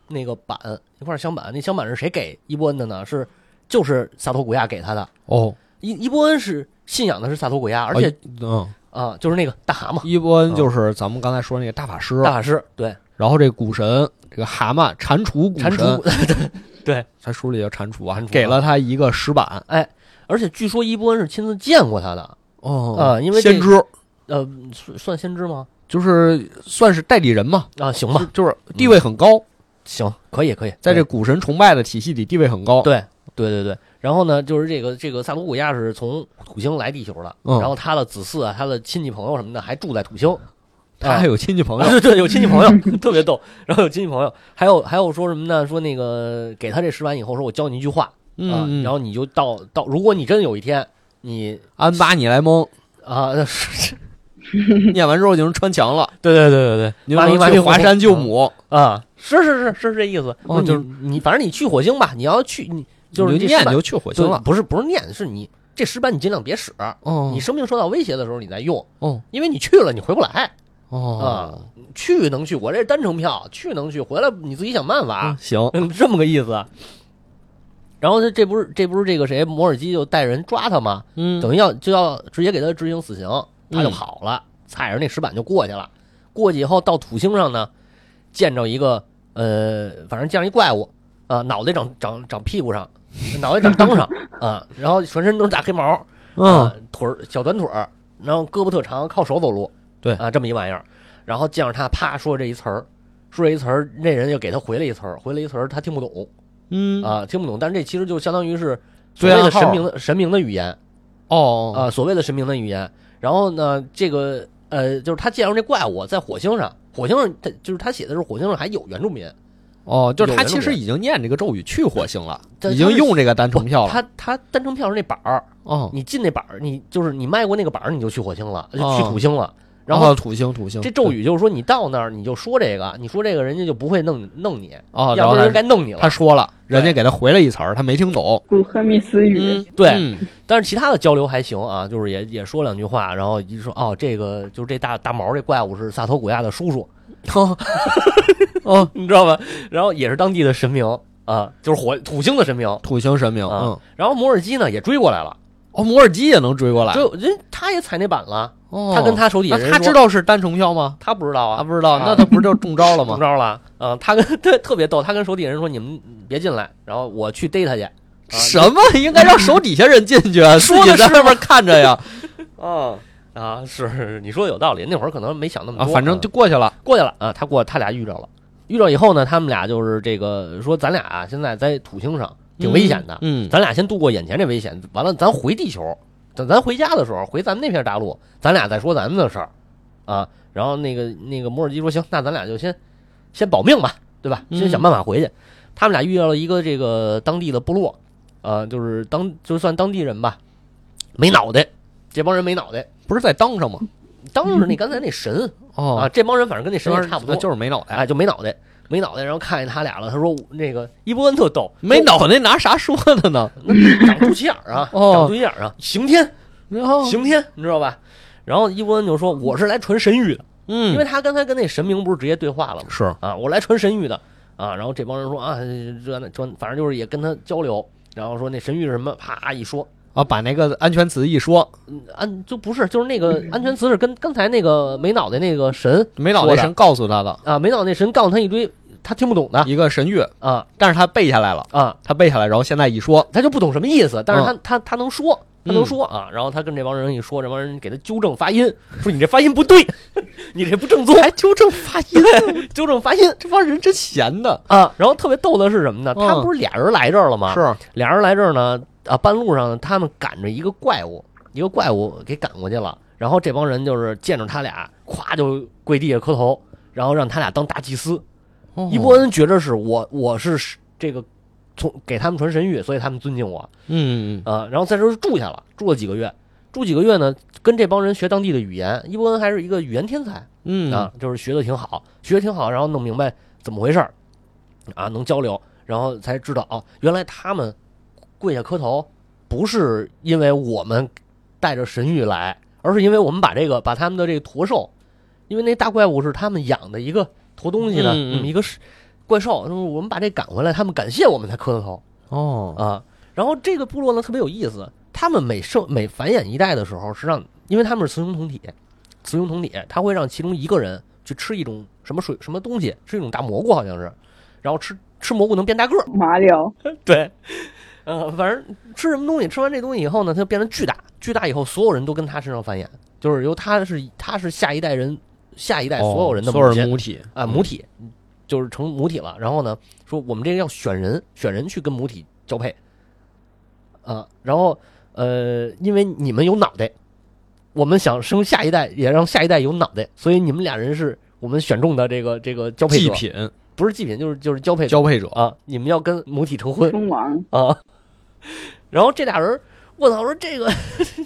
[SPEAKER 1] 那个板一块镶板，那镶板是谁给伊波恩的呢？是就是萨托古亚给他的。
[SPEAKER 2] 哦，
[SPEAKER 1] 伊伊波恩是信仰的是萨托古亚，而且
[SPEAKER 2] 哎嗯，
[SPEAKER 1] 啊、就是那个大蛤蟆
[SPEAKER 2] 伊波恩就是咱们刚才说那个大法师，
[SPEAKER 1] 大法师，对，
[SPEAKER 2] 然后这古神这个蛤蟆蟾蜍古
[SPEAKER 1] 蟾
[SPEAKER 2] 神，
[SPEAKER 1] 蜍。
[SPEAKER 2] 他书里叫蟾蜍啊
[SPEAKER 1] 蟾蜍，啊
[SPEAKER 2] 给了他一个石板。
[SPEAKER 1] 而且据说伊波恩是亲自见过他的，
[SPEAKER 2] 哦
[SPEAKER 1] 啊因为这
[SPEAKER 2] 先知
[SPEAKER 1] 呃，算算先知吗？
[SPEAKER 2] 就是算是代理人嘛，
[SPEAKER 1] 啊，行吧，
[SPEAKER 2] 就是地位很高，
[SPEAKER 1] 行，可以可以，
[SPEAKER 2] 在这
[SPEAKER 1] 嗯对
[SPEAKER 2] 古神崇拜的体系里地位很高。，
[SPEAKER 1] 对对对对。然后呢，就是这个这个萨托古亚是从土星来地球的，
[SPEAKER 2] 嗯
[SPEAKER 1] 然后他的子嗣啊，他的亲戚朋友什么的还住在土星，
[SPEAKER 2] 他还有亲戚朋友。
[SPEAKER 1] 啊， 对对，有亲戚朋友特别逗，然后有亲戚朋友，还有还有说什么呢？说那个给他这石板以后，说我教你一句话啊，
[SPEAKER 2] 嗯，
[SPEAKER 1] 然后你就到到，如果你真有一天你
[SPEAKER 2] 安巴你莱蒙
[SPEAKER 1] 啊， 是
[SPEAKER 2] 念完之后就能穿墙了，
[SPEAKER 1] 对对对对
[SPEAKER 2] 你
[SPEAKER 1] 妈
[SPEAKER 2] 就
[SPEAKER 1] 咪妈咪
[SPEAKER 2] 能去
[SPEAKER 1] 火
[SPEAKER 2] 华
[SPEAKER 1] 火
[SPEAKER 2] 山救母，
[SPEAKER 1] 啊，是是是是这意思，
[SPEAKER 2] 哦就是
[SPEAKER 1] 你你反正你去火星吧，你要去你就是
[SPEAKER 2] 你
[SPEAKER 1] 这
[SPEAKER 2] 就
[SPEAKER 1] 石
[SPEAKER 2] 念
[SPEAKER 1] 板
[SPEAKER 2] 就去火星
[SPEAKER 1] 对
[SPEAKER 2] 了。
[SPEAKER 1] 不是不是念，是你这石板你尽量别使，
[SPEAKER 2] 哦
[SPEAKER 1] 你生命受到威胁的时候你再用，
[SPEAKER 2] 哦
[SPEAKER 1] 因为你去了你回不来，啊
[SPEAKER 2] 哦
[SPEAKER 1] 去能去，我这是单程票，去能去，回来你自己想办法。
[SPEAKER 2] 嗯行，
[SPEAKER 1] 嗯， 这么个意思。然后他这不是这不是这个谁摩尔基就带人抓他吗？
[SPEAKER 2] 嗯
[SPEAKER 1] 等于要就要直接给他执行死刑，他就
[SPEAKER 2] 嗯
[SPEAKER 1] 跑了，踩着那石板就过去了。过去以后到土星上呢，见着一个呃，反正见着一怪物啊、脑袋长长长屁股上， 脑袋长裆上啊、然后全身都是大黑毛，
[SPEAKER 2] 嗯
[SPEAKER 1] 啊，腿儿小短腿儿，然后胳膊特长，靠手走路，
[SPEAKER 2] 对
[SPEAKER 1] 啊，这么一玩意儿。然后见着他，啪说这一词儿，说这一词儿，那人又给他回了一词儿，回了一词儿，他听不懂
[SPEAKER 2] 嗯
[SPEAKER 1] 啊，听不懂。但是这其实就相当于是所
[SPEAKER 2] 对
[SPEAKER 1] 谓
[SPEAKER 2] 暗
[SPEAKER 1] 的神
[SPEAKER 2] 号
[SPEAKER 1] 明的神明的语言
[SPEAKER 2] 哦
[SPEAKER 1] 啊，所谓的神明的语言。然后呢，这个呃，就是他见着这怪物在火星上，火星上他就是他写的是火星上还有原住民，
[SPEAKER 2] 哦，就是他
[SPEAKER 1] 有人
[SPEAKER 2] 其
[SPEAKER 1] 录
[SPEAKER 2] 实
[SPEAKER 1] 的
[SPEAKER 2] 已经念这个咒语去火星了，
[SPEAKER 1] 对
[SPEAKER 2] 已
[SPEAKER 1] 他
[SPEAKER 2] 经
[SPEAKER 1] 是
[SPEAKER 2] 用这个单程票了。
[SPEAKER 1] 他他单程票是那板儿，
[SPEAKER 2] 哦，
[SPEAKER 1] 你进那板儿，你就是你迈过那个板儿，你就去火星了，就去
[SPEAKER 2] 哦
[SPEAKER 1] 土星了。然
[SPEAKER 2] 然
[SPEAKER 1] 后
[SPEAKER 2] 后土星土星
[SPEAKER 1] 这咒语就是说，你到那儿你就说这个，你说这个人家就不会弄弄你，
[SPEAKER 2] 哦，然
[SPEAKER 1] 要
[SPEAKER 2] 后
[SPEAKER 1] 不然人
[SPEAKER 2] 他
[SPEAKER 1] 该弄你了
[SPEAKER 2] 他。说了，人家
[SPEAKER 1] 对
[SPEAKER 2] 给他回了一词儿，他没听懂。
[SPEAKER 3] 古赫密斯语，
[SPEAKER 2] 嗯，
[SPEAKER 1] 对
[SPEAKER 2] 嗯
[SPEAKER 1] 但是其他的交流还行啊，就是也也说两句话，然后一说哦，这个就是这大大毛这怪物是萨托古亚的叔叔，
[SPEAKER 2] 哦哦，
[SPEAKER 1] 你知道吧？然后也是当地的神明啊，就是火土星的神明
[SPEAKER 2] 土星神明，
[SPEAKER 1] 啊
[SPEAKER 2] 嗯，。
[SPEAKER 1] 然后摩尔基呢也追过来了，
[SPEAKER 2] 哦，摩尔基也能追过来。
[SPEAKER 1] 就人他也踩那板了，
[SPEAKER 2] 哎哦，
[SPEAKER 1] 他跟他手底下
[SPEAKER 2] 那
[SPEAKER 1] 人
[SPEAKER 2] 他
[SPEAKER 1] 说
[SPEAKER 2] 知道是单程票吗？
[SPEAKER 1] 他不知道
[SPEAKER 2] 啊，
[SPEAKER 1] 啊，
[SPEAKER 2] 不知道，
[SPEAKER 1] 啊
[SPEAKER 2] 那他不是就中招了
[SPEAKER 1] 怎么
[SPEAKER 2] 吗？
[SPEAKER 1] 着了？啊，他跟 他特别逗，他跟手底下人说你们别进来，然后我去逮他去。啊
[SPEAKER 2] 什么？应该让手底下人进去，啊自
[SPEAKER 1] 嗯说
[SPEAKER 2] 己
[SPEAKER 1] 的
[SPEAKER 2] 在
[SPEAKER 1] 是
[SPEAKER 2] 外面看着 呀。
[SPEAKER 1] 啊啊，是你说的有道理。那会儿可能没想那么
[SPEAKER 2] 啊，
[SPEAKER 1] 多，嗯
[SPEAKER 2] 反正就过去了。
[SPEAKER 1] 过去了啊。他过，他俩遇着了，遇着以后呢，他们俩就是这个说，咱俩啊现在在土星上挺危险的，
[SPEAKER 2] 嗯，嗯
[SPEAKER 1] 咱俩先度过眼前这危险，完了咱回地球，等咱回家的时候，回咱们那片大陆，咱俩再说咱们的事儿啊。然后那个那个摩尔基说，行，那咱俩就先先保命吧，对吧？
[SPEAKER 2] 嗯
[SPEAKER 1] 先想办法回去。他们俩遇到了一个这个当地的部落，呃，就是当就算当地人吧，没脑袋，这帮人没脑袋。
[SPEAKER 2] 不是在当上吗？
[SPEAKER 1] 当时那刚才那神
[SPEAKER 2] 嗯哦
[SPEAKER 1] 啊，这帮人反正跟那神也差不多，
[SPEAKER 2] 就是没脑袋，
[SPEAKER 1] 哎就没脑袋，没脑袋。然后看见他俩了，他说那个伊波恩特 逗，
[SPEAKER 2] 没脑袋拿啥说 的呢？
[SPEAKER 1] 那长肚脐眼儿啊，
[SPEAKER 2] 哦
[SPEAKER 1] 长肚脐眼儿啊，刑天
[SPEAKER 2] 然后
[SPEAKER 1] 刑天，你知道吧？然后伊波恩就说我是来传神谕的，
[SPEAKER 2] 嗯，
[SPEAKER 1] 因为他刚才跟那神明不是直接对话了吗？
[SPEAKER 2] 是
[SPEAKER 1] 啊，我来传神谕的啊。然后这帮人说啊，这那传，反正就是也跟他交流，然后说那神谕是什么，啪一说，
[SPEAKER 2] 啊，把那个安全词一说，
[SPEAKER 1] 安就不是，就是那 个安全词是跟刚才那个没脑袋那个神
[SPEAKER 2] 没脑袋
[SPEAKER 1] 说
[SPEAKER 2] 神告诉他的
[SPEAKER 1] 的啊，没脑袋那神告诉他一堆他听不懂的
[SPEAKER 2] 一个神谕，
[SPEAKER 1] 啊
[SPEAKER 2] 但是他背下来了，
[SPEAKER 1] 啊，
[SPEAKER 2] 他背下来，然后现在一说，
[SPEAKER 1] 他就不懂什么意思，但是他、他他能说，他能
[SPEAKER 2] 嗯
[SPEAKER 1] 说啊，然后他跟这帮人一说，这帮人给他纠正发音，说你这发音不对， 你这不正宗，
[SPEAKER 2] 还纠正发音，
[SPEAKER 1] 纠正发音
[SPEAKER 2] 这帮人真闲的，
[SPEAKER 1] 啊。然后特别逗的是什么呢？
[SPEAKER 2] 嗯
[SPEAKER 1] 他们不是俩人来这儿了吗？
[SPEAKER 2] 是
[SPEAKER 1] 俩人来这儿呢，啊，半路上呢他们赶着一个怪物，一个怪物给赶过去了。然后这帮人就是见着他俩，咵就跪地下磕头，然后让他俩当大祭司。
[SPEAKER 2] 哦
[SPEAKER 1] 伊波恩觉着是我，我是这个从给他们传神谕，所以他们尊敬我
[SPEAKER 2] 嗯，
[SPEAKER 1] 啊、然后在这儿住下了，住了几个月，住几个月呢，跟这帮人学当地的语言。伊波恩还是一个语言天才，
[SPEAKER 2] 嗯
[SPEAKER 1] 啊，就是学的挺好，学的挺好，然后弄明白怎么回事儿，啊，能交流，然后才知道哦，原来他们跪下磕头不是因为我们带着神谕来，而是因为我们把这个把他们的这个驼兽，因为那大怪物是他们养的一个驮东西的
[SPEAKER 2] 嗯嗯
[SPEAKER 1] 那么一个是怪兽，那么我们把这赶回来，他们感谢我们才磕的头
[SPEAKER 2] 哦，
[SPEAKER 1] 啊。然后这个部落呢特别有意思，他们每生每繁衍一代的时候，是让因为他们是雌雄同体，雌雄同体，他会让其中一个人去吃一种什么水什么东西，吃一种大蘑菇好像是，然后吃吃蘑菇能变大个 儿，
[SPEAKER 3] 马里奥，
[SPEAKER 1] 对，呃，反正吃什么东西，吃完这东西以后呢，它就变得巨大，巨大以后所有人都跟他身上繁衍，就是由他是他是下一代人下一代所有人的
[SPEAKER 2] 哦所有
[SPEAKER 1] 母
[SPEAKER 2] 人
[SPEAKER 1] 亲
[SPEAKER 2] 母体
[SPEAKER 1] 啊、母体就是成母体了，然后呢说我们这个要选人，选人去跟母体交配，啊，然后呃，因为你们有脑袋，我们想生下一代，也让下一代有脑袋，所以你们俩人是我们选中的这个这个交配
[SPEAKER 2] 祭
[SPEAKER 1] 者，
[SPEAKER 2] 品
[SPEAKER 1] 不是祭品，就是就是交配者
[SPEAKER 2] 交配者，
[SPEAKER 1] 啊，你们要跟母体成 婚
[SPEAKER 3] 蜂王，
[SPEAKER 1] 啊。然后这俩人，我操，说这个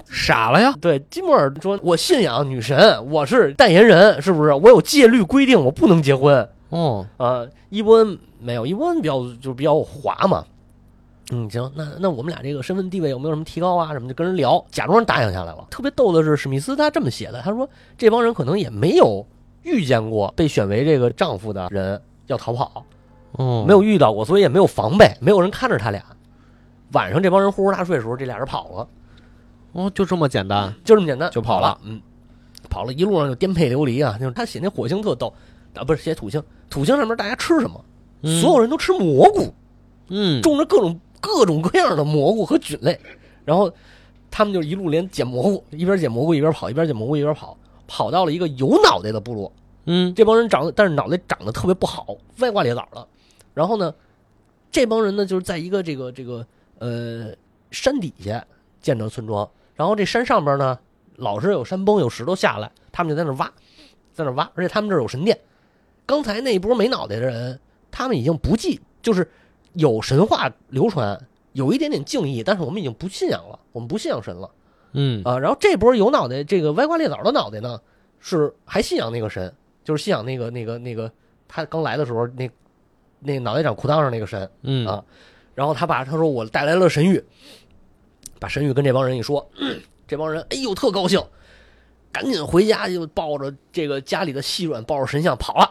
[SPEAKER 2] 傻了呀，
[SPEAKER 1] 对金莫尔说，我信仰女神，我是代言人，是不是？我有戒律规定，我不能结婚。
[SPEAKER 2] 哦，
[SPEAKER 1] 啊，伊波恩没有，伊波恩比较就是比较滑嘛。嗯，行，那那我们俩这个身份地位有没有什么提高啊？什么就跟人聊，假装答应下来了。特别逗的是，史密斯他这么写的，他说这帮人可能也没有遇见过被选为这个丈夫的人要逃跑，
[SPEAKER 2] 哦，
[SPEAKER 1] 没有遇到过，所以也没有防备，没有人看着他俩。晚上这帮人呼呼大睡的时候，这俩人跑了，
[SPEAKER 2] 哦，就这么简单，
[SPEAKER 1] 就这么简单，
[SPEAKER 2] 就跑了。
[SPEAKER 1] 嗯，跑了一路上就颠沛流离啊，就是他写那火星特逗啊，不是写土星，土星上面大家吃什么？
[SPEAKER 2] 嗯
[SPEAKER 1] 所有人都吃蘑菇，
[SPEAKER 2] 嗯，
[SPEAKER 1] 种着各种各种各样的蘑菇和菌类，然后他们就一路连捡蘑菇，一边捡蘑菇一边跑，一边捡蘑菇一边跑，跑到了一个有脑袋的部落。
[SPEAKER 2] 嗯，
[SPEAKER 1] 这帮人长得，但是脑袋长得特别不好，歪瓜裂枣的。然后呢，这帮人呢就是在一个这个这个呃山底下建着村庄，然后这山上边呢老是有山崩有石头下来，他们就在那挖，在那挖，而且他们这儿有神殿。刚才那一波没脑袋的人，他们已经不记，就是有神话流传，有一点点敬意，但是我们已经不信仰了，我们不信仰神了。
[SPEAKER 2] 嗯，
[SPEAKER 1] 啊，然后这波有脑袋这个歪瓜裂枣的脑袋呢，是还信仰那个神，就是信仰那个那个那个他刚来的时候那那脑袋长裤裆上那个神，
[SPEAKER 2] 嗯
[SPEAKER 1] 啊然后他把他说我带来了神谕，把神谕跟这帮人一说， 这帮人哎呦特高兴，赶紧回家就抱着这个家里的细软，抱着神像跑了，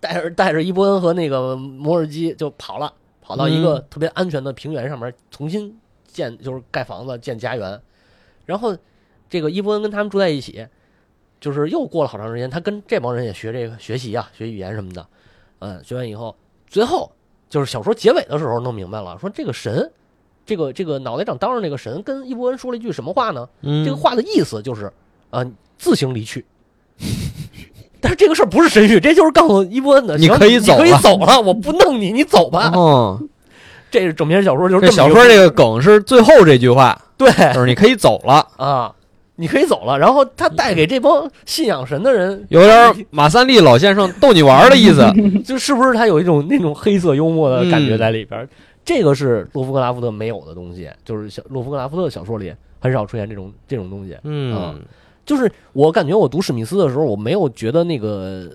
[SPEAKER 1] 带着带着伊波恩和那个摩尔基就跑了，跑到一个
[SPEAKER 2] 嗯
[SPEAKER 1] 特别安全的平原上面重新建，就是盖房子建家园，然后这个伊波恩跟他们住在一起，就是又过了好长时间，他跟这帮人也学这个学习啊，学语言什么的，嗯，学完以后，最后就是小说结尾的时候弄明白了，说这个神，这个这个脑袋长当上这个神跟伊波恩说了一句什么话呢？
[SPEAKER 2] 嗯，
[SPEAKER 1] 这个话的意思就是，啊、自行离去。 但是这个事儿不是神谕，这就是告诉伊波恩的，
[SPEAKER 2] 你
[SPEAKER 1] 行
[SPEAKER 2] 可以走
[SPEAKER 1] 你可以
[SPEAKER 2] 了
[SPEAKER 1] 走了，我不弄你，你走吧。
[SPEAKER 2] 哦，
[SPEAKER 1] 这是整篇小说啊就是
[SPEAKER 2] 这
[SPEAKER 1] 这么
[SPEAKER 2] 小
[SPEAKER 1] 一
[SPEAKER 2] 说这个梗是最后这句话，
[SPEAKER 1] 对
[SPEAKER 2] 就是你可以走了，
[SPEAKER 1] 啊，你可以走了。然后他带给这帮信仰神的人，
[SPEAKER 2] 有点马三立老先生逗你玩儿的 意思。
[SPEAKER 1] 就是不是他有一种那种黑色幽默的感觉
[SPEAKER 2] 嗯
[SPEAKER 1] 在里边儿？这个是洛夫克拉夫特没有的东西，就是小洛夫克拉夫特的小说里很少出现这种这种东西。啊
[SPEAKER 2] 嗯
[SPEAKER 1] 就是我感觉我读史密斯的时候，我没有觉得那个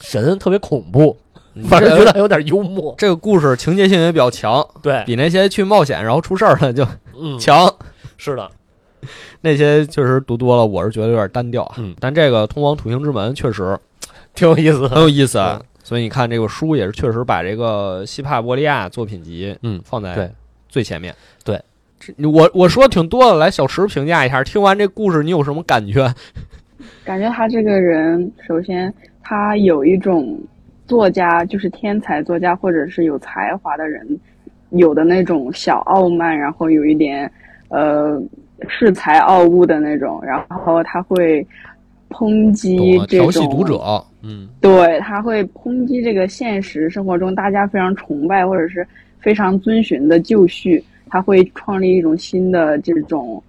[SPEAKER 1] 神特别恐怖，
[SPEAKER 2] 嗯，
[SPEAKER 1] 反而觉
[SPEAKER 2] 这
[SPEAKER 1] 得还有点幽默。
[SPEAKER 2] 这个故事情节性也比较强，
[SPEAKER 1] 对，
[SPEAKER 2] 比那些去冒险然后出事儿了就
[SPEAKER 1] 嗯，
[SPEAKER 2] 强。
[SPEAKER 1] 是的，
[SPEAKER 2] 那些确实读多了，我是觉得有点单调啊。
[SPEAKER 1] 嗯
[SPEAKER 2] 但这个通往土星之门确实
[SPEAKER 1] 挺有意思的。
[SPEAKER 2] 很有意思
[SPEAKER 1] 嗯
[SPEAKER 2] 啊。所以你看，这个书也是确实把这个西帕伯利亚作品集，
[SPEAKER 1] 嗯
[SPEAKER 2] 放在
[SPEAKER 1] 对
[SPEAKER 2] 最前面。
[SPEAKER 1] 对
[SPEAKER 2] 这，我我说挺多的，来小池评价一下，听完这故事你有什么感觉？
[SPEAKER 3] 感觉他这个人，首先他有一种作家，就是天才作家或者是有才华的人有的那种小傲慢，然后有一点呃恃才傲物的那种，然后他会抨击
[SPEAKER 2] 懂了
[SPEAKER 3] 这
[SPEAKER 2] 调
[SPEAKER 3] 种
[SPEAKER 2] 戏读者，嗯
[SPEAKER 3] 对，他会抨击这个现实生活中大家非常崇拜或者是非常遵循的旧序，他会创立一种新的这种，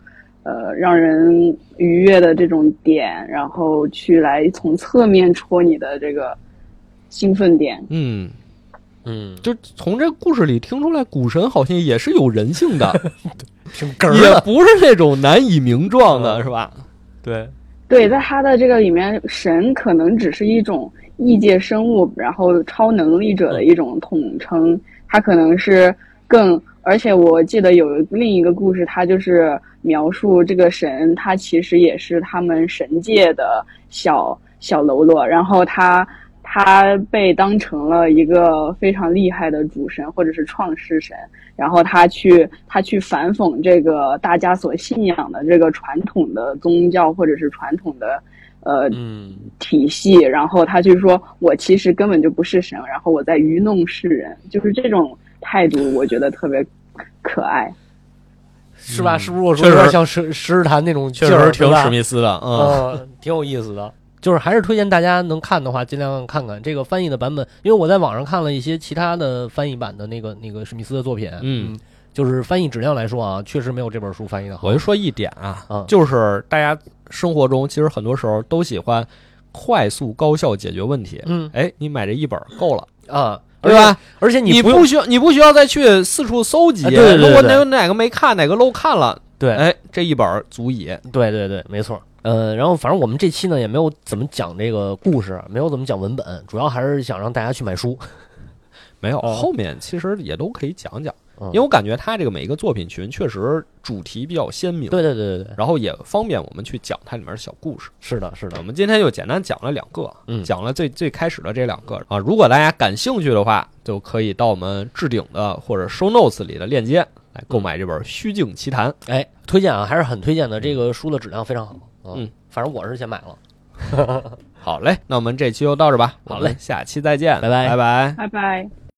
[SPEAKER 3] 呃，让人愉悦的这种点，然后去来从侧面戳你的这个兴奋点。
[SPEAKER 2] 嗯，
[SPEAKER 1] 嗯，
[SPEAKER 2] 就从这故事里听出来，股神好像也是有人性的，
[SPEAKER 1] 挺哏
[SPEAKER 2] 也。不是那种难以名状的，
[SPEAKER 1] 啊嗯
[SPEAKER 2] 是吧？
[SPEAKER 1] 对，
[SPEAKER 3] 对，在他的这个里面，神可能只是一种异界生物，然后超能力者的一种统称。他可能是更，而且我记得有另一个故事，他就是描述这个神，他其实也是他们神界的小小喽啰，然后他他被当成了一个非常厉害的主神或者是创世神，然后他去他去反讽这个大家所信仰的这个传统的宗教或者是传统的呃
[SPEAKER 1] 嗯，
[SPEAKER 3] 体系，然后他去说我其实根本就不是神，然后我在愚弄世人，就是这种态度，我觉得特别可爱。
[SPEAKER 1] 是吧？是不是我说
[SPEAKER 2] 确
[SPEAKER 1] 有点
[SPEAKER 2] 实
[SPEAKER 1] 像石石日谈那种
[SPEAKER 2] 确
[SPEAKER 1] 劲儿
[SPEAKER 2] 实挺史
[SPEAKER 1] 密，
[SPEAKER 2] 密斯的，嗯，
[SPEAKER 1] 嗯，挺有意思的。就是还是推荐大家能看的话，尽量看看这个翻译的版本，因为我在网上看了一些其他的翻译版的那个那个史密斯的作品，
[SPEAKER 2] 嗯，
[SPEAKER 1] 就是翻译质量来说啊，确实没有这本书翻译的好。
[SPEAKER 2] 我就说一点啊，
[SPEAKER 1] 嗯
[SPEAKER 2] 就是大家生活中其实很多时候都喜欢快速高效解决问题。
[SPEAKER 1] 嗯
[SPEAKER 2] 哎，你买这一本儿够了，
[SPEAKER 1] 啊，
[SPEAKER 2] 对吧？
[SPEAKER 1] 而且
[SPEAKER 2] 你
[SPEAKER 1] 不用
[SPEAKER 2] 需要，你不需要再去四处搜集。
[SPEAKER 1] 哎对对对
[SPEAKER 2] 如果
[SPEAKER 1] 对
[SPEAKER 2] 哪有哪个没看，哪个漏看了，
[SPEAKER 1] 对
[SPEAKER 2] 哎，这一本儿足以。
[SPEAKER 1] 对对对，没错。呃，然后反正我们这期呢也没有怎么讲这个故事，没有怎么讲文本，主要还是想让大家去买书。
[SPEAKER 2] 没有，
[SPEAKER 1] 嗯
[SPEAKER 2] 后面其实也都可以讲讲，
[SPEAKER 1] 嗯
[SPEAKER 2] 因为我感觉他这个每一个作品群确实主题比较鲜明，
[SPEAKER 1] 对对对对对，
[SPEAKER 2] 然后也方便我们去讲它里面的小故事。
[SPEAKER 1] 是的，是的
[SPEAKER 2] 我，们今天就简单讲了两个，
[SPEAKER 1] 嗯
[SPEAKER 2] 讲了最最开始的这两个啊。如果大家感兴趣的话，就可以到我们置顶的或者 show notes 里的链接来购买这本《虚境奇谭》。
[SPEAKER 1] 哎，推荐啊，还是很推荐的。这个书的质量非常好，啊
[SPEAKER 2] 嗯，
[SPEAKER 1] 反正我是先买了。
[SPEAKER 2] 好嘞，那我们这期就到这吧，我
[SPEAKER 1] 好
[SPEAKER 2] 们
[SPEAKER 1] 嘞
[SPEAKER 2] 下期再见，
[SPEAKER 1] 拜拜
[SPEAKER 2] 拜拜。
[SPEAKER 3] 拜拜。